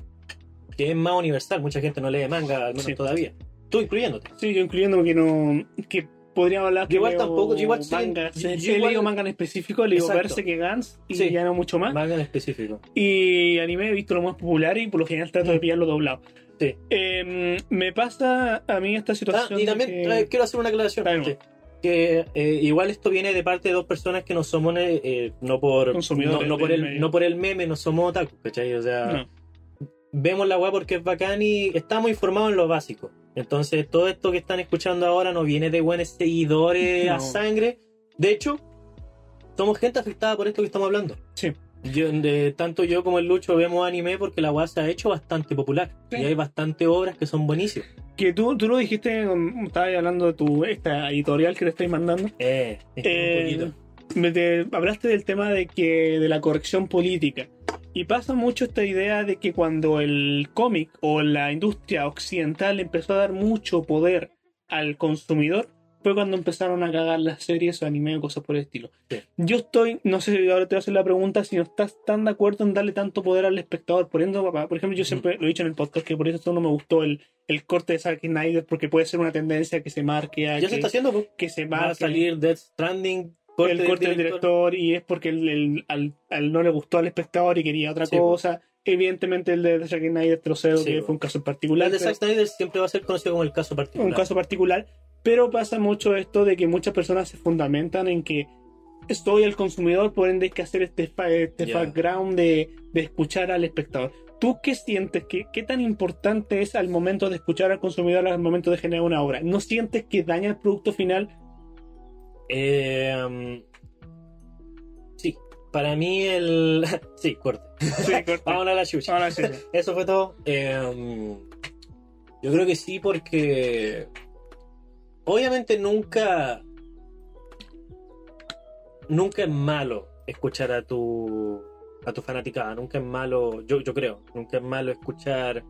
Speaker 1: que es más universal. Mucha gente no lee manga, al menos
Speaker 2: Sí.
Speaker 1: todavía. Tú incluyéndote.
Speaker 2: Sí, yo incluyendo que no. Que podríamos hablar.
Speaker 1: Yo igual
Speaker 2: que
Speaker 1: tampoco, yo igual soy-
Speaker 2: manga.
Speaker 1: yo- yo
Speaker 2: le
Speaker 1: igual-
Speaker 2: digo manga en específico, le digo
Speaker 1: Exacto.
Speaker 2: Berserk que Gans y
Speaker 1: Sí.
Speaker 2: ya no mucho más.
Speaker 1: Manga en específico.
Speaker 2: Y anime he visto lo más popular y por lo general trato de pillarlo doblado.
Speaker 1: Mm. Sí.
Speaker 2: Eh, me pasa a mí esta
Speaker 1: Ah,
Speaker 2: situación.
Speaker 1: y
Speaker 2: de
Speaker 1: también
Speaker 2: que-
Speaker 1: eh, quiero hacer una aclaración.
Speaker 2: Dale,
Speaker 1: Que, que, eh, igual esto viene de parte de dos personas que no somos eh, eh, no por
Speaker 2: Consumidores
Speaker 1: no, no por
Speaker 2: del
Speaker 1: el
Speaker 2: medio.
Speaker 1: no por el meme, no somos otaku, ¿cachai? O sea,
Speaker 2: No.
Speaker 1: vemos la weá porque es bacán y estamos informados en lo básico. Entonces, todo esto que están escuchando ahora no viene de buenos seguidores a
Speaker 2: No.
Speaker 1: sangre. De hecho, somos gente afectada por esto que estamos hablando.
Speaker 2: Sí.
Speaker 1: Yo- de- tanto yo como el Lucho vemos anime porque la weá se ha hecho bastante popular.
Speaker 2: Sí.
Speaker 1: Y hay bastante obras que son buenísimas.
Speaker 2: Que tú, tú lo dijiste, um, estabas hablando de tu esta editorial que te estáis mandando.
Speaker 1: Eh, un
Speaker 2: Eh,
Speaker 1: poquito.
Speaker 2: me te- hablaste del tema de que de la corrección política Y pasa mucho esta idea de que cuando el cómic o la industria occidental empezó a dar mucho poder al consumidor, fue cuando empezaron a cagar las series o anime o cosas por el estilo.
Speaker 4: Sí.
Speaker 2: Yo estoy, no sé si ahora te voy a hacer la pregunta, si no estás tan de acuerdo en darle tanto poder al espectador. Por ejemplo, papá, por ejemplo yo siempre lo he dicho en el podcast que por eso no me gustó el, el corte de Zack Snyder porque puede ser una tendencia que se marque a
Speaker 1: Ya se
Speaker 2: que,
Speaker 1: está haciendo, pues.
Speaker 2: que se
Speaker 1: Va a
Speaker 2: marque
Speaker 1: salir Death Stranding,
Speaker 2: el corte del director y es porque el- el- al, al no le gustó al espectador y quería otra
Speaker 1: Sí,
Speaker 2: cosa. Evidentemente el de Zack Snyder troceo
Speaker 1: Sí,
Speaker 2: que
Speaker 1: bueno.
Speaker 2: fue un caso
Speaker 1: La
Speaker 2: particular,
Speaker 1: de
Speaker 2: pero-
Speaker 1: Zack Snyder siempre va a ser conocido como el caso particular.
Speaker 2: un caso particular, pero pasa mucho esto de que muchas personas se fundamentan en que estoy el consumidor, por ende hay que hacer este, fa- este
Speaker 1: Ya.
Speaker 2: background de, de escuchar al espectador. ¿Tú qué sientes? ¿Qué, ¿Qué tan importante es al momento de escuchar al consumidor al momento de generar una obra? ¿No sientes que daña el producto final?
Speaker 1: Eh, um, sí, para mí el. sí, corte.
Speaker 2: Sí, corta.
Speaker 1: Vamos a la chucha.
Speaker 2: Ahora sí.
Speaker 1: Eso fue todo. Eh, um, yo creo que sí, porque. Obviamente nunca. Nunca es malo escuchar a tu. a tu fanaticada. Nunca es malo. Yo, yo creo. Nunca es malo escuchar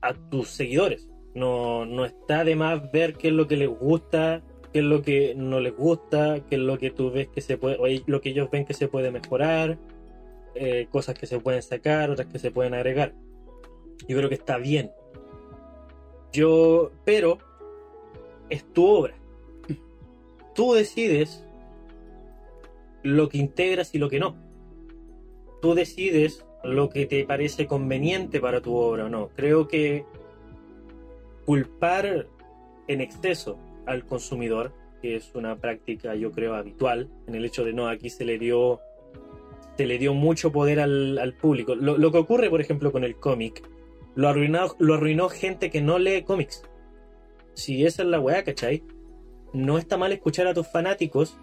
Speaker 1: a tus seguidores. No, no está de más ver qué es lo que les gusta, qué es lo que no les gusta, qué es lo que tú ves que se puede, o lo que ellos ven que se puede mejorar, eh, cosas que se pueden sacar, otras que se pueden agregar. Yo creo que está bien. Yo, pero es tu obra. Tú decides lo que integras y lo que no. Tú decides lo que te parece conveniente para tu obra o no. Creo que culpar en exceso al consumidor, que es una práctica yo creo habitual, en el hecho de no, aquí se le dio, se le dio mucho poder al, al público. Lo, lo que ocurre, por ejemplo, con el cómic, lo arruinó, lo arruinó gente que no lee cómics. Si esa es la weá, ¿cachai? No está mal escuchar a tus fanáticos,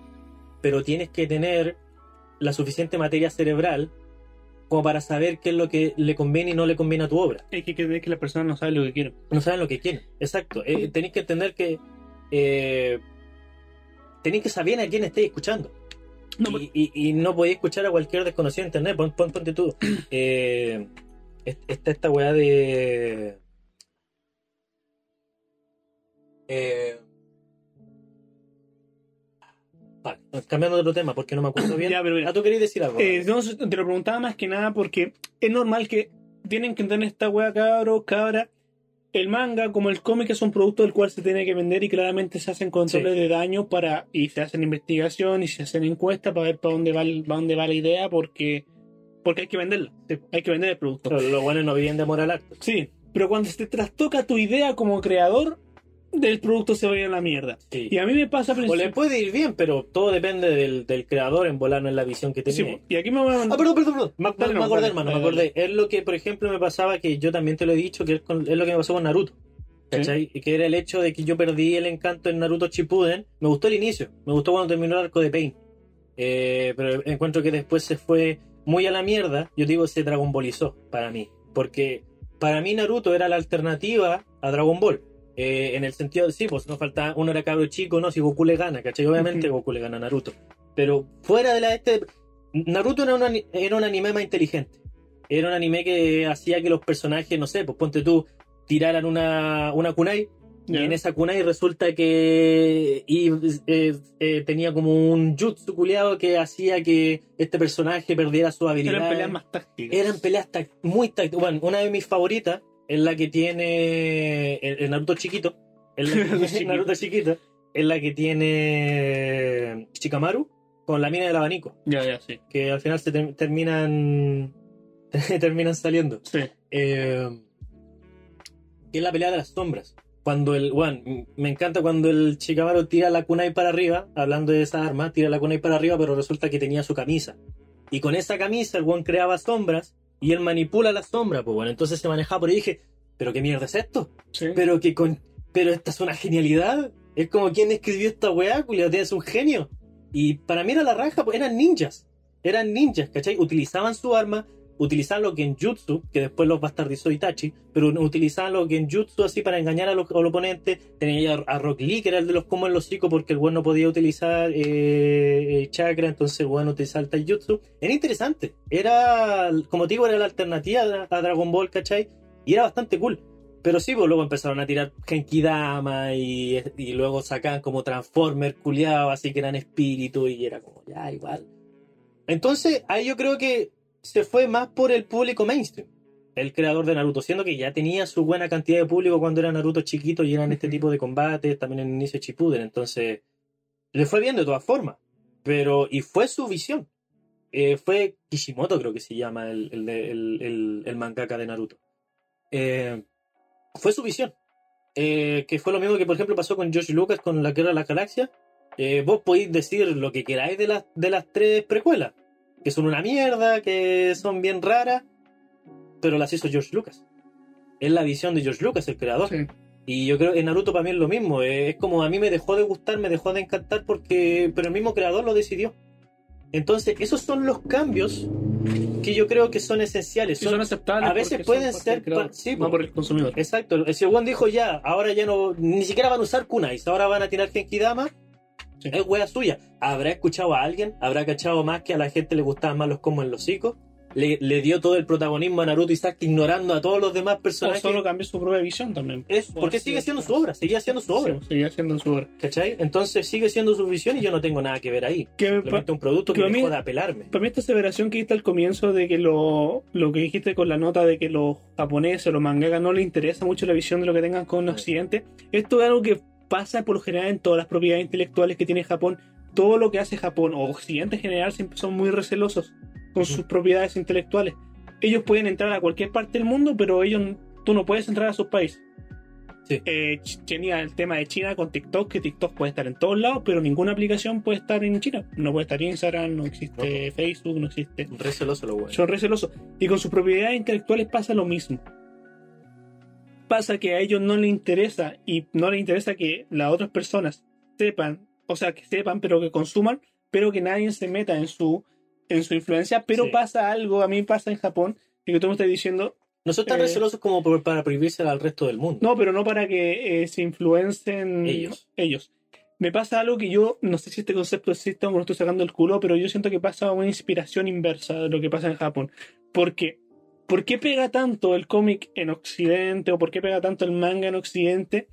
Speaker 1: pero tienes que tener la suficiente materia cerebral como para saber qué es lo que le conviene y no le conviene a tu obra
Speaker 2: Es que, que, que la persona no sabe lo que quiere.
Speaker 1: no saben lo que quieren. Exacto. Eh, tenéis que entender que eh, tenéis que saber a quién estáis escuchando.
Speaker 2: No,
Speaker 1: y, y- y no podéis escuchar a cualquier desconocido en internet. Pon, pon- ponte tú. Eh, es- está esta weá de. Eh, vale, cambiando de otro tema porque no me acuerdo bien.
Speaker 2: Ya, pero mira,
Speaker 1: Ah, tú querías decir algo.
Speaker 2: Eh, no, te lo preguntaba más que nada porque es normal que tienen que entender esta wea cabro, cabra. El manga, como el cómic, es un producto del cual se tiene que vender y claramente se hacen controles de daño para y se hacen investigación y se hacen encuestas para ver para dónde va, el- para dónde va la idea porque porque hay que venderla, sí, hay que vender el producto.
Speaker 1: Pero Lo bueno es no viven de amor al arte.
Speaker 2: Sí, pero cuando se te trastoca tu idea como creador, del producto se va a ir a la mierda.
Speaker 1: Sí.
Speaker 2: Y a mí me pasa
Speaker 1: O le
Speaker 2: princip-
Speaker 1: puede ir bien, pero todo depende del, del creador en volar, no en la visión que tenía.
Speaker 2: Sí, pues, y aquí me voy a
Speaker 1: Ah,
Speaker 2: mandar.
Speaker 1: perdón, perdón, perdón. Me,
Speaker 2: Dale,
Speaker 1: me
Speaker 2: no,
Speaker 1: acordé,
Speaker 2: dale,
Speaker 1: hermano,
Speaker 2: dale,
Speaker 1: me acordé. Es lo que, por ejemplo, me pasaba, que yo también te lo he dicho, que es, con- es lo que me pasó con Naruto. ¿Cachai? Y Que era el hecho de que yo perdí el encanto en Naruto Shippuden. Me gustó el inicio, me gustó cuando terminó el arco de Pain. Eh, pero encuentro que después se fue muy a la mierda. Yo digo, se Dragon Ballizó para mí. Porque para mí Naruto era la alternativa a Dragon Ball. Eh, en el sentido de, sí, pues no faltaba, uno era cabro chico, no, si Goku le gana, ¿cachai? Obviamente
Speaker 2: Ujú.
Speaker 1: Goku le gana a Naruto. Pero fuera de la este, Naruto era un, ani- era un anime más inteligente. Era un anime que hacía que los personajes, no sé, pues ponte tú, tiraran una, una kunai.
Speaker 2: Ya.
Speaker 1: Y en esa kunai resulta que y, eh, eh, tenía como un jutsu culeado que hacía que este personaje perdiera su habilidad.
Speaker 2: Eran peleas más tácticas.
Speaker 1: Eran peleas tac- muy tácticas. Bueno, una de mis favoritas es la que tiene el, el Naruto chiquito. El,
Speaker 2: Chiquito.
Speaker 1: Naruto chiquito. Es la que tiene Shikamaru con la mina del abanico.
Speaker 2: Ya, ya, sí.
Speaker 1: Que al final se ter- terminan. terminan saliendo.
Speaker 2: Sí.
Speaker 1: Eh, que es la pelea de las sombras. Cuando el. Juan, me encanta cuando el Chicabaro tira la kunai para arriba, hablando de esa arma, tira la kunai para arriba, pero resulta que tenía su camisa. Y con esa camisa el Juan creaba sombras y él manipula las sombras, pues bueno. Entonces se manejaba por ahí y dije, ¿pero qué mierda es esto?
Speaker 2: sí.
Speaker 1: Pero que con. Pero esta es una genialidad. Es como quien escribió esta weá, culiao, es un genio. Y para mí era la raja, pues eran ninjas. Eran ninjas, ¿cachai? Utilizaban su arma, utilizaban los genjutsu, que después los bastardizó Itachi, pero utilizaban los genjutsu así para engañar a los, al oponente. Tenía a, a Rock Lee, que era el de los como en los hocico, porque el weón no podía utilizar eh, el chakra, entonces el weón utilizaba el taijutsu. Era interesante, era, como te digo, era la alternativa a, a Dragon Ball, ¿cachai? Y era bastante cool. Pero sí, pues luego empezaron a tirar Genkidama y, y luego sacaban como Transformer culiado, así que eran espíritu y era como, ya, igual. Entonces, ahí yo creo que se fue más por el público mainstream, el creador de Naruto, siendo que ya tenía su buena cantidad de público cuando era Naruto chiquito y eran este tipo de combates, también en el inicio de Chipuden, entonces le fue bien de todas formas, pero y fue su visión. Eh, fue Kishimoto, creo que se llama el, el, el, el mangaka de Naruto. Eh, fue su visión. Eh, que fue lo mismo que, por ejemplo, pasó con George Lucas con La Guerra de las Galaxias. Eh, vos podéis decir lo que queráis de las, de las tres precuelas, que son una mierda, que son bien raras, pero las hizo George Lucas. Es la visión de George Lucas, el creador.
Speaker 2: Sí.
Speaker 1: Y yo creo que Naruto para mí es lo mismo. eh, Es como a mí me dejó de gustar, me dejó de encantar, porque pero el mismo creador lo decidió. Entonces, esos son los cambios que yo creo que son esenciales.
Speaker 2: Sí,
Speaker 1: son-
Speaker 2: son aceptables.
Speaker 1: a veces
Speaker 2: porque
Speaker 1: pueden
Speaker 2: son parte del
Speaker 1: ser
Speaker 2: creador,
Speaker 1: pa- sí,
Speaker 2: no
Speaker 1: po.
Speaker 2: por el consumidor.
Speaker 1: Exacto, ese Juan dijo ya, ahora ya no, ni siquiera van a usar kunais, ahora van a tirar Genkidama.
Speaker 2: Sí.
Speaker 1: Es wea suya. ¿Habrá escuchado a alguien? ¿Habrá cachado más que a la gente le gustaban más los combos en los hocicos? Le, le dio todo el protagonismo a Naruto y Sasuke ignorando a todos los demás
Speaker 2: O
Speaker 1: personajes.
Speaker 2: solo cambió su propia visión también.
Speaker 1: Es porque sigue siendo su obra, sigue siendo su obra,
Speaker 2: Sí, sigue siendo su obra.
Speaker 1: ¿cachai? Entonces sigue siendo su visión y yo no tengo nada que ver ahí.
Speaker 2: Que me pa-
Speaker 1: Simplemente un producto que
Speaker 2: Lo
Speaker 1: me
Speaker 2: mi-
Speaker 1: dejó de apelarme.
Speaker 2: Para mí esta aseveración que diste al comienzo de que lo, lo que dijiste con la nota de que los japoneses o los mangakas no les interesa mucho la visión de lo que tengan con Occidente, esto es algo que pasa por lo general en todas las propiedades intelectuales que tiene Japón. Todo lo que hace Japón o Occidente en general siempre son muy recelosos con sus propiedades intelectuales. Ellos pueden entrar a cualquier parte del mundo, pero ellos n- tú no puedes entrar a sus países.
Speaker 1: Sí.
Speaker 2: Eh, Ch- China, el tema de China con TikTok, que TikTok puede estar en todos lados, pero ninguna aplicación puede estar en China. No puede estar Instagram, no existe Facebook, no existe.
Speaker 1: Re celoso lo bueno.
Speaker 2: Son re celosos. Y con sus propiedades intelectuales pasa lo mismo. Pasa que a ellos no les interesa y no les interesa que las otras personas sepan, o sea, que sepan, pero que consuman, pero que nadie se meta en su, en su influencia. Pero
Speaker 1: Sí.
Speaker 2: pasa algo, a mí pasa en Japón, y que tú me estás diciendo,
Speaker 1: No son tan
Speaker 2: Eh.
Speaker 1: recelosos como por- para prohibirse al resto del mundo.
Speaker 2: no, pero no para que eh, se influencien
Speaker 1: Ellos.
Speaker 2: ellos. Me pasa algo que yo, no sé si este concepto existe o me lo estoy sacando el culo, pero yo siento que pasa una inspiración inversa de lo que pasa en Japón. ¿Por qué? ¿Por qué pega tanto el cómic en Occidente o por qué pega tanto el manga en Occidente?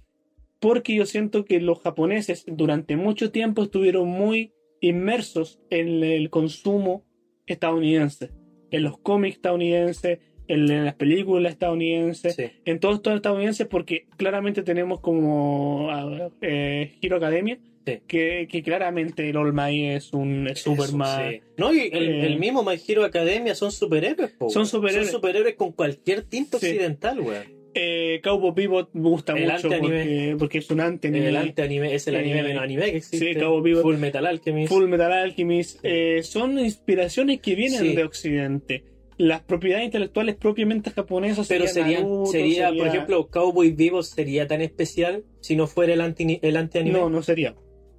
Speaker 2: Porque yo siento que los japoneses durante mucho tiempo estuvieron muy inmersos en el consumo estadounidense, en los cómics estadounidenses, en las películas estadounidenses,
Speaker 1: Sí.
Speaker 2: en todos estos estadounidenses porque claramente tenemos como a ver, eh, Hero Academia
Speaker 1: Sí.
Speaker 2: que, que claramente el All Might es un Superman
Speaker 1: Eso, sí. No, y el,
Speaker 2: Eh.
Speaker 1: el mismo My Hero Academia son superhéroes, po,
Speaker 2: Son
Speaker 1: weón.
Speaker 2: superhéroes.
Speaker 1: Son superhéroes con cualquier tinta
Speaker 2: Sí.
Speaker 1: occidental, weón.
Speaker 2: eh, Cowboy Bebop me gusta
Speaker 1: El
Speaker 2: mucho porque,
Speaker 1: anteanime.
Speaker 2: porque es un anteanime
Speaker 1: El anime es el
Speaker 2: Eh.
Speaker 1: anime menos anime que existe.
Speaker 2: Sí, Cowboy Bebop.
Speaker 1: Full Metal Alchemist.
Speaker 2: Full Metal Alchemist eh, son inspiraciones que vienen
Speaker 1: Sí.
Speaker 2: de Occidente las propiedades intelectuales propiamente japonesas
Speaker 1: Pero sería,
Speaker 2: serían Naruto,
Speaker 1: sería, por
Speaker 2: sería-
Speaker 1: ejemplo, Cowboy Vivo sería tan especial si no fuera el anti el antianime.
Speaker 2: No, no sería.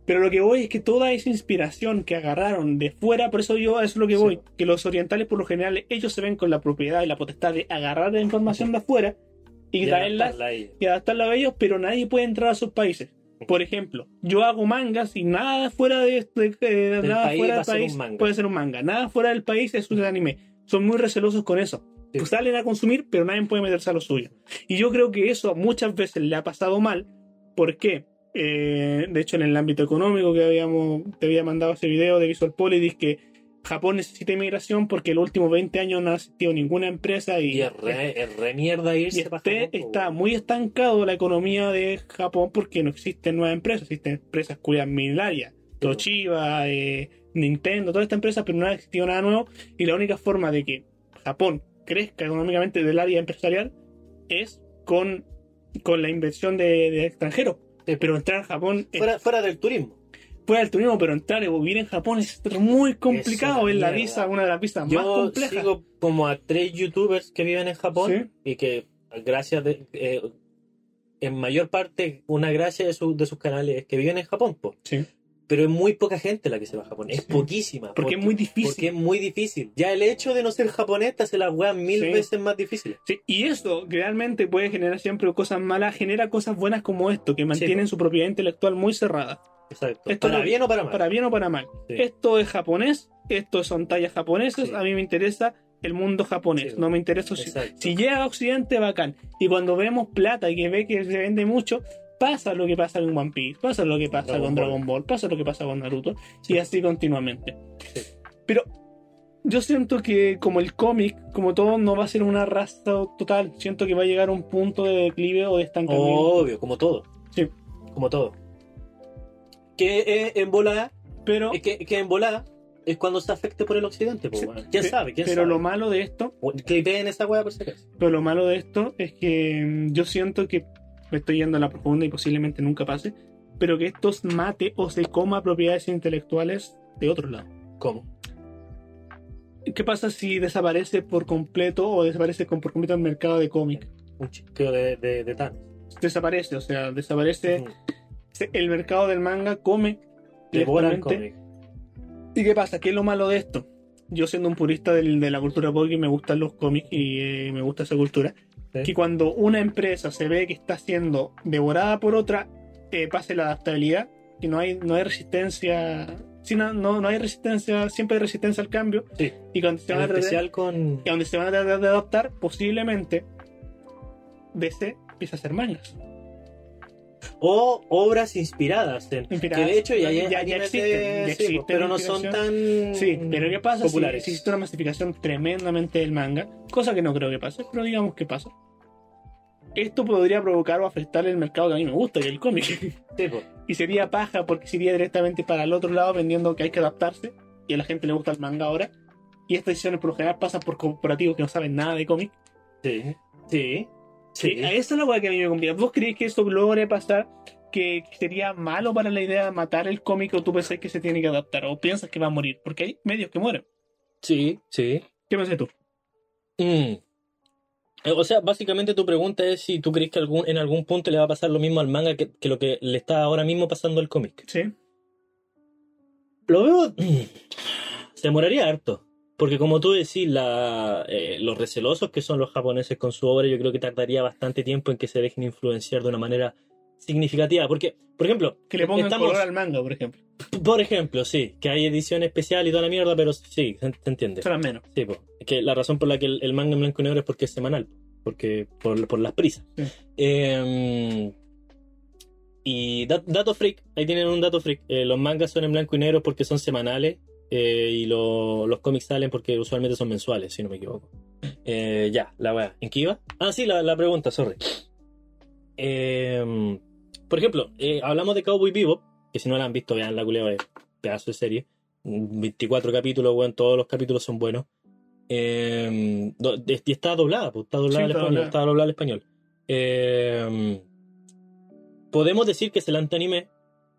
Speaker 2: Pero lo que voy es que toda esa inspiración que agarraron de fuera, por eso yo a eso es lo que
Speaker 1: Sí.
Speaker 2: voy, que los orientales por lo general ellos se ven con la propiedad y la potestad de agarrar la información de afuera y,
Speaker 1: Y
Speaker 2: traerla
Speaker 1: adaptarla a ella.
Speaker 2: y adaptarla a ellos, pero nadie puede entrar a sus países. Por ejemplo, yo hago mangas y nada fuera de, de- de-
Speaker 1: Del
Speaker 2: nada
Speaker 1: país
Speaker 2: fuera del
Speaker 1: va a ser un
Speaker 2: país
Speaker 1: manga.
Speaker 2: puede ser un manga, nada fuera del país es un anime. Son muy recelosos con eso.
Speaker 1: Sí.
Speaker 2: Pues salen a consumir, pero nadie puede meterse a lo suyo. Y yo creo que eso muchas veces le ha pasado mal. ¿Por qué? Eh, de hecho, en el ámbito económico que habíamos, te había mandado ese video de Visual Politis que Japón necesita inmigración porque en los últimos 20 años no ha asistido ninguna empresa y,
Speaker 1: Y es re, es re mierda
Speaker 2: y
Speaker 1: irse pa' Japón,
Speaker 2: este
Speaker 1: po,
Speaker 2: está
Speaker 1: weón.
Speaker 2: muy estancado la economía de Japón porque no existen nuevas empresas, existen empresas cuyas milenarias, Toshiba, eh, Nintendo, todas estas empresas, pero no ha existido nada nuevo y la única forma de que Japón crezca económicamente del área empresarial es con, con la inversión de, de extranjeros.
Speaker 1: Sí.
Speaker 2: Pero entrar a Japón es
Speaker 1: Fuera, fuera del turismo.
Speaker 2: fuera del turismo, pero entrar o vivir en Japón es muy complicado.
Speaker 1: una
Speaker 2: Es la
Speaker 1: mierda.
Speaker 2: visa, una de las visas más
Speaker 1: Yo
Speaker 2: complejas.
Speaker 1: sigo como a tres youtubers que viven en Japón
Speaker 2: Sí.
Speaker 1: y que gracias de, eh, en mayor parte una gracia de, su- de sus canales es que viven en Japón po.
Speaker 2: Sí.
Speaker 5: pero es muy poca gente la que se va a Japón. Es poquísima.
Speaker 2: Porque es muy difícil.
Speaker 5: Porque es muy difícil. Ya el hecho de no ser japonés te hace las weas mil
Speaker 2: Sí.
Speaker 5: veces más difíciles.
Speaker 2: Sí, y eso que realmente puede generar siempre cosas malas, genera cosas buenas como esto, que mantienen su propiedad intelectual muy cerrada,
Speaker 5: Exacto.
Speaker 2: Esto
Speaker 5: para
Speaker 2: no-
Speaker 5: bien o para mal.
Speaker 2: para bien o para mal.
Speaker 5: Sí.
Speaker 2: Esto es japonés, esto son tallas japonesas,
Speaker 5: Sí.
Speaker 2: a mí me interesa el mundo japonés,
Speaker 5: Sí.
Speaker 2: no me interesa si,
Speaker 5: Exacto.
Speaker 2: si llega a Occidente, bacán. Y cuando vemos plata y que ve que se vende mucho, pasa lo que pasa con One Piece, pasa lo que pasa
Speaker 5: Dragon
Speaker 2: con
Speaker 5: Ball.
Speaker 2: Dragon Ball, pasa lo que pasa con Naruto,
Speaker 5: Sí.
Speaker 2: y así continuamente.
Speaker 5: Sí.
Speaker 2: Pero yo siento que como el cómic, como todo, no va a ser una raza total. Siento que va a llegar a un punto de declive o de estancamiento.
Speaker 5: Obvio, como todo.
Speaker 2: Sí.
Speaker 5: Como todo. Que eh, en volada,
Speaker 2: pero
Speaker 5: es que, que en volada es cuando se afecte por el occidente, pues,
Speaker 2: Sí.
Speaker 5: weón. ¿Quién
Speaker 2: Pe-
Speaker 5: sabe? ¿Quién
Speaker 2: pero
Speaker 5: sabe?
Speaker 2: lo malo de esto
Speaker 5: O- Clipeen esa wea por si acaso.
Speaker 2: Pero lo malo de esto es que mm, yo siento que me estoy yendo a la profunda y posiblemente nunca pase, pero que estos mate o se coma propiedades intelectuales de otro lado.
Speaker 5: ¿Cómo?
Speaker 2: ¿Qué pasa si desaparece por completo o desaparece con- por completo el mercado de cómic?
Speaker 5: Un chiqueo de, de, de Thanos.
Speaker 2: Desaparece, o sea, desaparece
Speaker 5: Ujú.
Speaker 2: se- el mercado del manga, come
Speaker 5: Devora el
Speaker 2: directamente.
Speaker 5: cómic.
Speaker 2: ¿Y qué pasa? ¿Qué es lo malo de esto? Yo siendo un purista del- de la cultura pop y me gustan los cómics y eh, me gusta esa cultura,
Speaker 5: Sí.
Speaker 2: que cuando una empresa se ve que está siendo devorada por otra, eh, pase la adaptabilidad y no hay, no hay resistencia, sí, no, no, no hay resistencia, siempre hay resistencia al cambio
Speaker 5: Sí.
Speaker 2: y cuando se
Speaker 5: En
Speaker 2: van a tratar-
Speaker 5: especial con.
Speaker 2: y donde se van a tratar de adaptar, posiblemente DC empieza a hacer mangas.
Speaker 5: O obras inspiradas en.
Speaker 2: Inspiradas.
Speaker 5: Que de hecho ya,
Speaker 2: Ya- ya
Speaker 5: animes
Speaker 2: existen,
Speaker 5: de-
Speaker 2: ya
Speaker 5: sí,
Speaker 2: existen
Speaker 5: pero no son tan.
Speaker 2: Sí, pero ¿qué pasa si
Speaker 5: populares.
Speaker 2: existe una masificación tremendamente del manga? Cosa que no creo que pase, pero digamos que pasa. Esto podría provocar o afectar el mercado que a mí me gusta, que es el cómic.
Speaker 5: Sí, po.
Speaker 2: y sería paja porque sería directamente para el otro lado vendiendo que hay que adaptarse y a la gente le gusta el manga ahora. Y estas decisiones por lo general pasan por corporativos que no saben nada de cómic.
Speaker 5: Sí. Sí.
Speaker 2: Sí. Esa es la weá que a mí me complica. ¿Vos creéis que eso logre pasar? Que sería malo para la idea de matar el cómic o tú pensás que se tiene que adaptar o piensas que va a morir. Porque hay medios que mueren.
Speaker 1: Sí, sí.
Speaker 2: ¿Qué pensás tú?
Speaker 1: Mm. Eh, O sea, básicamente tu pregunta es si tú crees que algún, en algún punto le va a pasar lo mismo al manga que, que lo que le está ahora mismo pasando al cómic.
Speaker 2: Sí.
Speaker 1: Lo veo. Se demoraría harto. Porque como tú decís, la, eh, los recelosos que son los japoneses con su obra, yo creo que tardaría bastante tiempo en que se dejen influenciar de una manera significativa. Porque, por ejemplo,
Speaker 2: Que le pongan
Speaker 1: Estamos-
Speaker 2: color al manga, por ejemplo.
Speaker 1: p- por ejemplo, sí, que hay edición especial y toda la mierda, pero sí, se se entiende.
Speaker 2: Eso era menos.
Speaker 1: Sí, po. Es que la razón por la que el, el manga en blanco y negro es porque es semanal, porque por, por las prisas.
Speaker 2: Sí.
Speaker 1: Eh, y dat- dato freak, ahí tienen un dato freak. Eh, los mangas son en blanco y negro porque son semanales eh, y lo- los cómics salen porque usualmente son mensuales, si no me equivoco. Eh, ya, la weá. ¿En qué iba? Ah, sí, la, la pregunta, sorry. Eh, por ejemplo, eh, hablamos de Cowboy Bebop, que si no la han visto, vean la culea, pedazo de serie. 24 capítulos, weón, todos los capítulos son buenos. Eh, do- de- y está doblada, pues, está doblada
Speaker 2: Sí,
Speaker 1: al
Speaker 2: está
Speaker 1: español.
Speaker 2: doblada.
Speaker 1: Está doblada al español. Eh, podemos decir que es el anime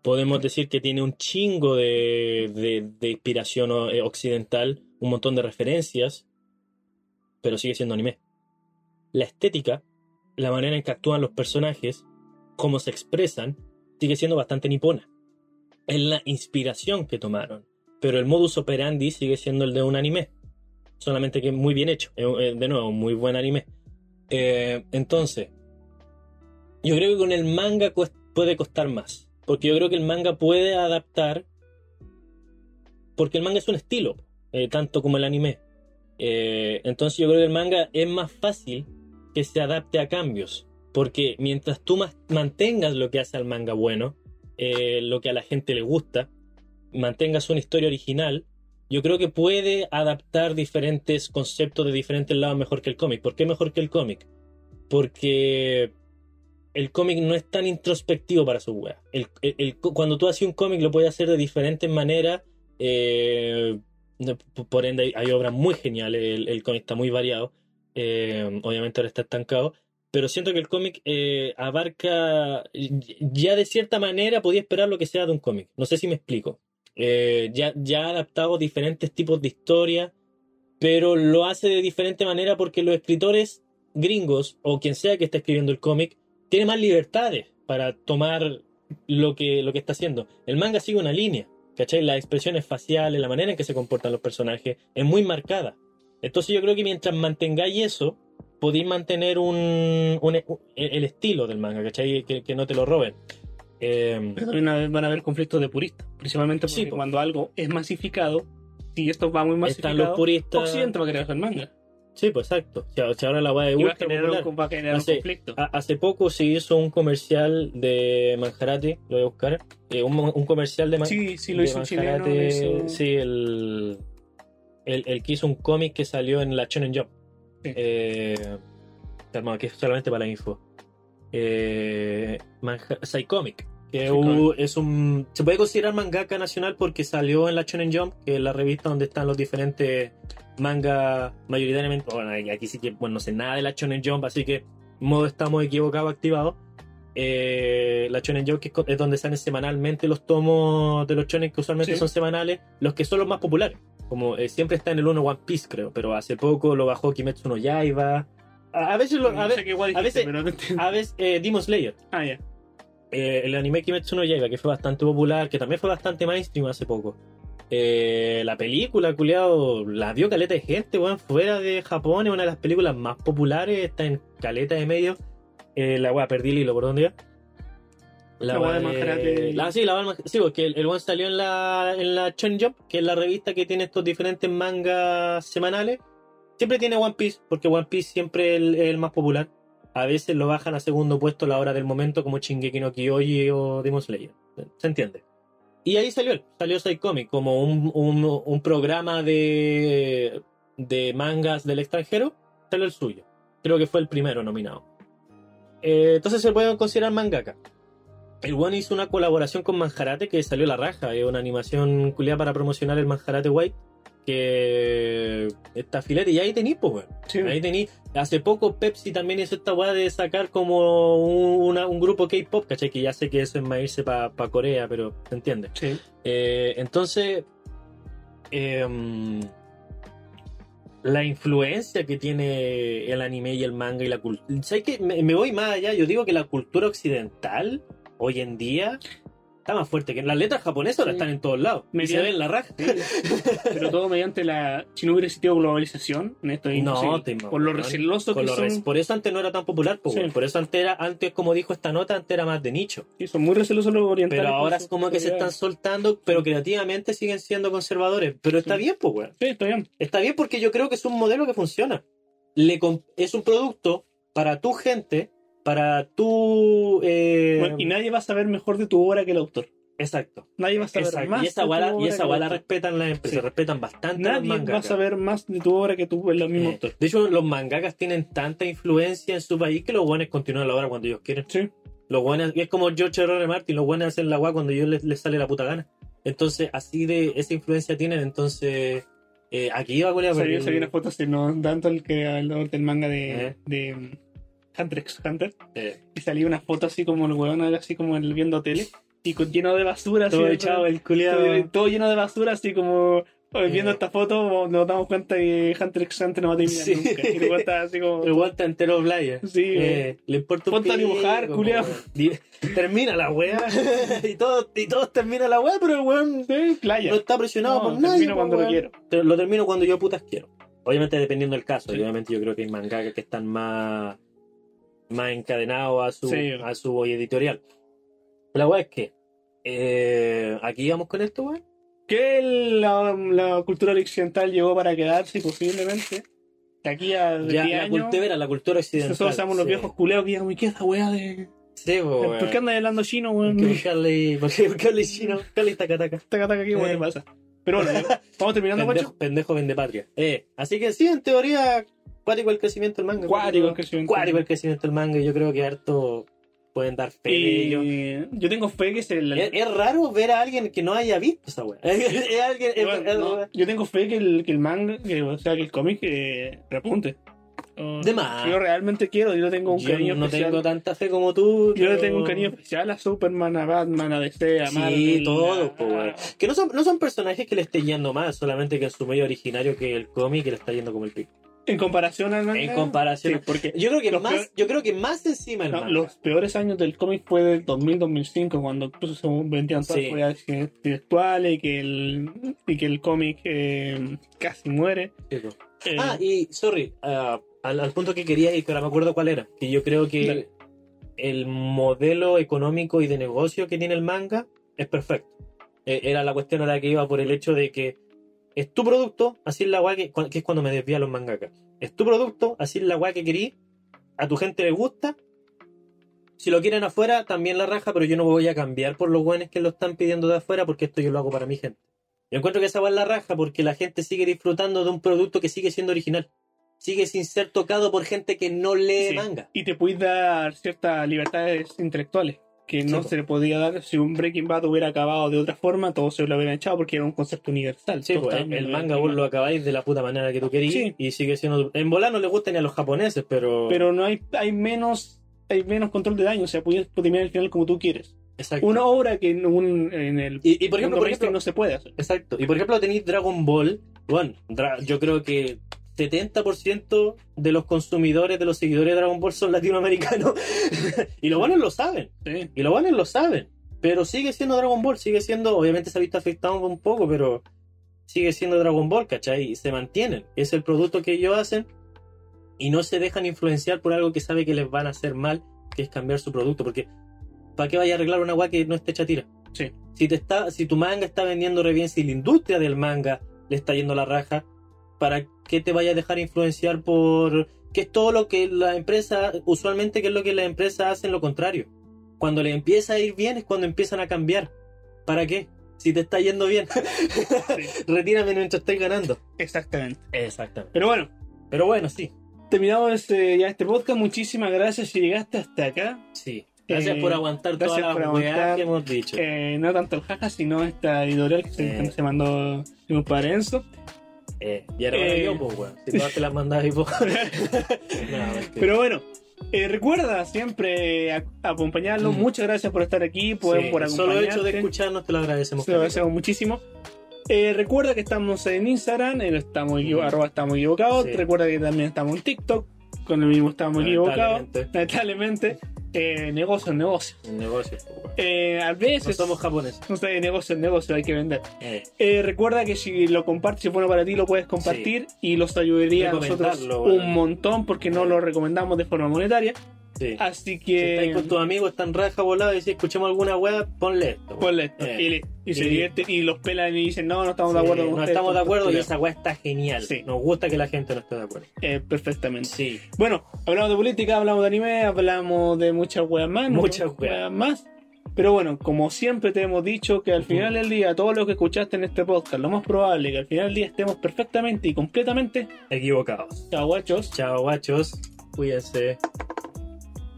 Speaker 1: podemos decir que tiene un chingo de, de- de inspiración o- eh, occidental, un montón de referencias, pero sigue siendo anime. La estética, la manera en que actúan los personajes, cómo se expresan, sigue siendo bastante nipona. Es la inspiración que tomaron, pero el modus operandi sigue siendo el de un anime, solamente que muy bien hecho, eh, eh, de nuevo, muy buen anime. Eh, entonces, yo creo que con el manga cuest- puede costar más. Porque yo creo que el manga puede adaptar. Porque el manga es un estilo, eh, tanto como el anime. Eh, entonces yo creo que el manga es más fácil que se adapte a cambios. Porque mientras tú mas- mantengas lo que hace al manga bueno, eh, lo que a la gente le gusta, mantengas una historia original, yo creo que puede adaptar diferentes conceptos de diferentes lados mejor que el cómic. ¿Por qué mejor que el cómic? Porque el cómic no es tan introspectivo para su wea. El- el- el- cuando tú haces un cómic lo puedes hacer de diferentes maneras. eh, de- por ende hay, hay obras muy geniales, el, el cómic está muy variado. eh, obviamente ahora está estancado. Pero siento que el cómic eh, abarca, ya de cierta manera podía esperar lo que sea de un cómic. No sé si me explico. Eh, ya, ya ha adaptado diferentes tipos de historia, pero lo hace de diferente manera porque los escritores gringos o quien sea que está escribiendo el cómic tiene más libertades para tomar lo que, lo que está haciendo. El manga sigue una línea, ¿cachai? Las expresiones faciales, la manera en que se comportan los personajes es muy marcada. Entonces yo creo que mientras mantengáis eso, podéis mantener un, un- un- el estilo del manga, ¿cachai? Que, que no te lo roben. Eh,
Speaker 2: Pero también a- van a haber conflictos de puristas, principalmente porque
Speaker 1: Sí, po.
Speaker 2: cuando algo es masificado, si esto va muy
Speaker 1: están los
Speaker 2: masificado,
Speaker 1: puristas.
Speaker 2: Occidente va a querer hacer manga.
Speaker 1: Sí, pues exacto. Si a- si ahora la weá de
Speaker 2: Y va a
Speaker 1: ultra
Speaker 2: generar
Speaker 1: popular.
Speaker 2: un, va a generar
Speaker 1: Ah,
Speaker 2: un
Speaker 1: sí.
Speaker 2: conflicto.
Speaker 1: Ha- Hace poco se hizo un comercial de Manjarate, lo voy a buscar. eh, un, un comercial de, Man-
Speaker 2: Sí, sí, lo
Speaker 1: de
Speaker 2: hizo un chileno.
Speaker 1: Manjarate.
Speaker 2: lo hizo-
Speaker 1: Sí, el, el, el que hizo un cómic que salió en la Shonen Jump.
Speaker 2: Sí.
Speaker 1: Eh, calma, que es solamente para la info. Eh, Manja- Psycomic, que u-
Speaker 2: Psycomic.
Speaker 1: es un. Se puede considerar mangaka nacional porque salió en la Shonen Jump, que es la revista donde están los diferentes manga mayoritariamente. Bueno, aquí sí que bueno, no sé nada de la Shonen Jump, así que modo estamos equivocados activado. Eh, la Shonen Jump que es co- es donde salen semanalmente los tomos de los shonen que usualmente
Speaker 2: Sí.
Speaker 1: son semanales, los que son los más populares. Como eh, siempre está en el 1 One Piece, creo, pero hace poco lo bajó Kimetsu no Yaiba. A, a veces lo, a,
Speaker 2: no
Speaker 1: ve-
Speaker 2: sé qué guay
Speaker 1: a
Speaker 2: dijiste,
Speaker 1: veces-
Speaker 2: pero no entiendo.
Speaker 1: a veces eh, Demon Slayer.
Speaker 2: Ah, ya.
Speaker 1: Eh, el anime Kimetsu no Yaiba, que fue bastante popular, que también fue bastante mainstream hace poco. Eh, la película, culiao, la vio caleta de gente, weón, fuera de Japón, es una de las películas más populares, está en caleta de medio. Eh, la weá, perdí el hilo, ¿por dónde iba?
Speaker 2: La weá de Maserati.
Speaker 1: la- sí, la weá de Mas- sí, porque el, el weón salió en la, en la Shonen Jump, que es la revista que tiene estos diferentes mangas semanales. Siempre tiene One Piece, porque One Piece siempre es el- es el más popular. A veces lo bajan a segundo puesto a la hora del momento, como Shingeki no Kyoji o Demon Slayer. ¿Se entiende? Y ahí salió, él, salió Psycomic como un, un- un programa de, de mangas del extranjero, salió el suyo. Creo que fue el primero nominado. Eh, entonces se puede considerar mangaka. El One hizo una colaboración con Manjarate que salió la raja, es una animación culiada para promocionar el Manjarate White, que está filete y ahí tenéis, pues, weón.
Speaker 2: Sí.
Speaker 1: Ahí tení. Hace poco Pepsi también hizo esta weá de sacar como un, una- un grupo K-pop, ¿cachai? Que ya sé que eso es más irse para Corea, pero ¿se entiende?
Speaker 2: Sí.
Speaker 1: Eh, entonces, em, la influencia que tiene el anime y el manga y la cultura. ¿Sabes qué? Me, me voy más allá. Yo digo que la cultura occidental hoy en día está más fuerte que. Las letras japonesas ahora
Speaker 2: Sí.
Speaker 1: están en todos lados.
Speaker 2: Me
Speaker 1: y se
Speaker 2: siento-
Speaker 1: ven la raja.
Speaker 2: Pero todo mediante la. Si no hubiera existido globalización, en esto es
Speaker 1: No,
Speaker 2: imposible.
Speaker 1: te
Speaker 2: Por lo
Speaker 1: imaginas.
Speaker 2: receloso
Speaker 1: Con
Speaker 2: que
Speaker 1: los res-
Speaker 2: son.
Speaker 1: Por eso antes no era tan popular, po,
Speaker 2: Sí.
Speaker 1: weón. por eso antes era, antes como dijo esta nota, antes era más de nicho.
Speaker 2: sí, son muy recelosos los orientales. pues,
Speaker 1: Pero
Speaker 2: con
Speaker 1: ahora
Speaker 2: sus
Speaker 1: es como que se están
Speaker 2: prioridades.
Speaker 1: soltando, pero creativamente siguen siendo conservadores. Pero está
Speaker 2: Sí.
Speaker 1: bien, pues, weón.
Speaker 2: Sí, está bien.
Speaker 1: Está bien porque yo creo que es un modelo que funciona. Le com- es un producto para tu gente, para tu... eh,
Speaker 2: Bueno, y nadie va a saber mejor de tu obra que el autor.
Speaker 1: Exacto.
Speaker 2: Nadie va a saber
Speaker 1: exacto.
Speaker 2: más.
Speaker 1: Y esa
Speaker 2: de tu
Speaker 1: guala, y
Speaker 2: obra
Speaker 1: esa
Speaker 2: que el
Speaker 1: guala la
Speaker 2: autor.
Speaker 1: respetan las empresas,
Speaker 2: Sí.
Speaker 1: respetan bastante a los
Speaker 2: Nadie va a
Speaker 1: mangakas.
Speaker 2: saber más de tu obra que tú, el mismo
Speaker 1: Eh,
Speaker 2: autor.
Speaker 1: de hecho, los mangakas tienen tanta influencia en su país que los buenos continúan la obra cuando ellos quieren.
Speaker 2: Sí.
Speaker 1: Los buenos, es como George R. R. Martin, los buenos hacen la guá cuando ellos les, les sale la puta gana. Entonces, así de esa influencia tienen. Entonces, eh, aquí va a volver a
Speaker 2: Salió,
Speaker 1: ver-
Speaker 2: salió una foto hace no tanto el que el autor del manga de,
Speaker 1: Eh.
Speaker 2: de um, Hunter x Hunter.
Speaker 1: Eh,
Speaker 2: Y salió una foto así como el weón, así como el viendo tele. Y con, lleno de basura, así.
Speaker 1: todo
Speaker 2: de-
Speaker 1: echado el culiado.
Speaker 2: todo, todo lleno de basura, así como. eh, Viendo
Speaker 1: Eh.
Speaker 2: esta foto, nos damos cuenta que Hunter x Hunter no va a terminar
Speaker 1: Sí.
Speaker 2: nunca. Y luego está así como.
Speaker 1: El guante entero playa.
Speaker 2: Sí,
Speaker 1: Eh, le importa
Speaker 2: Ponte a
Speaker 1: pico,
Speaker 2: dibujar,
Speaker 1: como,
Speaker 2: culiao.
Speaker 1: weón. Di- Termina la weá. y todos y todos termina la weá, pero el weón
Speaker 2: sí, playa.
Speaker 1: no está presionado
Speaker 2: No,
Speaker 1: por
Speaker 2: termino
Speaker 1: nadie. po,
Speaker 2: cuando lo
Speaker 1: weón.
Speaker 2: quiero.
Speaker 1: Te- lo termino cuando yo putas quiero. Obviamente dependiendo del caso.
Speaker 2: Sí.
Speaker 1: y Obviamente yo creo que hay mangakas que están más, más encadenados a su,
Speaker 2: Sí.
Speaker 1: a su editorial. La weá es que eh, aquí vamos con esto, weón.
Speaker 2: Que la, la cultura occidental llegó para quedarse, posiblemente. De aquí a
Speaker 1: Ya
Speaker 2: 10
Speaker 1: la
Speaker 2: años.
Speaker 1: cultura, la cultura occidental.
Speaker 2: Nosotros somos los
Speaker 1: sí.
Speaker 2: viejos culeos que digamos, ¿y qué es esta weá de.?
Speaker 1: Sí, po,
Speaker 2: ¿Por qué
Speaker 1: weón.
Speaker 2: andas hablando chino,
Speaker 1: Hay
Speaker 2: weón?
Speaker 1: que buscarle, porque hay que buscarle chino, buscarle tacataca.
Speaker 2: Taca, taca, ¿qué weá te
Speaker 1: Eh.
Speaker 2: pasa? Pero bueno, vamos terminando,
Speaker 1: Pendejo,
Speaker 2: guacho.
Speaker 1: pendejo vende patria. Eh, así que sí, en teoría, cuático el crecimiento del manga.
Speaker 2: Cuático el
Speaker 1: cuático-
Speaker 2: crecimiento.
Speaker 1: cuático el crecimiento del manga. Yo creo que harto pueden dar fe de ello.
Speaker 2: Y yo tengo fe que se. la-
Speaker 1: Es, es raro ver a alguien que no haya visto esa wea. Es alguien- es-
Speaker 2: Bueno,
Speaker 1: es-
Speaker 2: no, yo tengo fe que el, que el manga, que, o sea, que el cómic eh, repunte. O-
Speaker 1: De más.
Speaker 2: Yo realmente quiero, yo le tengo un
Speaker 1: Yo
Speaker 2: cariño
Speaker 1: no
Speaker 2: especial.
Speaker 1: tengo tanta fe como tú.
Speaker 2: Yo le
Speaker 1: pero-
Speaker 2: tengo un cariño especial a Superman, a Batman, a DC, a
Speaker 1: Sí,
Speaker 2: Marvel.
Speaker 1: todo, pues.
Speaker 2: a-
Speaker 1: po, weón. Que no son, no son personajes que le esté yendo mal, solamente que en su medio originario que el cómic que le está yendo como el pico.
Speaker 2: En comparación al manga.
Speaker 1: En comparación,
Speaker 2: Ah, Sí,
Speaker 1: porque yo creo que
Speaker 2: Los
Speaker 1: más,
Speaker 2: peor-
Speaker 1: yo creo que más encima el
Speaker 2: no,
Speaker 1: manga.
Speaker 2: los peores años del cómic fue del 2000-2005, cuando incluso se vendían todas
Speaker 1: Sí.
Speaker 2: las propiedades intelectuales y que el, y que el cómic eh, casi muere. Eh,
Speaker 1: Ah, y sorry, ah, al, al punto que quería ir, pero no me acuerdo cuál era. Que yo creo que
Speaker 2: Dale.
Speaker 1: el modelo económico y de negocio que tiene el manga es perfecto. Eh, era la cuestión a la que iba por el hecho de que es tu producto, así es la guay que, cua- que es cuando me desvía los mangakas. Es tu producto, así es la guay que querí, a tu gente le gusta. Si lo quieren afuera, también la raja, pero yo no voy a cambiar por los buenos que lo están pidiendo de afuera porque esto yo lo hago para mi gente. Yo encuentro que esa va en la raja porque la gente sigue disfrutando de un producto que sigue siendo original. Sigue sin ser tocado por gente que no lee
Speaker 2: Sí.
Speaker 1: manga.
Speaker 2: y te puedes dar ciertas libertades intelectuales que no
Speaker 1: po.
Speaker 2: se le podía dar si un Breaking Bad hubiera acabado de otra forma, todos se lo hubieran echado porque era un concepto universal.
Speaker 1: Sí,
Speaker 2: Todos
Speaker 1: pues, el,
Speaker 2: estaban
Speaker 1: el
Speaker 2: viendo
Speaker 1: manga
Speaker 2: Breaking
Speaker 1: vos
Speaker 2: Bad.
Speaker 1: lo acabáis de la puta manera que tú querís
Speaker 2: Sí.
Speaker 1: y sigue siendo... En volar no le gusta ni a los japoneses, pero...
Speaker 2: Pero no hay, hay menos hay menos control de daño, o sea, puedes terminar el final como tú quieres.
Speaker 1: Exacto.
Speaker 2: Una obra que en, un, en el
Speaker 1: Y, y por
Speaker 2: mundo
Speaker 1: ejemplo, por
Speaker 2: mainstream
Speaker 1: ejemplo,
Speaker 2: no se puede hacer.
Speaker 1: Exacto. Y por ejemplo, tenéis Dragon Ball. Bueno, dra- yo creo que 70% de los consumidores, de los seguidores de Dragon Ball son latinoamericanos. y los buenos lo saben.
Speaker 2: Sí.
Speaker 1: Y los buenos lo saben. Pero sigue siendo Dragon Ball, sigue siendo. Obviamente se ha visto afectado un poco, pero sigue siendo Dragon Ball, ¿cachai? Y se mantienen. Es el producto que ellos hacen y no se dejan influenciar por algo que sabe que les van a hacer mal, que es cambiar su producto. Porque, ¿para qué vaya a arreglar una guay que no esté chatira?
Speaker 2: Sí.
Speaker 1: Si, te está, si tu manga está vendiendo re bien, si la industria del manga le está yendo la raja, ¿para qué te vaya a dejar influenciar por.? Que es todo lo que la empresa, usualmente, que es lo que las empresas hacen lo contrario. Cuando le empieza a ir bien es cuando empiezan a cambiar. ¿Para qué? Si te está yendo bien. Retírame mientras estoy ganando.
Speaker 2: Exactamente.
Speaker 1: Exactamente.
Speaker 2: Pero bueno,
Speaker 1: Pero bueno, sí.
Speaker 2: terminamos este, ya este podcast. Muchísimas gracias si llegaste hasta acá.
Speaker 1: Sí. Gracias
Speaker 2: Eh,
Speaker 1: por aguantar toda
Speaker 2: gracias
Speaker 1: la
Speaker 2: por
Speaker 1: weá
Speaker 2: aguantar.
Speaker 1: que hemos dicho.
Speaker 2: Eh, no tanto el jaja, sino esta editorial que se,
Speaker 1: Eh.
Speaker 2: se mandó mi compadre Enzo.
Speaker 1: Eh, y ahora
Speaker 2: eh,
Speaker 1: yo, pues, weón. Si todas te las mandás y vos. No, mentira.
Speaker 2: Pero bueno, eh, recuerda siempre a- acompañarlo.
Speaker 1: Mm.
Speaker 2: Muchas gracias por estar aquí, por,
Speaker 1: Sí,
Speaker 2: por
Speaker 1: el Solo
Speaker 2: acompañarte.
Speaker 1: hecho de escucharnos te lo agradecemos.
Speaker 2: Se lo agradecemos muchísimo. Eh, recuerda que estamos en Instagram, en estamos, equivo-
Speaker 1: Ujú.
Speaker 2: arroba estamos equivocados.
Speaker 1: Sí.
Speaker 2: Recuerda que también estamos en TikTok, con el mismo estamos equivocados.
Speaker 1: Lamentablemente,
Speaker 2: Lamentablemente, eh, negocio es negocio.
Speaker 1: el negocio, pues, weón.
Speaker 2: Eh, a
Speaker 1: No
Speaker 2: veces,
Speaker 1: somos japoneses.
Speaker 2: no sé, negocio es negocio, hay que vender.
Speaker 1: Eh,
Speaker 2: Eh, recuerda que si lo compartes, si es bueno para ti, lo puedes compartir y los ayudaría a nosotros
Speaker 1: Recomendarlo, bueno.
Speaker 2: un montón porque no lo recomendamos de forma monetaria.
Speaker 1: sí.
Speaker 2: Así
Speaker 1: Si estáis
Speaker 2: que
Speaker 1: con tus amigos, están raja volado y si escuchamos alguna weá, ponle esto. weón.
Speaker 2: ponle esto.
Speaker 1: Eh,
Speaker 2: y, le- y se
Speaker 1: y-
Speaker 2: divierten y los pelan y dicen, no, no estamos de
Speaker 1: Sí,
Speaker 2: acuerdo con
Speaker 1: no
Speaker 2: ustedes,
Speaker 1: estamos de
Speaker 2: con
Speaker 1: acuerdo y
Speaker 2: postura".
Speaker 1: esa weá está genial.
Speaker 2: Sí.
Speaker 1: Nos gusta que la gente no esté de acuerdo.
Speaker 2: Eh, perfectamente.
Speaker 1: Sí.
Speaker 2: Bueno, hablamos de política, hablamos de anime, hablamos de muchas weas más. ¿no?
Speaker 1: Muchas weas.
Speaker 2: más. Pero bueno, como siempre te hemos dicho que al final del día, todo lo que escuchaste en este podcast, lo más probable que al final del día estemos perfectamente y completamente
Speaker 1: Equivocados.
Speaker 2: aguachos.
Speaker 1: Chao, guachos. Cuídense.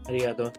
Speaker 1: Arigato.